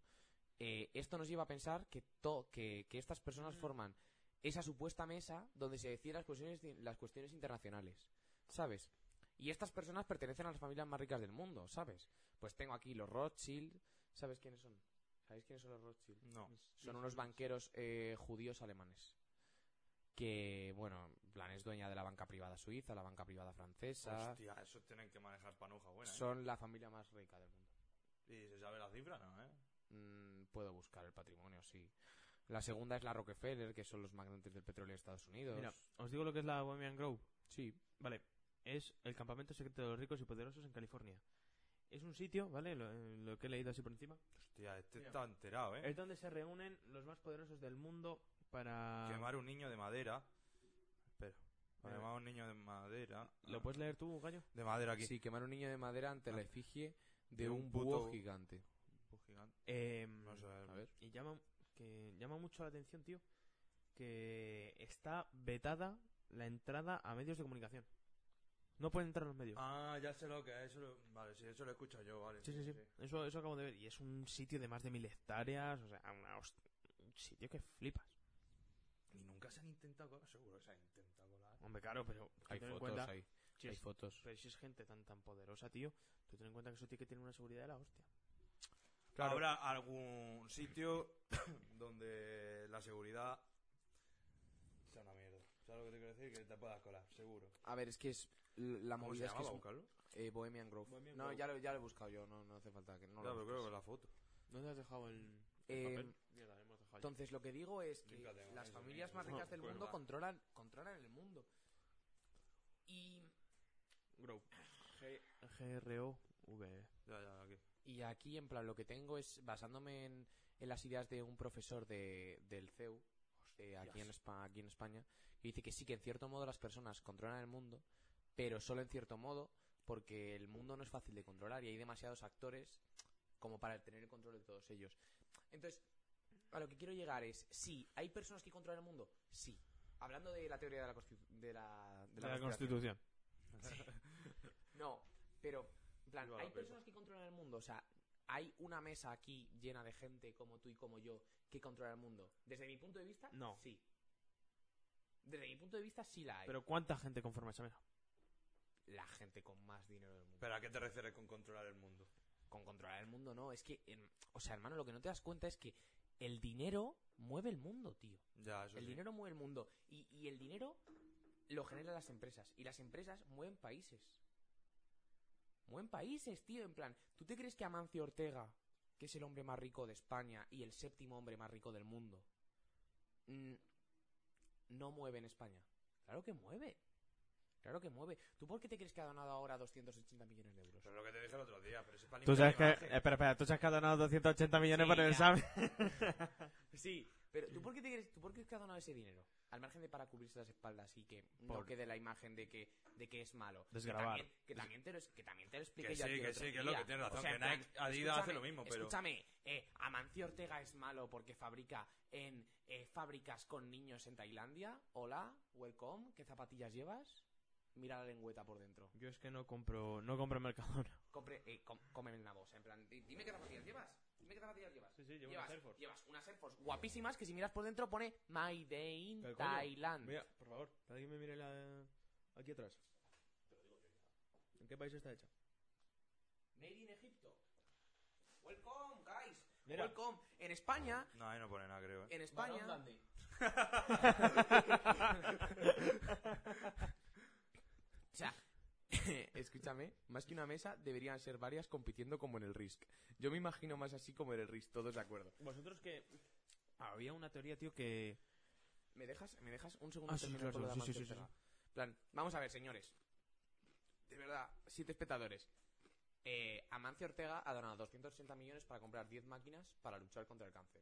Eh, esto nos lleva a pensar que, to- que, que estas personas forman esa supuesta mesa donde se deciden las cuestiones, de- las cuestiones internacionales, ¿sabes? Y estas personas pertenecen a las familias más ricas del mundo, ¿sabes? Pues tengo aquí los Rothschild. ¿Sabes quiénes son? ¿Sabéis quiénes son los Rothschild? No. Son unos banqueros eh, judíos alemanes. Que, bueno, en plan es dueña de la banca privada suiza, la banca privada francesa. Hostia, esos tienen que manejar panuja buena. ¿eh? Son la familia más rica del mundo. ¿Y se sabe la cifra? No, ¿eh? Mm, puedo buscar el patrimonio, sí. La segunda es la Rockefeller, que son los magnates del petróleo de Estados Unidos. Mira, os digo lo que es la Bohemian Grove. sí, Vale, es el campamento secreto de los ricos y poderosos en California. Es un sitio, ¿vale? Lo, lo que he leído así por encima. Hostia, este Mira. está enterado, ¿eh? Es donde se reúnen los más poderosos del mundo para... Quemar un niño de madera. Espera. Para Mira. quemar un niño de madera. ¿Lo puedes leer tú, Gallo? De madera aquí. sí, quemar un niño de madera ante la Ah. efigie de, un, búho gigante. Un Pues gigante. Eh, No sé, A ver. Y llama, que llama mucho la atención, tío, que está vetada la entrada a medios de comunicación. No pueden entrar los medios. Ah, ya sé lo que es. Eso lo- Vale, sí, eso lo he escuchado yo, vale. Sí, sí, sí. Eso, eso acabo de ver. Y es un sitio de más de mil hectáreas. O sea, una host- un sitio que flipas. Y nunca se han intentado colar. Seguro que se han intentado colar. Hombre, claro, pero tú Hay ten en fotos, cuenta- hay, Sí, hay sí. fotos. Pero si es gente tan tan poderosa, tío, tú ten en cuenta que eso tiene que tener una seguridad de la hostia. Claro. Habrá algún sitio donde la seguridad sea una mierda. ¿Sabes lo que te quiero decir? Que te puedas colar, seguro. A ver, es que es la ¿Cómo se movida es que llamaba, es buscarlo? eh, Bohemian Grove. Bohemian no, Grove. Ya, lo, ya lo he buscado yo, no, no hace falta que no Ya, lo pero busques. creo que la foto. ¿No te has dejado el, Eh, Mierda, hemos dejado ya. Entonces, lo que digo es que Líncate, mamá, las eso, familias eh. niño, más no, ricas del cuelga. mundo controlan, controlan el mundo. Y, Grove. G-R-O-V. Ya, ya, aquí. y aquí, en plan, lo que tengo es, basándome en, en las ideas de un profesor de, del CEU, eh, aquí, en España, aquí en España, que dice que sí, que en cierto modo las personas controlan el mundo, pero solo en cierto modo, porque el mundo no es fácil de controlar y hay demasiados actores como para tener el control de todos ellos. Entonces, a lo que quiero llegar es, sí, ¿hay personas que controlan el mundo? Sí. Hablando de la teoría de la, constitu- de la, de De la la conspiración. Constitución. No, pero, en plan, Viva la hay pepa. personas que controlan el mundo, o sea, hay una mesa aquí llena de gente como tú y como yo que controla el mundo. Desde mi punto de vista, No. sí. Desde mi punto de vista, sí la hay. Pero ¿cuánta gente conforma esa mesa? la gente con más dinero del mundo. ¿Pero a qué te refieres con controlar el mundo? con controlar el mundo, no. Es que, em, o sea, hermano, lo que no te das cuenta es que el dinero mueve el mundo, tío. Ya, eso El sí. dinero mueve el mundo. Y, y el dinero lo generan las empresas. Y las empresas mueven países. Mueven países, tío. En plan, ¿tú te crees que Amancio Ortega, que es el hombre más rico de España y el séptimo hombre más rico del mundo, mm, no mueve en España? Claro que mueve. Claro que mueve. ¿Tú por qué te crees que ha donado ahora 280 millones de euros? Pero lo que te dije el otro día, pero si es para Tú sabes que... limpiar la imagen. Espera, espera. Tú sabes que ha donado 280 millones Sí, para el ya. examen. Sí, pero ¿tú por qué, te crees, ¿tú por qué te has donado ese dinero? Al margen de para cubrirse las espaldas y que no Por- quede la imagen de que, de que es malo. Que Desgravar. también- Que también, te, lo, que también te lo expliqué Que yo a sí, ti el que otro sí, que es lo día. que tienes razón, en que Nike- Adidas hace escúchame, lo mismo, pero- Escúchame, eh, Amancio Ortega es malo porque fabrica en eh, fábricas con niños en Tailandia. Hola, welcome, ¿qué zapatillas llevas? Mira la lengüeta por dentro. Yo es que no compro... No compro en Mercadona. Compre, eh, com- cómeme en la voz, en plan, di- dime qué zapatillas llevas. Dime qué zapatillas llevas. Sí, sí. Llevas, llevas unas Air Force guapísimas que si miras por dentro pone My Day in Calculo. Thailand. Mira, por favor. Para que me mire la... Aquí atrás. ¿En qué país está hecha? Made in Egipto. Welcome, guys. Mira. Welcome. En España, No, ahí no pone nada, creo. ¿eh? en España. O sea, escúchame, más que una mesa deberían ser varias compitiendo como en el Risk. Yo me imagino más así como en el Risk, todos de acuerdo. Vosotros que... Había una teoría, tío, que... ¿Me dejas, me dejas un segundo? Ah, sí, terminar claro, con lo de sí, Amancio sí, sí, Ortega? Plan, vamos a ver, señores. De verdad, siete espectadores. Eh, Amancio Ortega ha donado 280 millones para comprar 10 máquinas para luchar contra el cáncer.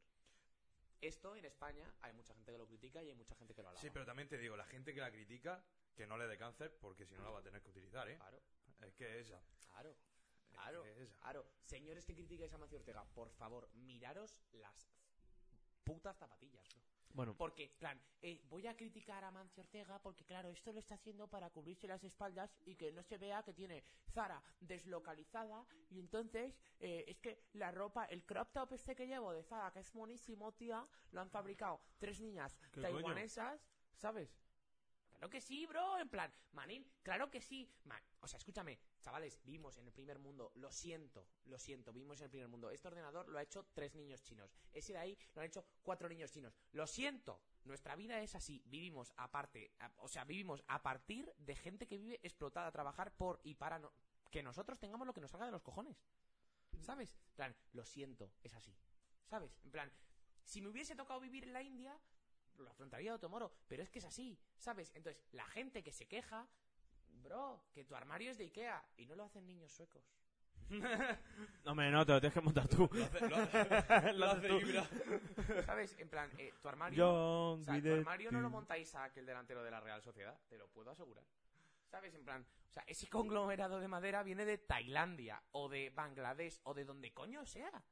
Esto en España hay mucha gente que lo critica y hay mucha gente que lo alaba. Sí, pero también te digo, la gente que la critica, que no le dé cáncer, porque si no la va a tener que utilizar, ¿eh? Claro, Es que esa. claro, es claro, que esa. claro. Señores que criticáis a Amancio Ortega, por favor, miraros las putas zapatillas, bro. Bueno, Porque, plan, eh, voy a criticar a Mancio Ortega porque, claro, esto lo está haciendo para cubrirse las espaldas y que no se vea que tiene Zara deslocalizada y entonces eh, es que la ropa, el crop top este que llevo de Zara, que es monísimo, tía, lo han fabricado tres niñas ¿Qué coño? taiwanesas, ¿sabes? Claro que sí, bro, en plan, manín, claro que sí. Man, o sea, escúchame, chavales, vimos en el primer mundo, lo siento, lo siento, vimos en el primer mundo. Este ordenador lo ha hecho tres niños chinos. Ese de ahí lo han hecho cuatro niños chinos. Lo siento, nuestra vida es así. Vivimos aparte, a- o sea, vivimos a partir de gente que vive explotada a trabajar por y para no- que nosotros tengamos lo que nos salga de los cojones. ¿Sabes? En plan, lo siento, es así. ¿Sabes? En plan, si me hubiese tocado vivir en la India, lo afrontaría de otro modo, pero es que es así, ¿sabes? Entonces, la gente que se queja, bro, que tu armario es de Ikea y no lo hacen niños suecos. No, hombre, no, te lo tienes que montar tú. Lo hace, lo hace, lo hace tú. Ibra. ¿Sabes? En plan, eh, tu armario... John, O sea, tu Guidetti. armario no lo montáis a aquel delantero de la Real Sociedad, te lo puedo asegurar. ¿Sabes? En plan, o sea, ese conglomerado de madera viene de Tailandia o de Bangladesh o de donde coño sea.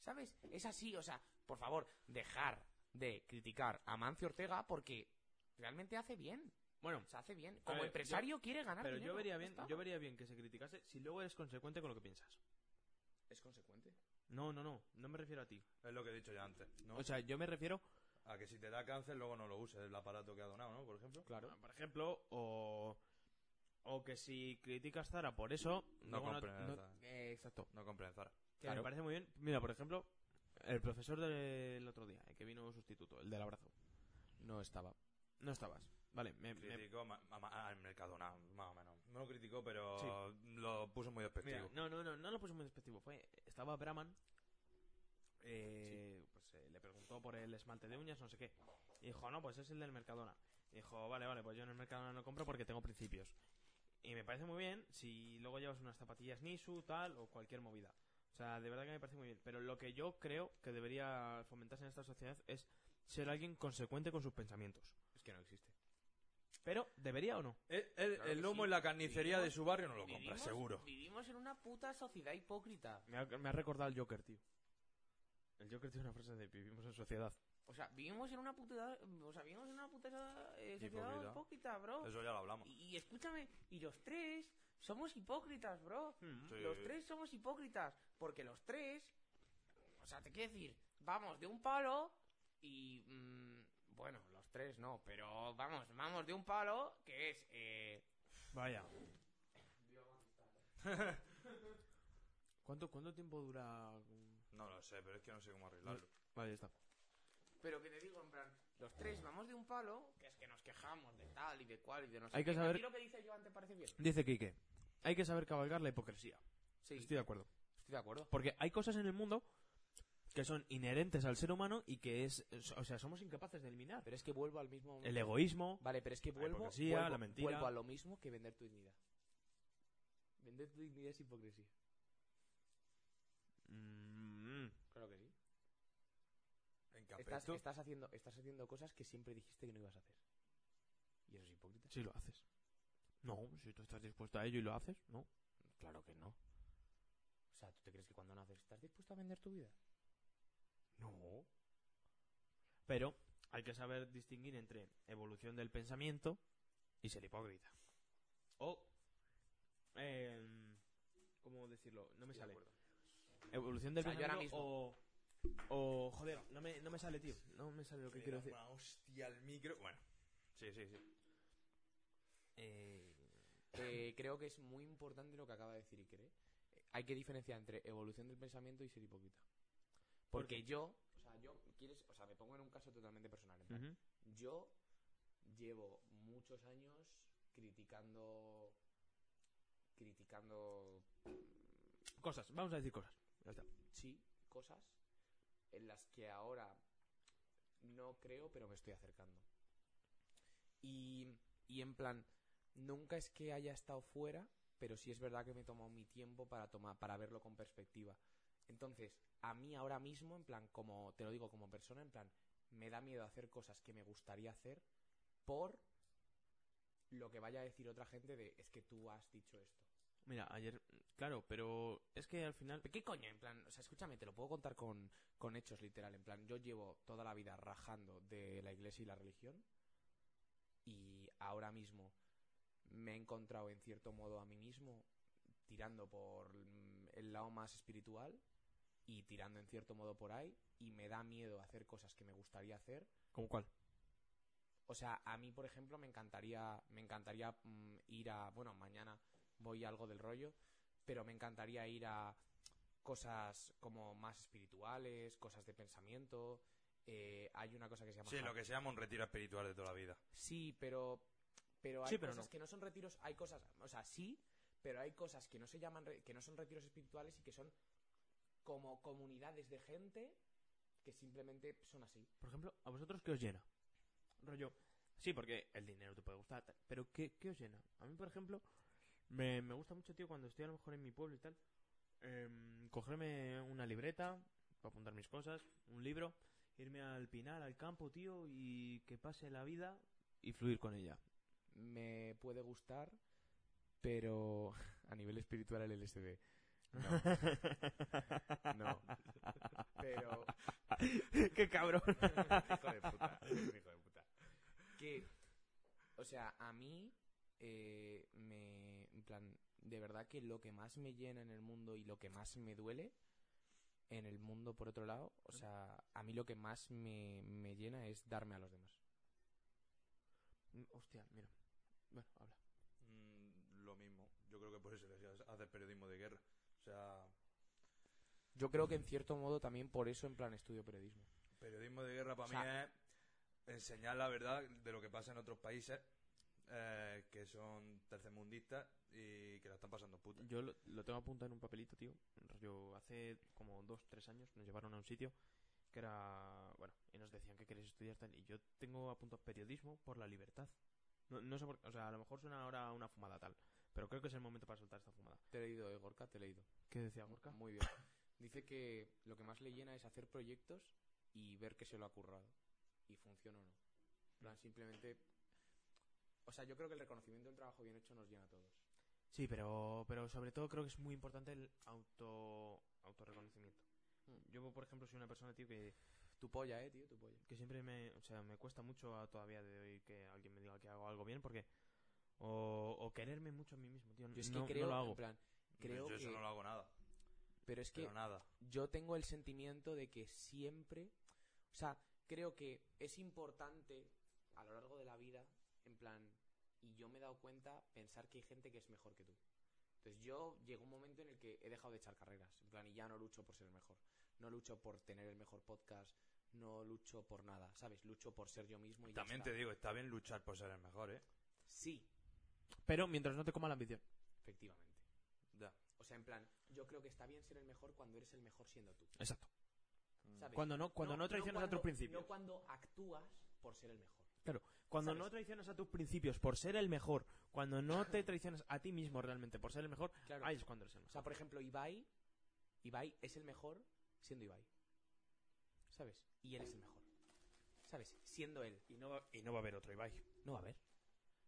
¿Sabes? Es así, o sea, por favor, dejar de criticar a Mancio Ortega porque realmente hace bien. Bueno, O sea, hace bien. Como ver, empresario quiere ganar pero dinero, yo vería ya bien, está. yo vería bien que se criticase si luego eres consecuente con lo que piensas. ¿Es consecuente? No, no, no, no me refiero a ti. Es lo que he dicho ya antes, ¿no? O sea, yo me refiero, A que si te da cáncer, luego no lo uses, el aparato que ha donado, ¿no? Por ejemplo. Claro. ah, por ejemplo, o o que si criticas Zara por eso, No luego compren a Zara. eh, exacto. No compren Zara. Que Claro. me parece muy bien. Mira, por ejemplo, el profesor del otro día, el que vino sustituto, el del abrazo. No estaba. No estabas. Vale, me, me- Criticó ma- ma- ma- al Mercadona, más o menos. No lo criticó, pero lo puso muy Mira, despectivo. no, no, no, no lo puse muy despectivo. Fue, estaba Brahman. eh, pues eh, le preguntó por el esmalte de uñas, no sé qué. Y dijo, no, pues es el del Mercadona. Y dijo, vale, vale, pues yo en el Mercadona no compro porque tengo principios. Y me parece muy bien si luego llevas unas zapatillas Nisu, tal, o cualquier movida. O sea, de verdad que me parece muy bien. Pero lo que yo creo que debería fomentarse en esta sociedad es ser alguien consecuente con sus pensamientos. Es que no existe. Pero, ¿debería o no? El, el- Claro eh, el que lomo sí. en la carnicería de su barrio no lo compra, Vivimos- seguro. Vivimos en una puta sociedad hipócrita. Me ha, me ha recordado el Joker, tío. El Joker tiene una frase de vivimos en sociedad. O sea, vivimos en una puta, o sea, vivimos en una puta eh, sociedad Hipócrita. hipócrita, bro. Eso ya lo hablamos. Y, y escúchame, y los tres somos hipócritas, bro. Sí. Los tres somos hipócritas, porque los tres, o sea, te quiero decir, vamos de un palo y... mm, bueno, los tres no, pero vamos, vamos de un palo que es... eh, Vaya. ¿Cuánto, ¿Cuánto tiempo dura? No lo sé, pero es que no sé cómo arreglarlo. Vale, ya está. pero que te digo, en plan, los tres vamos de un palo, que es que nos quejamos de tal y de cual y de no sé Hay que qué. ¿A saber- ti lo que dice Joan te parece bien? Dice Quique, hay que saber cabalgar la hipocresía. Sí, Estoy de acuerdo. estoy de acuerdo. Porque hay cosas en el mundo que son inherentes al ser humano y que es, es- o sea, somos incapaces de eliminar. Pero es que vuelvo al mismo... El egoísmo. Vale, pero es que vuelvo, hipocresía, vuelvo- la mentira. vuelvo a lo mismo que vender tu dignidad. Vender tu dignidad es hipocresía. Mm, Claro que sí. ¿En qué Estás, aspecto? estás haciendo, estás haciendo cosas que siempre dijiste que no ibas a hacer. Y eso es hipócrita. si lo haces. No, si tú estás dispuesto a ello y lo haces, no. Claro que no. O sea, ¿tú te crees que cuando naces estás dispuesto a vender tu vida? No. Pero hay que saber distinguir entre evolución del pensamiento y ser hipócrita. O. em, ¿Cómo decirlo? No me sale. Evolución O del sea, yo ahora pensamiento o. O. Joder, no me, no me sale, tío. No me sale lo que Me quiero da decir. Una hostia al micro. Bueno. Sí, sí, sí. Eh, que creo que es muy importante lo que acaba de decir Iker. ¿eh? Eh, Hay que diferenciar entre evolución del pensamiento y ser hipócrita. ¿Por Porque qué? yo, o sea, yo quieres, o sea, me pongo en un caso totalmente personal. en plan, Ujú. Yo llevo muchos años criticando criticando Cosas, vamos a decir cosas. Ya está. sí cosas en las que ahora no creo, pero me estoy acercando. Y, y en plan, nunca es que haya estado fuera, pero sí es verdad que me he tomado mi tiempo para, tomar, para verlo con perspectiva. Entonces, a mí ahora mismo, en plan, como te lo digo como persona, en plan, me da miedo hacer cosas que me gustaría hacer por lo que vaya a decir otra gente de es que tú has dicho esto. Mira, ayer. Claro, pero es que al final. ¿Pero ¿Qué coño? En plan, o sea, escúchame, te lo puedo contar con, con hechos literal. En plan, yo llevo toda la vida rajando de la iglesia y la religión. Y ahora mismo me he encontrado en cierto modo a mí mismo tirando por mm, el lado más espiritual y tirando en cierto modo por ahí. Y me da miedo hacer cosas que me gustaría hacer ¿Cómo cuál? o sea, a mí, por ejemplo, me encantaría, me encantaría mm, ir a, bueno, mañana voy a algo del rollo, pero me encantaría ir a cosas como más espirituales, cosas de pensamiento. eh, hay una cosa que se llama. Sí, lo que se llama un retiro espiritual de toda la vida. Sí, pero, pero hay Sí, pero cosas no. que no son retiros, hay cosas, o sea, sí, pero hay cosas que no se llaman, re- que no son retiros espirituales y que son como comunidades de gente que simplemente son así. Por ejemplo, ¿a vosotros qué os llena? Rollo. Sí, porque el dinero te puede gustar, tal, pero ¿qué, qué os llena? A mí, por ejemplo, me, me gusta mucho, tío, cuando estoy a lo mejor en mi pueblo y tal, em, cogerme una libreta para apuntar mis cosas, un libro, irme al pinar, al campo, tío, y que pase la vida y fluir con ella. Me puede gustar, pero a nivel espiritual el LSD. No, pero ¡Qué cabrón! hijo de puta, hijo de puta. Que, o sea, a mí, eh, me, en plan, de verdad que lo que más me llena en el mundo y lo que más me duele en el mundo, por otro lado, o sea, a mí lo que más me, me llena es darme a los demás. Hostia, mira. Bueno, habla. Mm, lo mismo. Yo creo que por eso elegí hacer periodismo de guerra. O sea, Yo creo que en cierto modo también por eso, en plan, estudio periodismo. Periodismo de guerra para O sea- mí es enseñar la verdad de lo que pasa en otros países eh, que son tercermundistas y que la están pasando puta. Yo lo, lo tengo apuntado en un papelito, tío. Yo hace como dos, tres años nos llevaron a un sitio que era. Bueno, y nos decían que queréis estudiar tal. Y yo tengo apuntado periodismo por la libertad. No, no sé por O sea, a lo mejor suena ahora una fumada tal. Pero creo que es el momento para soltar esta fumada. Te he leído, eh, Gorka, te he leído. ¿Qué decía Gorka? Muy bien. Dice que lo que más le llena es hacer proyectos y ver que se lo ha currado. Y funciona o no. En plan, simplemente. O sea, yo creo que el reconocimiento del trabajo bien hecho nos llena a todos. Sí, pero, pero sobre todo creo que es muy importante el auto autorreconocimiento. Hmm. Yo, por ejemplo, soy una persona, tío, que Tu polla, eh, tío, tu polla. que siempre me, o sea, me cuesta mucho a- todavía de hoy que alguien me diga que hago algo bien porque o, o quererme mucho a mí mismo, tío, Yo es no, que no creo, lo en hago. plan, yo creo eso que- no lo hago nada. Pero es que Pero nada. yo tengo el sentimiento de que siempre, o sea, creo que es importante a lo largo de la vida, en plan, y yo me he dado cuenta, pensar que hay gente que es mejor que tú. Entonces yo llegó un momento en el que he dejado de echar carreras, en plan, y ya no lucho por ser el mejor, no lucho por tener el mejor podcast, no lucho por nada, ¿sabes? Lucho por ser yo mismo y ya También está. te digo, está bien luchar por ser el mejor, ¿eh? Sí, Pero mientras no te coma la ambición. efectivamente. Ya. O sea, en plan, yo creo que está bien ser el mejor cuando eres el mejor siendo tú. Exacto. ¿sabes? Cuando no cuando no, traicionas a cuando- tus principios. No cuando actúas por ser el mejor. cuando ¿sabes? no traicionas a tus principios por ser el mejor, cuando no te traicionas a ti mismo realmente por ser el mejor, Claro. ahí es cuando eres el O mejor. sea, por ejemplo, Ibai, Ibai es el mejor siendo Ibai. ¿Sabes? Y él es el mejor. ¿Sabes? Siendo él. y, no va, y no va a haber otro Ibai. No va a haber.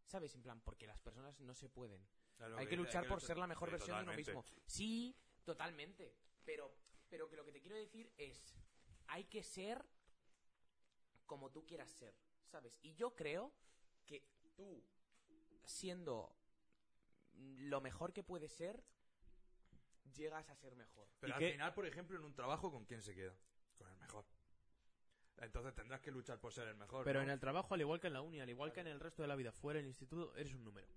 ¿Sabes? En plan, porque las personas no se pueden. Claro, Hay que luchar por ser la mejor sí, versión eh, totalmente. de uno mismo. Sí, totalmente. Pero, pero que lo que te quiero decir es, hay que ser como tú quieras ser, ¿sabes? Y yo creo que tú, siendo lo mejor que puedes ser, llegas a ser mejor. Pero ¿Y al qué? final, por ejemplo, en un trabajo, ¿con quién se queda? Con el mejor. Entonces tendrás que luchar por ser el mejor. Pero ¿no? en el trabajo, al igual que en la uni, al igual que en el resto de la vida fuera del instituto, eres un número.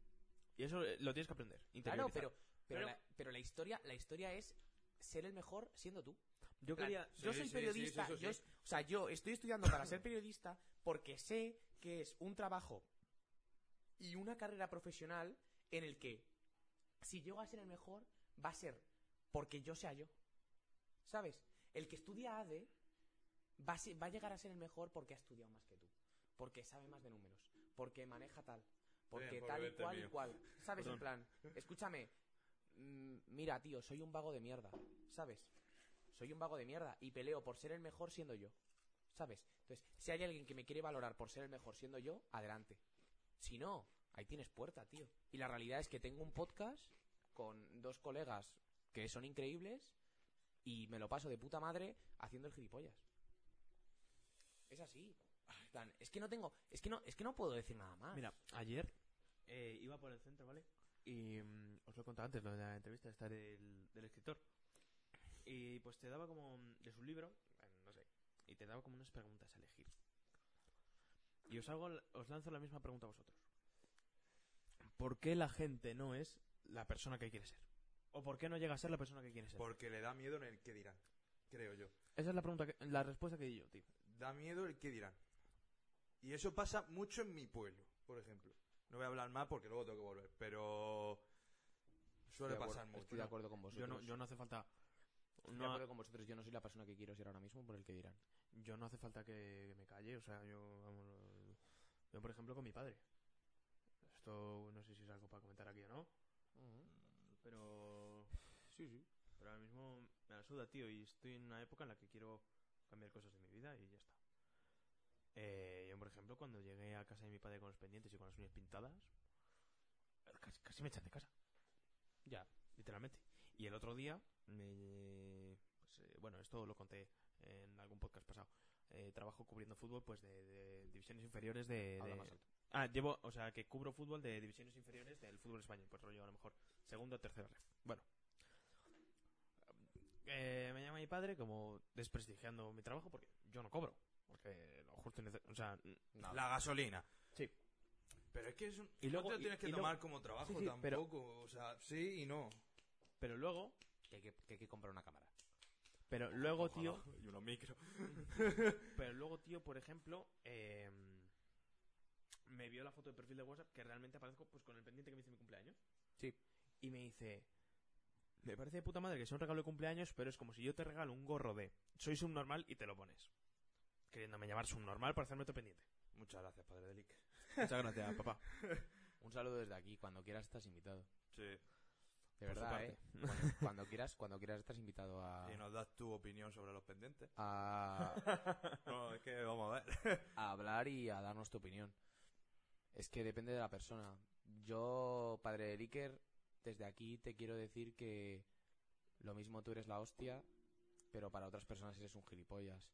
Y eso eh, lo tienes que aprender. Claro, interiorizar. pero, pero, Pero- la, pero la historia, la historia es ser el mejor siendo tú. yo plan, quería yo Sí, soy sí, periodista, sí, sí, eso yo sí. es- o sea, yo estoy estudiando para ser periodista porque sé que es un trabajo y una carrera profesional en el que si llego a ser el mejor va a ser porque yo sea yo. ¿Sabes? El que estudia ADE va a, ser- va a llegar a ser el mejor porque ha estudiado más que tú, porque sabe más de números, porque maneja tal, porque Bien, tal y pobre, vete cual y mío. cual. ¿Sabes? En Perdón. plan, escúchame, mm, mira, tío, soy un vago de mierda, ¿sabes? soy un vago de mierda y peleo por ser el mejor siendo yo. ¿Sabes? Entonces, si hay alguien que me quiere valorar por ser el mejor siendo yo, adelante. Si no, ahí tienes puerta, tío. Y la realidad es que tengo un podcast con dos colegas que son increíbles y me lo paso de puta madre haciendo el gilipollas. Es así. En plan, es que no tengo, es que no, es que no puedo decir nada más. Mira, ayer eh, iba por el centro, ¿vale? Y mm, os lo he contado antes, lo de la entrevista esta del, del escritor. Y pues te daba como mm, de su libro, bueno, no sé, y te daba como unas preguntas a elegir. Y os hago, l- os lanzo la misma pregunta a vosotros. ¿Por qué la gente no es la persona que quiere ser? ¿O por qué no llega a ser la persona que quiere ser? Porque le da miedo en el que dirán. Creo yo. Esa es la pregunta, que- la respuesta que di yo, tío. da miedo el que dirán. Y eso pasa mucho en mi pueblo, por ejemplo. No voy a hablar más porque luego tengo que volver, pero suele Estoy de acuerdo- pasar mucho. Estoy de acuerdo con Yo vosotros. no, yo no hace falta. Estoy de no ha- acuerdo con vosotros. Yo no soy la persona que quiero ser ahora mismo por el que dirán. yo no hace falta que, que me calle, o sea, yo, vamos, lo- yo, por ejemplo, con mi padre. Esto no sé si es algo para comentar aquí o no, pero Sí, sí. pero ahora mismo me la suda, tío, y estoy en una época en la que quiero cambiar cosas de mi vida y ya está. Eh, yo, por ejemplo, cuando llegué a casa de mi padre con los pendientes y con las uñas pintadas, eh, casi, casi me echan de casa. Ya. Literalmente. Y el otro día, me, pues, eh, bueno, esto lo conté en algún podcast pasado. Eh, trabajo cubriendo fútbol, pues, de, de divisiones inferiores de... Habla de- más alto. Ah, llevo, o sea, que cubro fútbol de divisiones inferiores del fútbol español, pues rollo a lo mejor segunda o tercera ref. Bueno. Eh, me llama mi padre como desprestigiando mi trabajo porque yo no cobro. Porque lo justo y nece- O sea, La gasolina. Sí. Pero es que es un- Y luego- no te lo y- tienes que y luego- tomar como trabajo Sí, sí, pero- tampoco. O sea, sí y no. pero luego, Que hay que, que hay que comprar una cámara. pero luego, tío, Ojalá, Y unos micro. Pero luego, tío, por ejemplo, eh, me vio la foto de perfil de WhatsApp que realmente aparezco pues con el pendiente que me hice en mi cumpleaños. Sí. Y me dice, me parece de puta madre que sea un regalo de cumpleaños, pero es como si yo te regalo un gorro de soy subnormal y te lo pones. Queriéndome llamar subnormal para hacerme tu pendiente. Muchas gracias, padre de Lick. Muchas gracias, papá. Un saludo desde aquí. Cuando quieras estás invitado. Sí. De Por su verdad, parte. ¿eh? Cuando, cuando quieras, cuando quieras estás invitado a... Y nos das tu opinión sobre los pendientes. a, No, es que vamos a ver. a hablar y a darnos tu opinión. Es que depende de la persona. Yo, padre de Licker, desde aquí te quiero decir que lo mismo tú eres la hostia, pero para otras personas eres un gilipollas.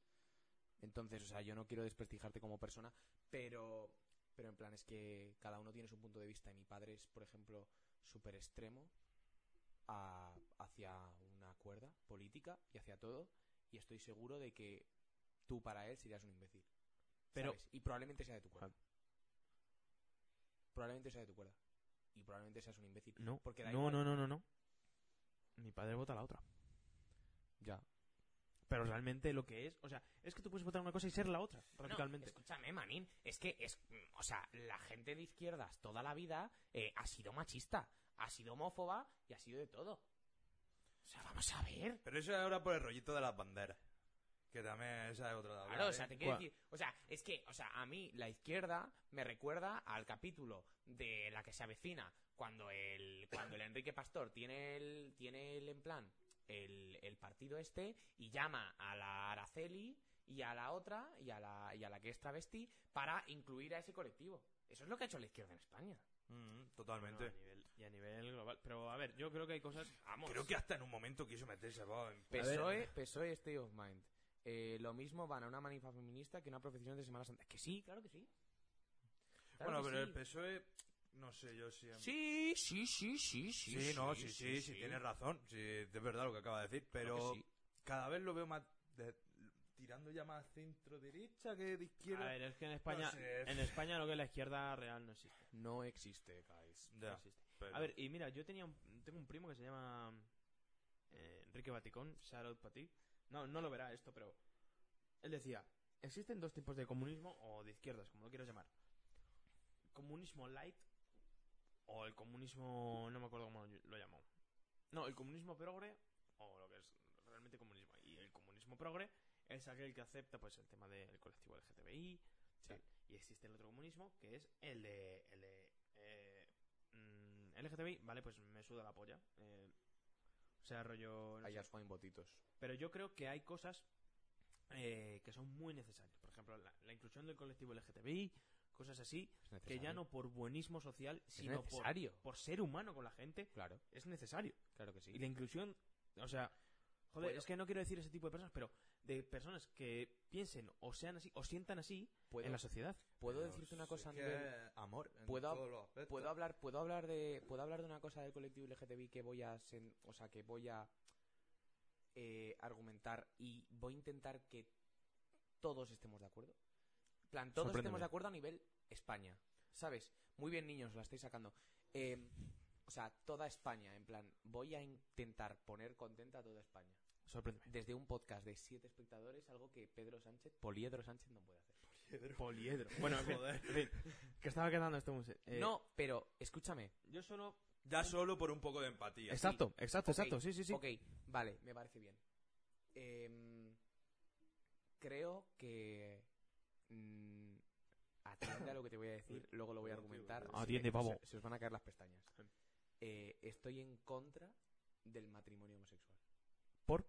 Entonces, o sea, yo no quiero desprestigiarte como persona, pero, pero en plan es que cada uno tiene su punto de vista. Y mi padre es, por ejemplo, súper extremo a- hacia una cuerda política y hacia todo. Y estoy seguro de que tú para él serías un imbécil. Pero- ¿sabes? Y probablemente sea de tu cuerda. Probablemente sea de tu cuerda. Y probablemente seas un imbécil. No, Porque da no, igual. no, no, no, no. Mi padre vota la otra. Ya. Pero realmente lo que es, o sea, es que tú puedes votar una cosa y ser la otra, radicalmente. escúchame, Manín. Es que, es, mm, o sea, la gente de izquierdas toda la vida eh, ha sido machista, ha sido homófoba y ha sido de todo. O sea, vamos a ver. Pero eso es ahora por el rollito de las banderas. Que también esa es otra de hablar, Claro, o ¿eh? sea, te quiero Cuá- decir, o sea, es que, o sea, a mí la izquierda me recuerda al capítulo de la que se avecina cuando el cuando el Enrique Pastor tiene el tiene el en plan el, el partido este y llama a la Araceli y a la otra y a la y a la que es travesti para incluir a ese colectivo. Eso es lo que ha hecho la izquierda en España. Mm, No, totalmente. a nivel- y a nivel global. Pero a ver, yo creo que hay cosas Vamos. Creo que hasta en un momento quiso meterse va, en- PSOE, PSOE E, State of Mind. Eh, lo mismo van a una manifa feminista que una profesión de Semana Santa. Que sí, claro que sí. Claro Bueno, que pero sí. el PSOE, E, no sé yo si... Sí, sí, sí, sí, sí. Sí, no, sí, sí, sí, tienes razón. Sí, es verdad lo que acaba de decir. Pero Claro que sí. cada vez lo veo más... de- tirando ya más centro-derecha que de izquierda. A ver, es que en España, No sé. en España lo que es la izquierda real no existe. No existe, guys. no Ya, existe. pero- A ver, y mira, yo tenía un- tengo un primo que se llama eh, Enrique Baticón, Charlotte para ti. No, no lo verá esto, pero él decía, existen dos tipos de comunismo o de izquierdas, como lo quieras llamar. Comunismo light o el comunismo, no me acuerdo cómo lo llamó. No, el comunismo progre o lo que es realmente comunismo. Y el comunismo progre es aquel que acepta pues el tema del colectivo LGTBI. tal. Y existe el otro comunismo que es el de, el de eh, mm, LGTBI, vale, pues me suda la polla. eh, o sea, rollo... no sé. Allá os ponen botitos. Pero yo creo que hay cosas eh, que son muy necesarias. Por ejemplo, la, la inclusión del colectivo LGTBI, cosas así, Es que necesario. ya no por buenismo social, Es sino por, necesario. por ser humano con la gente, Claro, es necesario. claro que sí. Y la inclusión, o sea, joder, Bueno. es que no quiero decir ese tipo de personas, pero de personas que piensen o sean así, o sientan así ¿Puedo, en la sociedad. puedo Pero decirte una si cosa, es que Andrés? es Amor. en ¿Puedo- todos los aspectos. ¿Puedo hablar, puedo hablar de, puedo hablar de una cosa del colectivo LGTBI que voy a, sen- o sea, que voy a eh, argumentar y voy a intentar que todos estemos de acuerdo. En plan, todos Sorpréndeme. estemos de acuerdo a nivel España, ¿sabes? Muy bien, niños, la estáis sacando. Eh, o sea, toda España, en plan, voy a intentar poner contenta a toda España. Sorpréndeme. Desde un podcast de siete espectadores, algo que Pedro Sánchez, Poliedro Sánchez, no puede hacer. Poliedro. Bueno, en fin, Joder. en fin, que estaba quedando esto muy... se- eh, no, pero escúchame, Yo solo Ya solo por un poco de empatía. Exacto, exacto, Ok, exacto, sí, sí, sí. Ok, vale, me parece bien. Em, creo que mm, atiende a lo que te voy a decir, luego lo voy a argumentar. Ah, atiende, se- pavo. Se, se os van a caer las pestañas. Eh, estoy en contra del matrimonio homosexual. ¿Por?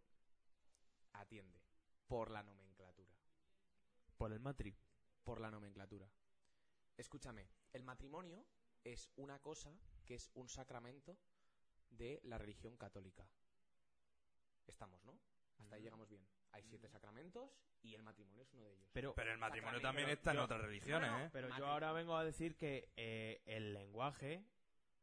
Atiende. Por la nomenclatura. Por el matri. Por la nomenclatura. Escúchame, el matrimonio es una cosa que es un sacramento de la religión católica. Estamos, ¿no? Hasta Mm. ahí llegamos bien. Hay siete sacramentos y el matrimonio es uno de ellos. Pero, Pero el matrimonio Sacramento, también yo- está en otras religiones, ¿eh? pero yo Matri- ahora vengo a decir que eh, el lenguaje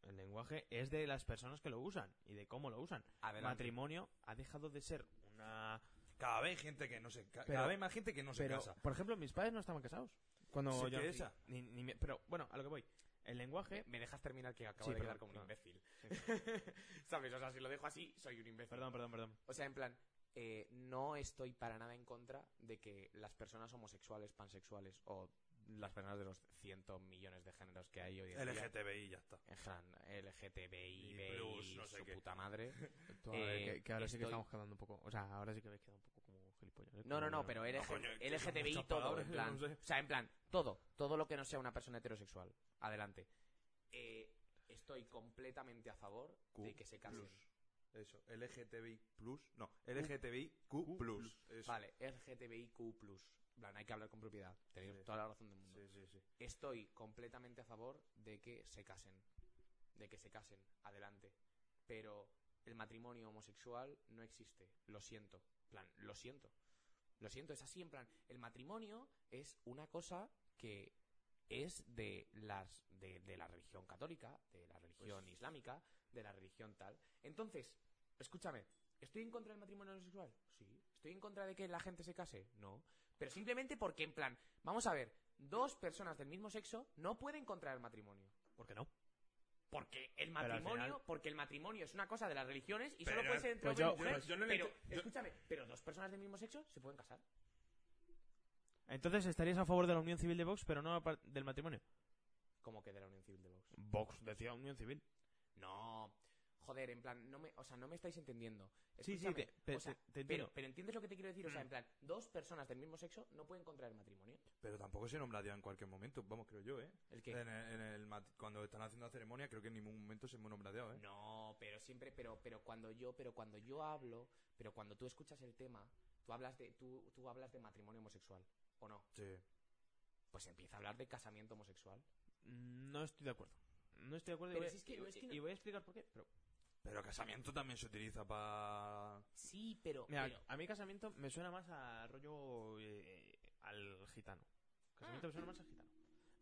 el lenguaje es de las personas que lo usan y de cómo lo usan. Adelante. Matrimonio ha dejado de ser una... Cada vez hay gente que no se ca- Pero- cada vez más gente que no se pero, casa. por ejemplo, mis padres no estaban casados. Cuando Sí, yo nací. que esa. Ni- ni me- pero bueno, a lo que voy. El lenguaje... Me dejas terminar que acabo Sí, de perdón, quedar como un perdón. imbécil. ¿Sabes? O sea, si lo dejo así, soy un imbécil. Perdón, perdón, perdón. O sea, en plan, eh, no estoy para nada en contra de que las personas homosexuales, pansexuales o las personas de los cientos millones de géneros que hay hoy en día. LGTBI ya está. En plan, LGTBI, Y BI, plus, no sé su qué. puta madre. Tú, a ver, Eh, que, que ahora sí que estoy- estamos quedando un poco... O sea, ahora sí que habéis quedado un poco como gilipollas. ¿eh? No, no, no, Como- pero LG- coño, es que son LGTBI muchas todo, palabras, en plan. no sé. O sea, en plan, todo. Todo lo que no sea una persona heterosexual. Adelante. Eh, estoy completamente a favor Q de que se casen. plus. Eso, LGTBI plus, no, LGTBIQ plus. Eso. Vale, LGTBIQ+. En plan, hay que hablar con propiedad. Tenéis Sí. toda la razón del mundo. Sí, sí, sí. Estoy completamente a favor de que se casen. De que se casen. Adelante. Pero el matrimonio homosexual no existe. Lo siento. En plan, lo siento. Lo siento, es así. En plan, el matrimonio es una cosa que es de las de, de la religión católica, de la religión Pues islámica, de la religión tal. Entonces, escúchame, ¿estoy en contra del matrimonio homosexual? Sí. ¿Estoy en contra de que la gente se case? No. Pero simplemente porque, en plan, vamos a ver, dos personas del mismo sexo no pueden contraer matrimonio. ¿Por qué no? Porque el al matrimonio, final- porque el matrimonio es una cosa de las religiones y Pero- solo puede ser entre pues hombre y yo- mujer. pues yo no le pero, enti- yo- escúchame, pero dos personas del mismo sexo se pueden casar. Entonces estarías a favor de la unión civil de Vox, pero no a par- del matrimonio. Como que de la unión civil de Vox. Vox decía unión civil. No. Joder, en plan, no me, o sea, no me estáis entendiendo. Sí, sí, Escúchame, te, te- o sea, te- te entiendo. pero, pero entiendes lo que te quiero decir, o sea, en plan, dos personas del mismo sexo no pueden contraer matrimonio. Pero tampoco se nombra Dios en cualquier momento, vamos, creo yo, ¿eh? El que En el, en el mat- cuando están haciendo la ceremonia, creo que en ningún momento se nombra Dios, ¿eh? No, pero siempre, pero, pero cuando yo, pero cuando yo hablo, pero cuando tú escuchas el tema, tú hablas de, tú, tú hablas de matrimonio homosexual, ¿o no? Sí. Pues empieza a hablar de casamiento homosexual. No estoy de acuerdo. No estoy de acuerdo y Pero voy, si es que- y voy- es que y no- voy a explicar por qué. pero- Pero casamiento también se utiliza para... Sí, pero, Mira, pero- a mí casamiento me suena más a rollo eh, al gitano. Casamiento me suena más al gitano.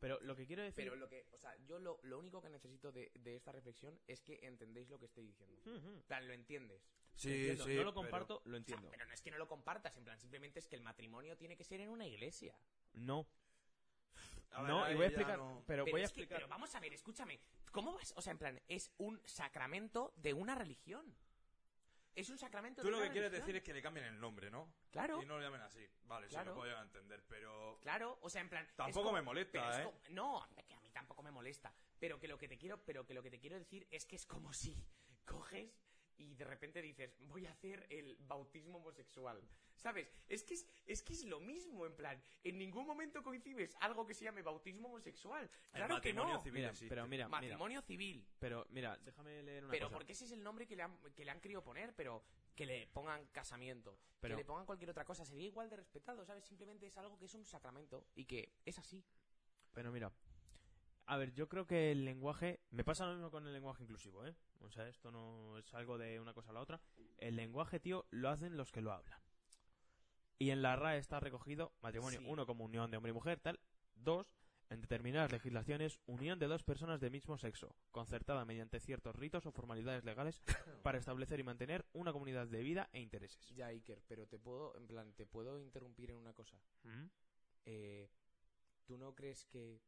Pero lo que quiero decir... pero lo que, o sea, yo lo, lo único que necesito de, de esta reflexión es que entendéis lo que estoy diciendo. Ujú. En plan, lo entiendes. Sí, Entiendo, sí, no lo pero- comparto, lo O sea, entiendo. pero no es que no lo compartas, en plan, simplemente es que el matrimonio tiene que ser en una iglesia. No, A ver, no, ahí y voy a ya explicar... no- Pero, Pero, voy a es que- explicar... pero vamos a ver, escúchame. ¿Cómo vas? O sea, en plan, es un sacramento de una religión. Es un sacramento Tú de lo una que quieres religión. decir es que le cambien el nombre, ¿no? Claro, Y no lo llamen así. Vale, sí, Claro. lo puedo llegar a entender, pero... claro. O sea, en plan. es Tampoco como- me molesta, pero es ¿eh? como- no, hombre, que a mí tampoco me molesta. Pero que lo que te quiero, pero que lo que te quiero decir es que es como si coges y de repente dices, voy a hacer el bautismo homosexual. ¿Sabes? Es que es, es que es lo mismo, en plan, en ningún momento coincides algo que se llame bautismo homosexual. Claro que matrimonio no. civil Mira, existe. pero mira, mira, Matrimonio civil. pero mira, déjame leer una Pero cosa. porque ese es el nombre que le, han, que le han querido poner, pero que le pongan casamiento, Pero- que le pongan cualquier otra cosa, sería igual de respetado, ¿sabes? Simplemente es algo que es un sacramento y que es así. Pero mira, a ver, yo creo que el lenguaje. Me pasa lo mismo con el lenguaje inclusivo, ¿eh? O sea, esto no es algo de una cosa a la otra. El lenguaje, tío, lo hacen los que lo hablan. Y en la RAE está recogido matrimonio, Sí. uno, como unión de hombre y mujer, tal. Dos, en determinadas legislaciones, unión de dos personas del mismo sexo, concertada mediante ciertos ritos o formalidades legales para establecer y mantener una comunidad de vida e intereses. Ya, Iker, pero te puedo, en plan, te puedo interrumpir en una cosa. ¿Mm? Eh, ¿Tú no crees que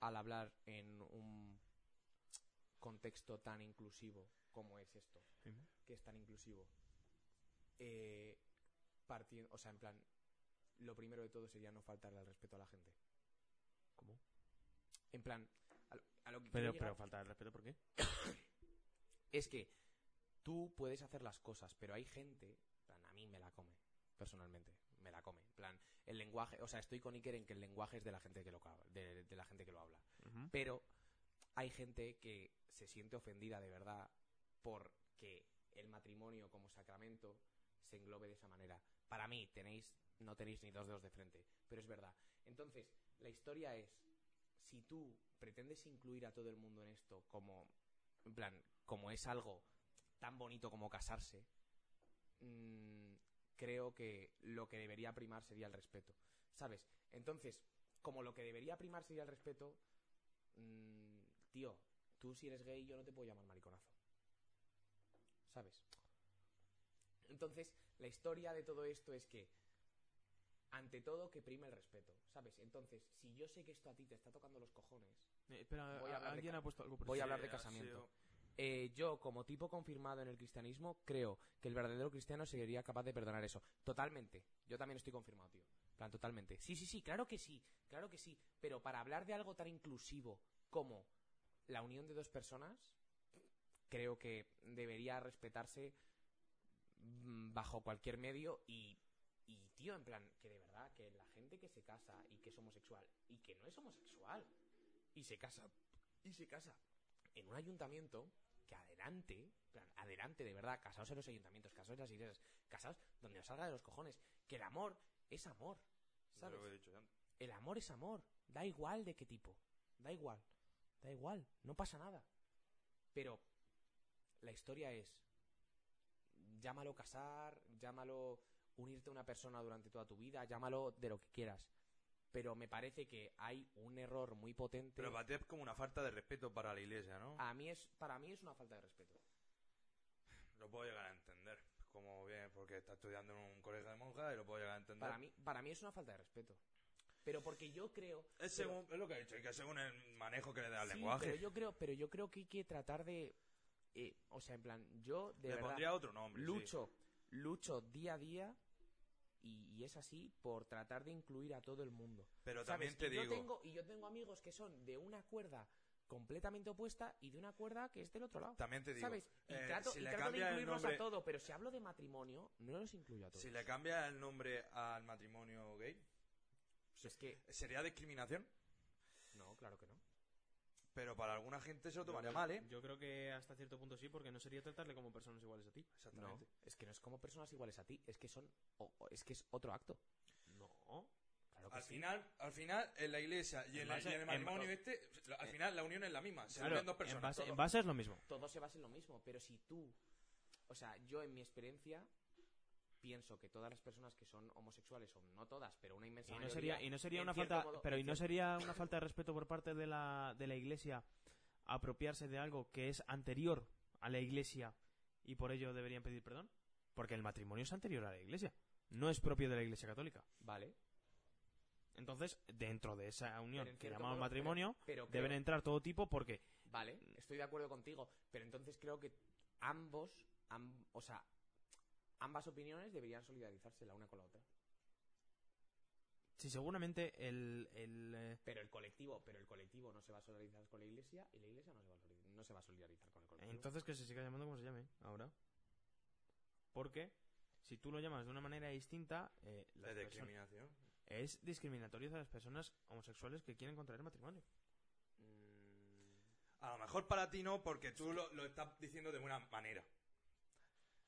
al hablar en un contexto tan inclusivo como es esto, Ujú. que es tan inclusivo, eh, parti- o sea, en plan, lo primero de todo sería no faltarle al respeto a la gente? ¿Cómo? En plan, a lo, a lo que quiero Pero, llegar pero falta el respeto, ¿por qué? es que tú puedes hacer las cosas, pero hay gente, en plan, a mí me la come, personalmente. me la come. En plan, el lenguaje, o sea, estoy con Iker en que el lenguaje es de la gente que lo, ca- de- de la gente que lo habla. Pero hay gente que se siente ofendida de verdad porque el matrimonio como sacramento se englobe de esa manera. Para mí, tenéis, no tenéis ni dos dedos de frente, pero es verdad. Entonces, la historia es, si tú pretendes incluir a todo el mundo en esto como, en plan, como es algo tan bonito como casarse, mm, creo que lo que debería primar sería el respeto, ¿sabes? Entonces, como lo que debería primar sería el respeto, mm, tío, tú si eres gay yo no te puedo llamar mariconazo. ¿Sabes? Entonces, la historia de todo esto es que, ante todo, que prime el respeto, ¿sabes? Entonces, si yo sé que esto a ti te está tocando los cojones, Eh, espera, Voy a hablar de alguien ca- ha puesto algo por voy a sí. hablar de ha casamiento. sido- Eh, yo, como tipo confirmado en el cristianismo, creo que el verdadero cristiano sería capaz de perdonar eso. Totalmente. Yo también estoy confirmado, tío. En plan, totalmente. Sí, sí, sí, claro que sí, claro que sí. Pero para hablar de algo tan inclusivo como la unión de dos personas, creo que debería respetarse mm, bajo cualquier medio y, y, tío, en plan, que de verdad, que la gente que se casa y que es homosexual y que no es homosexual y se casa y se casa en un ayuntamiento que adelante, en plan, adelante de verdad, casaos en los ayuntamientos, casaos en las iglesias, casaos donde os salga de los cojones, que el amor es amor, de ¿sabes? lo que he dicho ya antes. El amor es amor. Da igual de qué tipo. Da igual. Da igual. No pasa nada. Pero la historia es, llámalo casar, llámalo unirte a una persona durante toda tu vida, llámalo de lo que quieras. Pero me parece que hay un error muy potente. Pero para ti es como una falta de respeto para la iglesia, ¿no? a mí es, para mí es una falta de respeto. Lo puedo llegar a entender. Como bien, porque está estudiando en un colegio de monjas y lo puedo llegar a entender. Para mí, para mí es una falta de respeto. Pero porque yo creo es, pero- según, es lo que he dicho, y que según el manejo que le da al Sí, lenguaje. Pero yo creo, pero yo creo que hay que tratar de, eh, o sea, en plan, yo de le verdad pondría otro nombre. sí. lucho, lucho día a día y, y es así por tratar de incluir a todo el mundo. Pero ¿Sabes? también te y digo. Yo tengo, y yo tengo amigos que son de una cuerda completamente opuesta y de una cuerda que es del otro lado. También te digo. ¿Sabes? Y eh, trato, si y le trato de cambias el incluirlos nombre- a todo, pero si hablo de matrimonio, no los incluyo a todos. Si le cambias el nombre al matrimonio gay, Es que, sería discriminación. no, claro que no. Pero para alguna gente se lo Yo tomaría creo- mal, ¿eh? Yo creo que hasta cierto punto sí, porque no sería tratarle como personas iguales a ti. No, Exactamente. es que no es como personas iguales a ti, es que son, o- o- es que es otro acto. No. Claro que Al sí. final, al final, en la iglesia y en, En la- base- y en el matrimonio en- este, al final la unión es la misma. Se Claro, unen dos en, personas. base, todo. en base es lo mismo. todo se basa en lo mismo, pero si tú, o sea, yo en mi experiencia pienso que todas las personas que son homosexuales, o no todas, pero una inmensa Y no mayoría, sería, y no sería en una cierto falta, modo- pero en y no cier- sería una falta de respeto por parte de la, de la iglesia apropiarse de algo que es anterior a la iglesia y por ello deberían pedir perdón, porque el matrimonio es anterior a la iglesia, no es propio de la iglesia católica. Vale, Entonces, dentro de esa pero unión en que cierto llamamos modo- matrimonio, pero, pero creo- deben entrar todo tipo porque Vale, estoy de acuerdo contigo, pero entonces creo que ambos, am- o sea, ambas opiniones deberían solidarizarse la una con la otra. si seguramente el, el, eh, Pero el colectivo, pero el colectivo no se va a solidarizar con la iglesia y la iglesia no se va a solidar- no se va a solidarizar con el colectivo. Entonces que se siga llamando como se llame ahora. Porque si tú lo llamas de una manera distinta, eh, las Es perso- discriminación. es discriminatorio hacia las personas homosexuales que quieren contraer matrimonio. Mm, A lo mejor para ti no, porque tú lo, lo estás diciendo de buena manera.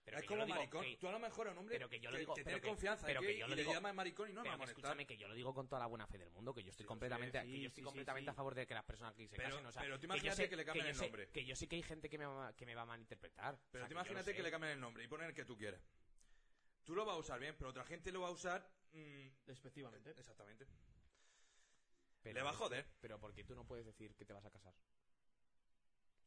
pero es que yo lo como digo, maricón. que- Tú a lo mejor a un hombre pero que yo lo digo- que pero tiene que- confianza pero y que que, yo y lo le digo- llamas maricón y no me Pero va a que molestar. escúchame, que yo lo digo con toda la buena fe del mundo, que yo estoy Sí, completamente, sí, que yo estoy sí, completamente sí. a favor de que las personas que se Pero- casen, o sea, pero tú que yo imagínate sé- que le cambien yo el sé- nombre. que yo sé que hay gente que me va, que me va a malinterpretar. o sea, Pero tú que yo lo imagínate sé. que le cambian el nombre y ponen el que tú quieres. Tú lo vas a usar bien, pero otra gente lo va a usar. mm, Despectivamente. exactamente. Pero- le va a joder. Pero porque tú no puedes decir que te vas a casar.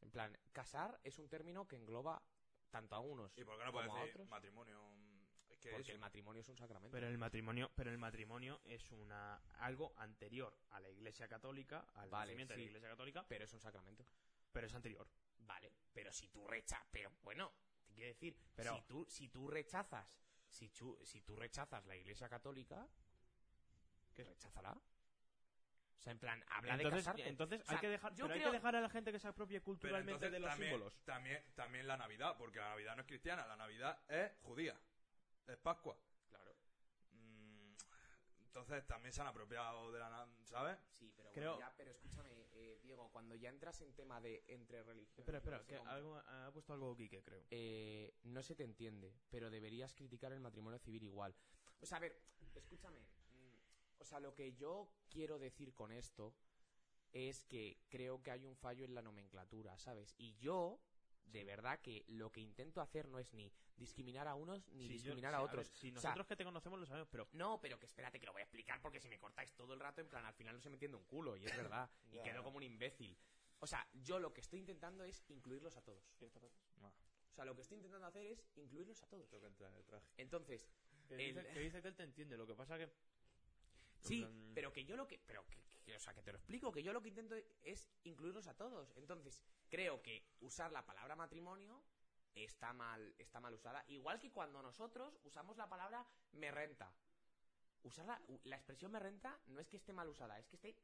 En plan, casar es un término que engloba tanto a unos ¿Y por qué no puedes como a decir otros. matrimonio? mm, Es que porque eso- el matrimonio es un sacramento. Pero el matrimonio, pero el matrimonio es una algo anterior a la Iglesia Católica, al Vale, nacimiento de sí. la Iglesia Católica, Pero es un sacramento. pero es anterior. Vale, pero si tú rechazas, pero bueno, te quiero decir, Pero- si tú si tú rechazas, si, chu- si tú rechazas la Iglesia Católica, que rechazará. O sea, en plan, habla de Entonces, casarte. entonces O sea, hay que dejar, yo pero hay creo- que dejar a la gente que se apropie Pero culturalmente entonces de los también, símbolos. También, también la Navidad, porque la Navidad no es cristiana, la Navidad es judía. Es Pascua. Claro. Mm, Entonces también se han apropiado de la... na- ¿Sabes? Sí, pero Creo- bueno, ya, pero escúchame, eh, Diego, cuando ya entras en tema de entre religiones... Espera, yo espera, no sé que cómo- algo, ha puesto algo Quique, creo. Eh, no se te entiende, pero deberías criticar el matrimonio civil igual. O sea, a ver, escúchame. mm, O sea, lo que yo quiero decir con esto es que creo que hay un fallo en la nomenclatura, ¿sabes? Y yo, de verdad, que lo que intento hacer no es ni discriminar a unos ni Si yo- discriminar si- a ver, otros. si O sea, nosotros que te conocemos lo sabemos, pero no, pero que espérate que lo voy a explicar porque si me cortáis todo el rato, en plan, al final no se me entiende un culo, y es verdad, y Ya. quedo como un imbécil. O sea, yo lo que estoy intentando es incluirlos a todos. Ah. O sea, lo que estoy intentando hacer es incluirlos a todos. Tengo que entrar en el traje. Entonces, que, El- dice, que dice que él te entiende, lo que pasa que... sí, plan- pero que yo lo que, pero que, que- o sea, que te lo explico, que yo lo que intento es incluirlos a todos. Entonces, creo que usar la palabra matrimonio está mal, está mal usada, igual que cuando nosotros usamos la palabra me renta. Usarla, u- la expresión me renta no es que esté mal usada, es que esté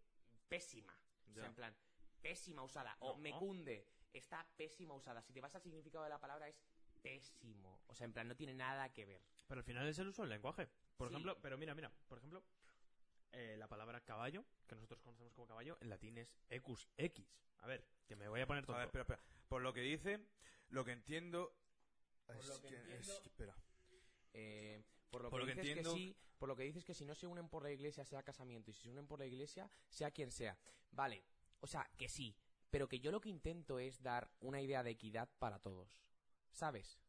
pésima. O sea, Ya. en plan, pésima usada. O No. me cunde, está pésima usada. Si te vas al significado de la palabra es pésimo. O sea, en plan, no tiene nada que ver. Pero al final es el uso del lenguaje. Por Sí. ejemplo, pero mira, mira, por ejemplo, eh, la palabra caballo, que nosotros conocemos como caballo, en latín es equus, X. A ver, que me voy a poner todo. A ver, espera, espera. Por lo que dice, lo que entiendo... es lo que es entiendo- que- espera. Eh, por lo Por que, lo que dices entiendo- que sí, por lo que dices que si no se unen por la iglesia sea casamiento y si se unen por la iglesia sea quien sea. Vale, o sea, que sí, pero que yo lo que intento es dar una idea de equidad para todos. ¿Sabes?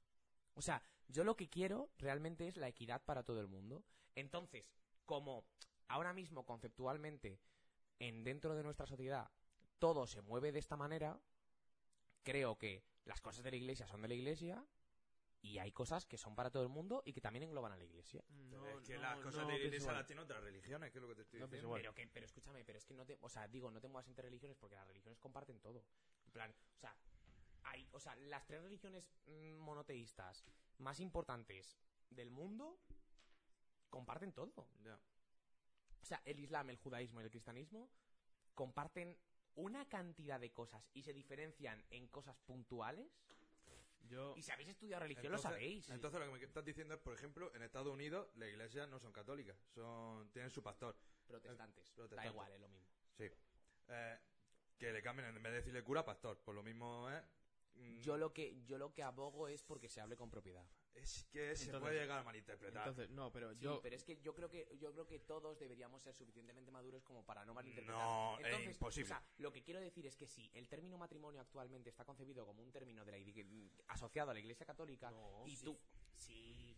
O sea, yo lo que quiero realmente es la equidad para todo el mundo. Entonces, como ahora mismo conceptualmente en dentro de nuestra sociedad todo se mueve de esta manera, creo que las cosas de la iglesia son de la iglesia y hay cosas que son para todo el mundo y que también engloban a la iglesia. Mm, Pero es que las cosas de iglesia las tienen otras religiones, que es lo que te estoy No pienso diciendo. igual. Pero que, pero escúchame, pero es que no te, o sea, digo, no te muevas entre religiones porque las religiones comparten todo. En plan, o sea, hay, o sea, las tres religiones mm, monoteístas más importantes del mundo comparten todo. Ya. O sea, el Islam, el judaísmo y el cristianismo comparten una cantidad de cosas y se diferencian en cosas puntuales. Yo... Y si habéis estudiado religión, Entonces- lo sabéis. Entonces lo que me estás diciendo es, por ejemplo, en Estados Unidos las iglesias no son católicas, son tienen su pastor. protestantes. Da eh, protestantes. igual, es lo mismo. Sí. Eh, que le cambien, en vez de decirle cura, pastor. Por lo mismo es... mm, Yo lo que, yo lo que abogo es porque se hable con propiedad. Es que se Entonces- puede llegar a malinterpretar. Entonces, no, pero Sí, yo... pero es que yo creo que yo creo que todos deberíamos ser suficientemente maduros como para no malinterpretar. No, eh, es Entonces, imposible. O sea, lo que quiero decir es que si el término matrimonio actualmente está concebido como un término de la igle- asociado a la Iglesia Católica No. y tú sí,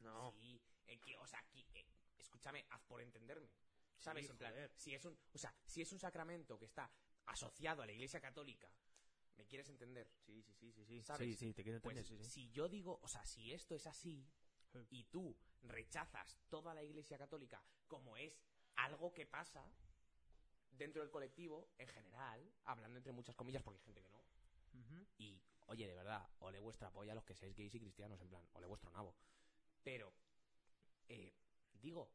No. sí, eh, que, o sea, aquí, eh, escúchame, haz por entenderme. ¿Sabes? en plan, joder. si es un, o sea, si es un sacramento que está asociado a la Iglesia Católica, ¿me quieres entender? Sí, sí, sí, sí, sí. ¿Sabes? Sí, sí, te quiero Pues entender, sí, sí. si yo digo, o sea, si esto es así Sí. y tú rechazas toda la Iglesia Católica como es algo que pasa dentro del colectivo, en general, hablando entre muchas comillas, porque hay gente que no, Ujú. y oye, de verdad, ole vuestra polla a los que seáis gays y cristianos, en plan, ole vuestro nabo. Pero, eh, digo,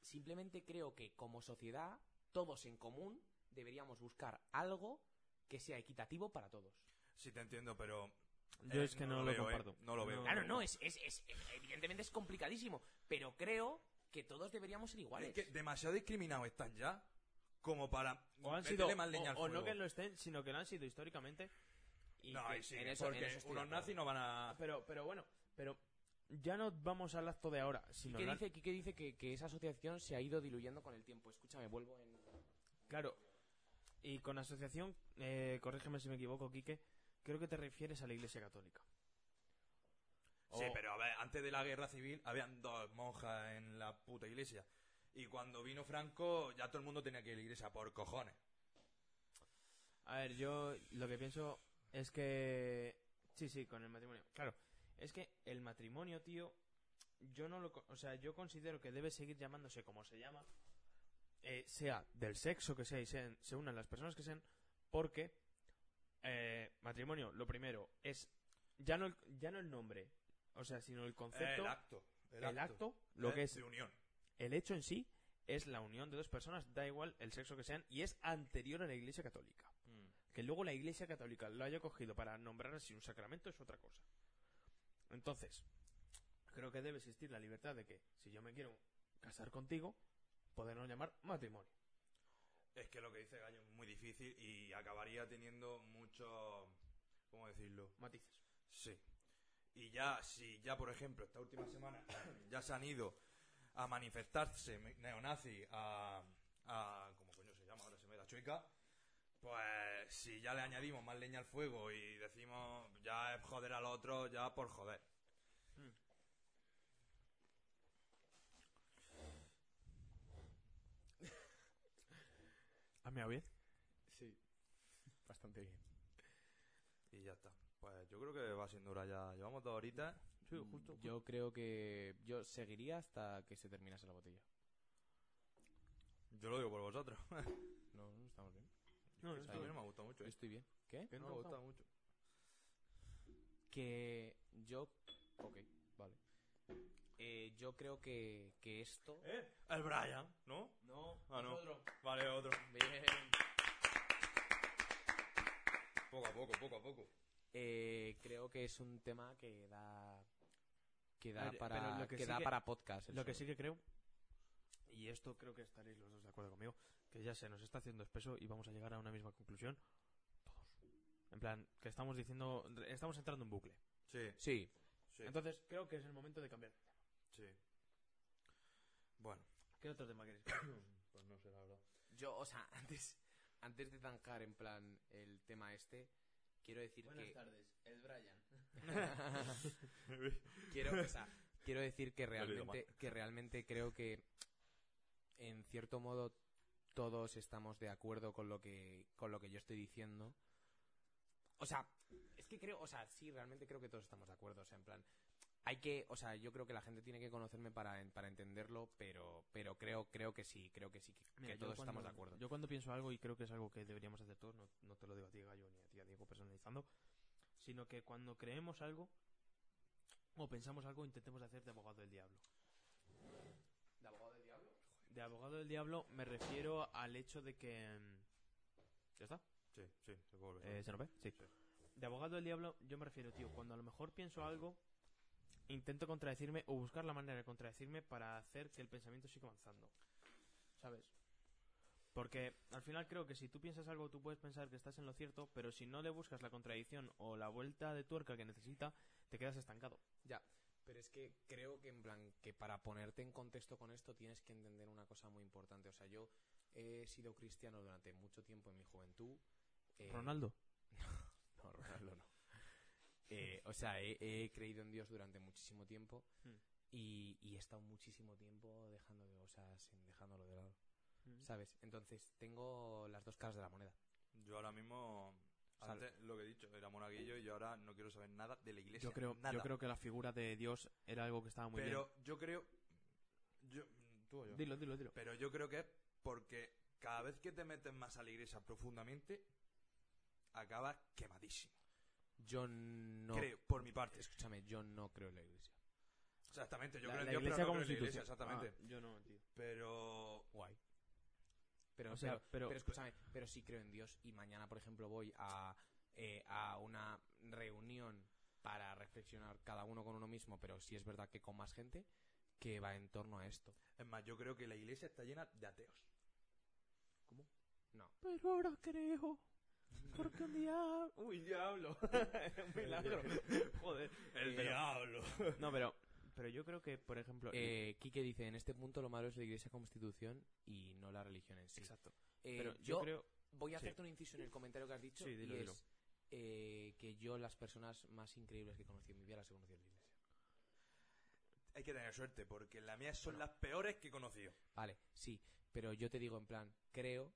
simplemente creo que como sociedad, todos en común deberíamos buscar algo que sea equitativo para todos. Sí te entiendo, pero... Yo eh, es que no, lo, veo, ¿eh? comparto. No lo veo. Claro, no, es, es, es- evidentemente es complicadísimo, pero creo que todos deberíamos ser iguales. Es que demasiado discriminados están ya como para O han meterle sido... más o- leña al o no fuego. que lo estén, sino que lo han sido históricamente. y No, que- y sí, en eso- en porque eso estoy de unos acuerdo. nazis no van a... Pero, pero bueno, pero ya no vamos al acto de ahora, sino Quique al- dice, Quique dice que, que esa asociación se ha ido diluyendo con el tiempo. Escúchame, vuelvo en... claro. Y con asociación, eh, corrígeme si me equivoco, Quique, creo que te refieres a la Iglesia Católica. Sí, O- pero a ver, antes de la guerra civil habían dos monjas en la puta iglesia. Y cuando vino Franco, ya todo el mundo tenía que ir a la iglesia por cojones. A ver, yo lo que pienso es que... Sí, sí, con el matrimonio. Claro, es que el matrimonio, tío, yo no lo... co- O sea, yo considero que debe seguir llamándose como se llama, eh, sea del sexo que sea y sean, se unan las personas que sean, porque eh, matrimonio, lo primero, es ya no, el, ya no el nombre, o sea, sino el concepto, Eh, el acto. El, el acto, lo que es De unión. el hecho en sí, es la unión de dos personas, da igual el sexo que sean, y es anterior a la Iglesia Católica. Mm. Que luego la Iglesia Católica lo haya cogido para nombrar así un sacramento es otra cosa. Entonces, creo que debe existir la libertad de que si yo me quiero casar contigo, podernos llamar matrimonio. Es que lo que dice Gallo es muy difícil y acabaría teniendo mucho... ¿Cómo decirlo? Matices. Sí. Y ya, si ya, por ejemplo, esta última semana ya se han ido a manifestarse me- neonazis a, a... ¿Cómo coño se llama? Ahora se me da chueca. Pues si ya le añadimos más leña al fuego y decimos ya es joder al otro, ya por joder. ¿Has meado bien? Sí. Bastante bien. Y ya está. Pues yo creo que va siendo hora ya. Llevamos dos horitas. Sí, Mm, justo. Yo creo que yo seguiría hasta que se terminase la botella. Yo lo digo por vosotros. No, no estamos bien. No, A mí no me ha gustado mucho. Yo ¿eh? estoy bien. ¿Qué? ¿Qué No no te me ha ha gustado mucho. Que yo... Ok, vale. Eh, yo creo que, que esto... ¿Eh? El Brian, ¿no? No, Ah, no. Vale, otro. Bien. Poco a poco, poco a poco. Eh, creo que es un tema que da... Que da, A ver, para, pero lo que que sí da que- para podcast. el Lo que solo. sí que creo, y esto creo que estaréis los dos de acuerdo conmigo, que ya se nos está haciendo espeso y vamos a llegar a una misma conclusión. Todos. En plan, que estamos diciendo, estamos entrando en bucle. Sí, Sí. sí, Entonces, creo que es el momento de cambiar. sí. Bueno, ¿Qué otro tema queréis? pues no sé la verdad. Yo, o sea, antes, antes de zanjar en plan el tema este, quiero decir que... tardes, es Brian. quiero, o sea, quiero decir que he leído realmente, que realmente creo que en cierto modo todos estamos de acuerdo con lo que con lo que yo estoy diciendo. O sea, es que creo, o sea, sí, realmente creo que todos estamos de acuerdo, o sea, en plan hay que, o sea, yo creo que la gente tiene que conocerme para, en- para entenderlo, pero pero creo creo que sí, creo que sí que, que Mira, yo todos cuando- estamos de acuerdo. Yo cuando pienso algo, y creo que es algo que deberíamos hacer todos, no, no te lo digo a ti, Gallo, ni a ti, a Diego, personalizando, sino que cuando creemos algo o pensamos algo, intentemos hacer de abogado del diablo. ¿De abogado del diablo? De abogado del diablo me refiero al hecho de que... mm, ¿Ya está? Sí, sí, se puede volver. Eh, ¿Se nos ve? Sí. De abogado del diablo yo me refiero, tío, cuando a lo mejor pienso algo, intento contradecirme o buscar la manera de contradecirme para hacer que el pensamiento siga avanzando. ¿Sabes? Porque al final creo que si tú piensas algo, tú puedes pensar que estás en lo cierto, pero si no le buscas la contradicción o la vuelta de tuerca que necesita, te quedas estancado. Pero es que creo que en plan que para ponerte en contexto con esto tienes que entender una cosa muy importante. O sea, yo he sido cristiano durante mucho tiempo en mi juventud. Eh, Ronaldo. No, Ronaldo no. Eh, o sea, he, he creído en Dios durante muchísimo tiempo Hmm. y, y he estado muchísimo tiempo dejándolo, o sea, sin dejándolo de lado. Hmm. ¿Sabes? Entonces tengo las dos caras de la moneda. Yo ahora mismo. Sal- Antes, lo que he dicho, era monaguillo y yo ahora no quiero saber nada de la iglesia. Yo creo, nada. yo creo que la figura de Dios era algo que estaba muy Pero yo creo. Yo, tú o yo. bien. Dilo, dilo, dilo. Pero yo creo que es porque cada vez que te metes más a la iglesia profundamente, acabas quemadísimo. Yo no. Creo, por mi parte. Escúchame, yo no creo en la iglesia. Exactamente, yo La- creo la en Dios, pero iglesia no como creo en la iglesia, institución. exactamente. Ah, yo no, tío. Pero Guay. Pero, O sea, pero, pero- pero escúchame, pero sí creo en Dios y mañana, por ejemplo, voy a, eh, a una reunión para reflexionar cada uno con uno mismo, pero sí es verdad que con más gente que va en torno a esto. Es más, yo creo que la iglesia está llena de ateos. No. Pero ahora creo. Porque un diablo. Uy, diablo. Un milagro. Joder. Eh, pero- diablo. No, pero. Pero yo creo que, por ejemplo. Eh, Quique dice, en este punto lo malo es la iglesia como institución y no la religión en sí. exacto. Eh, Pero yo yo creo. voy a sí. hacerte un inciso en el comentario que has dicho Sí, dilo, y dilo. es eh, que yo las personas más increíbles que conocí en mi vida las he conocido en la iglesia. Hay que tener suerte, porque la mía son las peores que he conocido. Vale, sí, pero yo te digo en plan, creo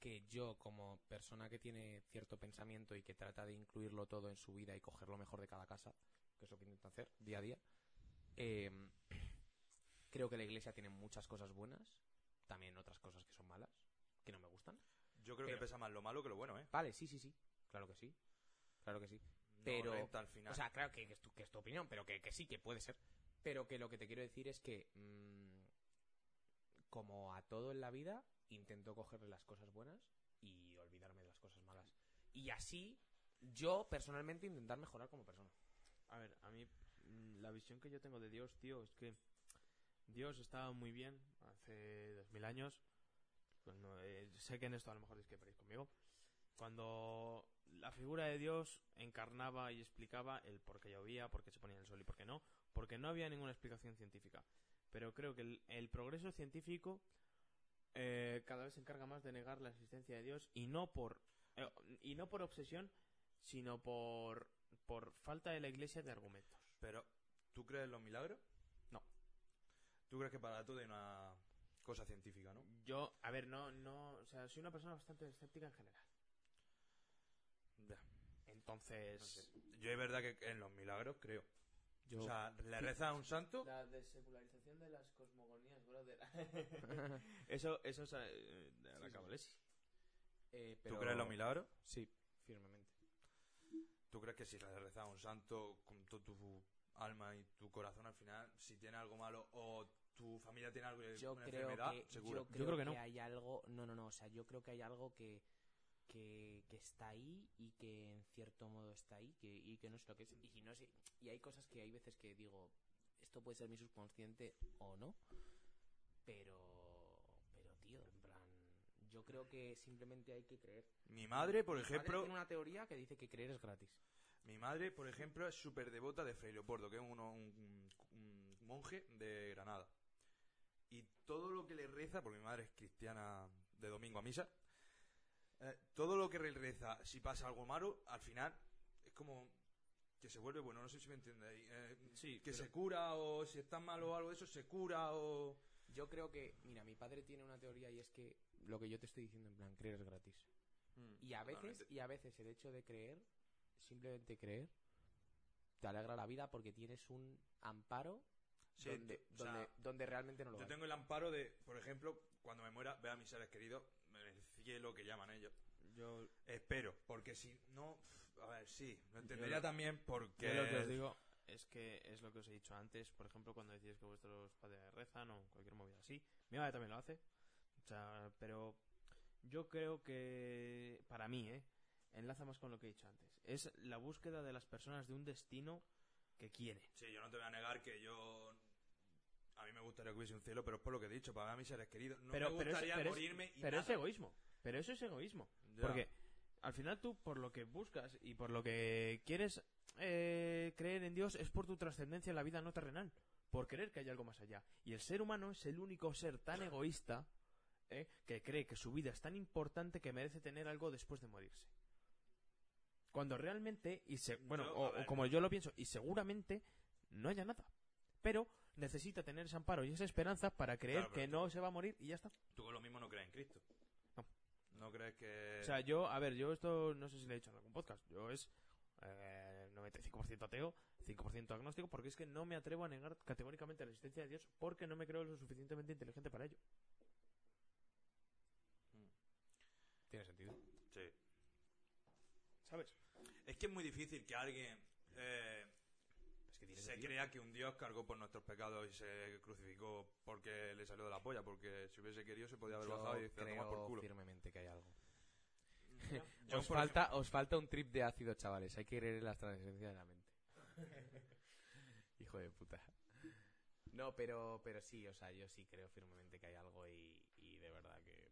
que yo como persona que tiene cierto pensamiento y que trata de incluirlo todo en su vida y coger lo mejor de cada casa, que es lo que intento hacer día a día, eh, creo que la iglesia tiene muchas cosas buenas, también otras cosas que son malas, que no me gustan. Yo creo Pero- que pesa más lo malo que lo bueno, ¿eh? Vale, sí, sí, sí, claro que sí, claro que sí. No Pero- renta al final. O sea, claro que, que es, tu, que es tu opinión, pero que, que sí, que puede ser. Pero que lo que te quiero decir es que, mm, como a todo en la vida, intento cogerle las cosas buenas y olvidarme de las cosas malas. Y así, yo personalmente intentar mejorar como persona. A ver, a mí. mm, La visión que yo tengo de Dios, tío, es que. Dios estaba muy bien hace dos mil años. Pues no, eh, sé que en esto a lo mejor discreparéis conmigo. Cuando la figura de Dios encarnaba y explicaba el por qué llovía, por qué se ponía el sol y por qué no, porque no había ninguna explicación científica. Pero creo que el, el progreso científico eh, cada vez se encarga más de negar la existencia de Dios y no por eh, y no por obsesión, sino por por falta de la Iglesia de argumentos. Pero, ¿tú crees en los milagros? No. ¿Tú crees que para todo hay una cosa científica, no? Yo, a ver, no, no, o sea, soy una persona bastante escéptica en general. Ya. Entonces, No sé. Yo es verdad que en los milagros creo. O sea, le reza a un santo. La desecularización de las cosmogonías, brother. eso, eso es eh, de la sí. cabalesis. Eh, ¿Tú pero- crees en los milagros? Sí, firmemente. ¿Tú crees que si le rezas a un santo con toda tu alma y tu corazón al final, si tiene algo malo o tu familia tiene algo, yo una creo enfermedad, que seguro? yo creo, creo que, que no. hay algo no no no o sea yo creo que hay algo que que, que está ahí y que en cierto modo está ahí que, y que no es lo que es y no sé y hay cosas que hay veces que digo esto puede ser mi subconsciente o no pero pero tío en plan yo creo que simplemente hay que creer Mi madre, por Mi padre ejemplo, tiene una teoría que dice que creer es gratis mi madre, por ejemplo, es súper devota de Fray Leopoldo, que es uno- un, un monje de Granada. Y todo lo que le reza, porque mi madre es cristiana de domingo a misa, eh, todo lo que le reza, si pasa algo malo, al final es como que se vuelve bueno, no sé si me entendéis. eh, Sí, que se cura o si está malo o algo de eso, se cura o... yo creo que mira mi padre tiene una teoría y es que lo que yo te estoy diciendo en plan creer es gratis Y a veces, Mm, Totalmente. y a veces el hecho de creer, simplemente creer, te alegra la vida porque tienes un amparo Sí, donde, o sea, donde, donde realmente no lo yo hay. tengo el amparo de, por ejemplo, cuando me muera, ve a mis seres queridos en el cielo que llaman ellos. Yo, Espero, porque si no... pf, A ver, sí, lo Yo entendería lo- también porque... yo lo que os digo es que es lo que os he dicho antes. Por ejemplo, cuando decís que vuestros padres rezan o cualquier movida así. Mi madre también lo hace. O sea, pero yo creo que, para mí, ¿eh? enlaza más con lo que he dicho antes. Es la búsqueda de las personas de un destino que quieren. Sí, yo no te voy a negar que yo... A mí me gustaría que hubiese un cielo, pero es por lo que he dicho, para ver a mis seres queridos. No Pero- me pero es- gustaría pero es- morirme y Pero es nada. egoísmo. Pero eso es egoísmo. Ya. Porque al final tú, por lo que buscas y por lo que quieres eh, creer en Dios, es por tu trascendencia en la vida no terrenal. Por creer que hay algo más allá. Y el ser humano es el único ser tan egoísta eh, que cree que su vida es tan importante que merece tener algo después de morirse. Cuando realmente, y se, bueno, Yo, o- a ver. o como yo lo pienso, y seguramente no haya nada. Pero necesita tener ese amparo y esa esperanza para creer Claro, pero que tú- no se va a morir y ya está. Tú lo mismo no crees en Cristo. No. No crees que... O sea, yo, a ver, yo esto no sé si lo he dicho en algún podcast. Yo es eh, 95% ateo, 5% agnóstico, porque es que no me atrevo a negar categóricamente la existencia de Dios porque no me creo lo suficientemente inteligente para ello. Tiene sentido. Sí. ¿Sabes? Es que es muy difícil que alguien eh, se crea que un Dios cargó por nuestros pecados y se crucificó porque le salió de la polla, porque si hubiese querido se podía haber bajado y Yo se tomar por creo culo. firmemente que hay algo. Yo, os, por falta, os falta un trip de ácido, chavales. Hay que creer en las transferencias de la mente. Hijo de puta. No, pero, pero sí, o sea, yo sí creo firmemente que hay algo y, y de verdad que...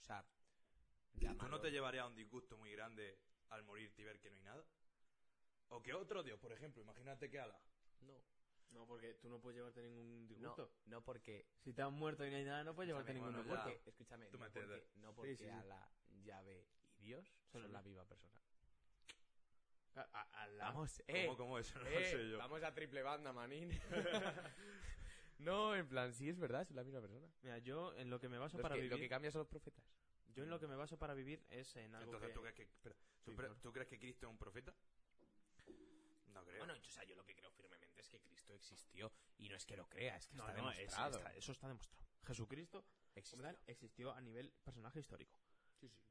O sea... ¿Tú no llamadlo- te llevarías un disgusto muy grande al morirte y ver que no hay nada? O que otro Dios, por ejemplo, imagínate que Ala. No. No, porque tú no puedes llevarte ningún No, no porque Si te han muerto y no hay nada, no puedes llevarte Escúchame, ningún No bueno, ya. disgusto. porque, escúchame, Tú no me entiendes. porque, no porque sí, sí. a la llave y Dios Son son la uno. viva persona. A- a- al lado. Vamos, eh, ¿Cómo, cómo eso? No lo eh, sé yo. vamos a triple banda, manín. no, en plan, sí es verdad, es la misma persona. Mira, yo en lo que me baso Los para que- vivir. lo que cambia son los profetas. Yo en lo que me baso para vivir es en algo Entonces, que- ¿tú crees, que, espera, ¿tú, Sí, pre- claro. tú crees que Cristo es un profeta? No creo. Bueno, yo, o sea, yo lo que creo firmemente es que Cristo existió y no es que lo crea, es que No, está no, es- demostrado. está- eso está demostrado. Jesucristo Existió. como tal, existió a nivel personaje histórico.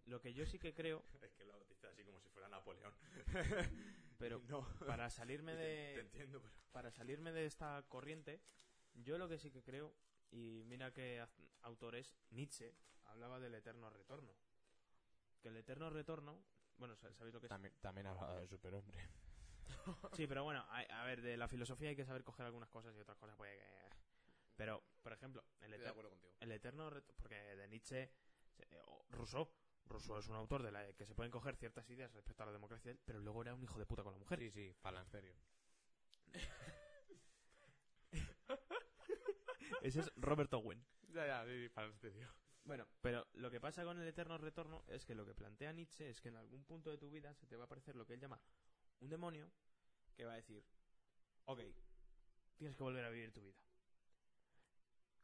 Lo que yo sí que creo, es que lo bautiza así como si fuera Napoleón. pero no. para salirme Te, te de entiendo, pero... para salirme de esta corriente, yo lo que sí que creo y mira que au- autor es Nietzsche, hablaba del eterno retorno. Que el eterno retorno, bueno, sa- sabéis lo que es. También, también hablaba de superhombre. Sí, pero bueno, a, a ver, de la filosofía hay que saber coger algunas cosas y otras cosas puede que pues, eh, Pero, por ejemplo, el, Estoy Eter- de acuerdo contigo. el eterno reto, porque de Nietzsche, eh, o Rousseau, Rousseau es un autor de la que se pueden coger ciertas ideas respecto a la democracia, pero luego era un hijo de puta con la mujer. Sí, sí, serio Ese es Robert Owen. Ya, ya, sí, sí, serio Bueno, pero lo que pasa con el eterno retorno es que lo que plantea Nietzsche es que en algún punto de tu vida se te va a aparecer lo que él llama un demonio que va a decir, ok, tienes que volver a vivir tu vida.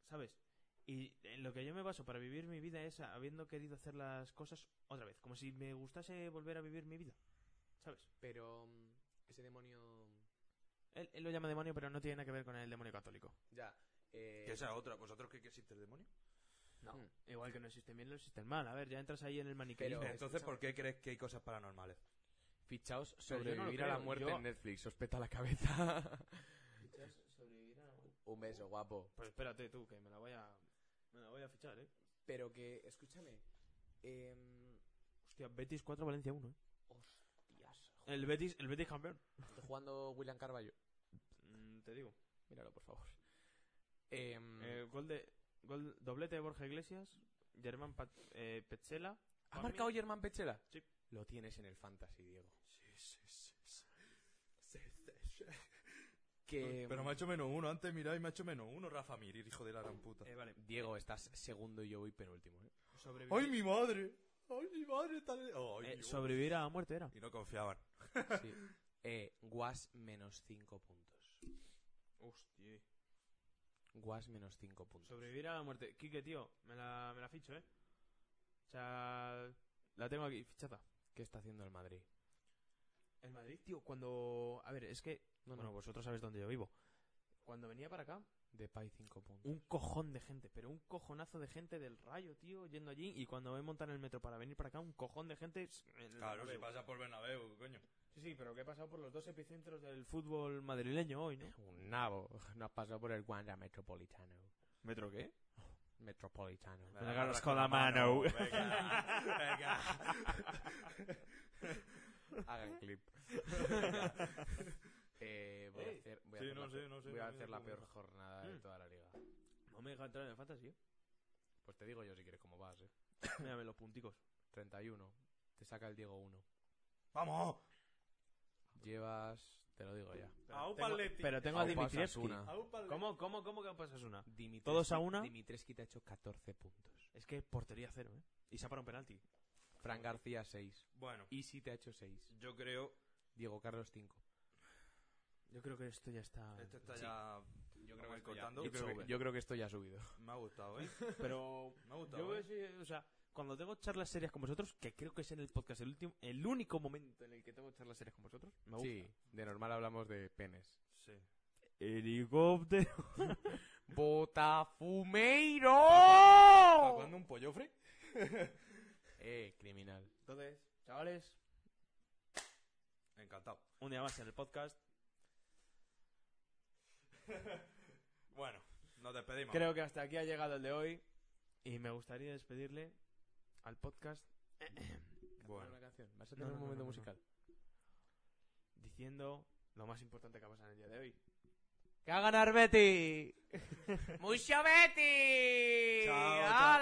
¿Sabes? Y en lo que yo me baso para vivir mi vida es habiendo querido hacer las cosas otra vez, como si me gustase volver a vivir mi vida. ¿Sabes? Pero mm, ese demonio... Él, él lo llama demonio, pero no tiene nada que ver con el demonio católico. Ya. Eh... Que esa es otra. ¿Vosotros qué que existe el demonio? No. Mm. Hmm. Igual que no existe el bien, no existe el mal. A ver, ya entras ahí en el maniqueísmo. Pero- Eh, Entonces, escucha- ¿por qué crees que hay cosas paranormales? Fichaos Pero yo no lo sobrevivir a creo, la muerte yo- en Netflix. Os peta la cabeza. Pues Un beso, guapo. espérate tú, que me la voy a... Me la voy a fichar, ¿eh? Pero que, escúchame. em, Hostia, Betis 4, Valencia 1, ¿eh? hostias. El Betis, el Betis campeón. Está jugando William Carballo. Mm, te digo. Míralo, por favor. Em, Eh, gol de... Gol, doblete de Borja Iglesias, Germán Pat, eh, Petzela. ¿Ha marcado Germán Pechela? Sí. Lo tienes en el fantasy, Diego. Que, Pero me ha hecho menos uno. Antes miraba y me ha hecho menos uno, Rafa Mirir, hijo de la gran puta. Eh, vale. Diego, estás segundo y yo voy penúltimo. ¿eh? Sobrevivir, ¡Ay, mi madre! ¡Ay, mi madre! Está... de- ¡Ay, eh, Dios! sobrevivir a la muerte era. Y no confiaban. Sí. Eh, Guas menos 5 puntos. Hostia. Guas menos 5 puntos. Sobrevivir a la muerte. Quique, tío, me la, me la ficho, ¿eh? O sea... La tengo aquí, fichada. ¿Qué está haciendo el Madrid? El Madrid, tío, cuando... A ver, es que... No, Bueno, no. vosotros sabéis dónde yo vivo. Cuando venía para acá, De Pay 5 puntos. un cojón de gente, pero un cojonazo de gente del rayo, tío, yendo allí. Y cuando voy a montar en el metro para venir para acá, un cojón de gente... es- en el Claro, si Bernabéu. pasa por Bernabéu, coño. Sí, sí, pero que he pasado por los dos epicentros del fútbol madrileño hoy, ¿no? Un nabo. No has pasado por el Wanda Metropolitano. ¿Metro qué? Metropolitano. Me la agarras con la mano. Venga, venga. Hagan clip. Eh, voy a hacer, voy a Sí, hacer no la, sé, pe- no sé, voy a no sé hacer la cómo Hmm. peor va. jornada de Mm. toda la liga. No me deja entrar en el fantasy, ¿eh? Pues te digo yo si quieres cómo vas, eh. Mírame los punticos. 31. Te saca el Diego 1. ¡Vamos! Llevas, te lo digo ya. A un Tengo- paletti. pero tengo a Aupa Dimitrievski. Osasuna. A un paletti. ¿Cómo, cómo, cómo que pasas una? Dimitreski- Todos a una. Dimitreski te ha hecho 14 puntos. Es que portería cero, ¿eh? Y se ha parado un penalti. Fran García 6. Bueno, Easy te ha hecho 6. yo creo... Diego Carlos 5. Yo creo que esto ya está... Esto está Sí. ya... Yo creo que cortando. Yo creo, que, yo creo que esto ya ha subido. Me ha gustado, ¿eh? Pero Me ha gustado. Yo ¿eh? veo si- o sea, cuando tengo charlas serias con vosotros, que creo que es en el podcast el último, el único momento en el que tengo charlas serias con vosotros, me gusta. Sí, de normal hablamos de penes. Sí. Helicóptero. ¿Para ¡Botafumeiro! cuándo un pollofre? Eh, criminal. Entonces, chavales, Encantado. un día más en el podcast. Bueno, nos despedimos. Creo que hasta aquí ha llegado el de hoy y me gustaría despedirle al podcast Bueno, canción. Vas a No, tener un no, no, momento no, no. musical. diciendo lo más importante que ha pasado en el día de hoy. ¡Que va a ganar Betty! ¡Mucho Betty! Chao, ¡Ah!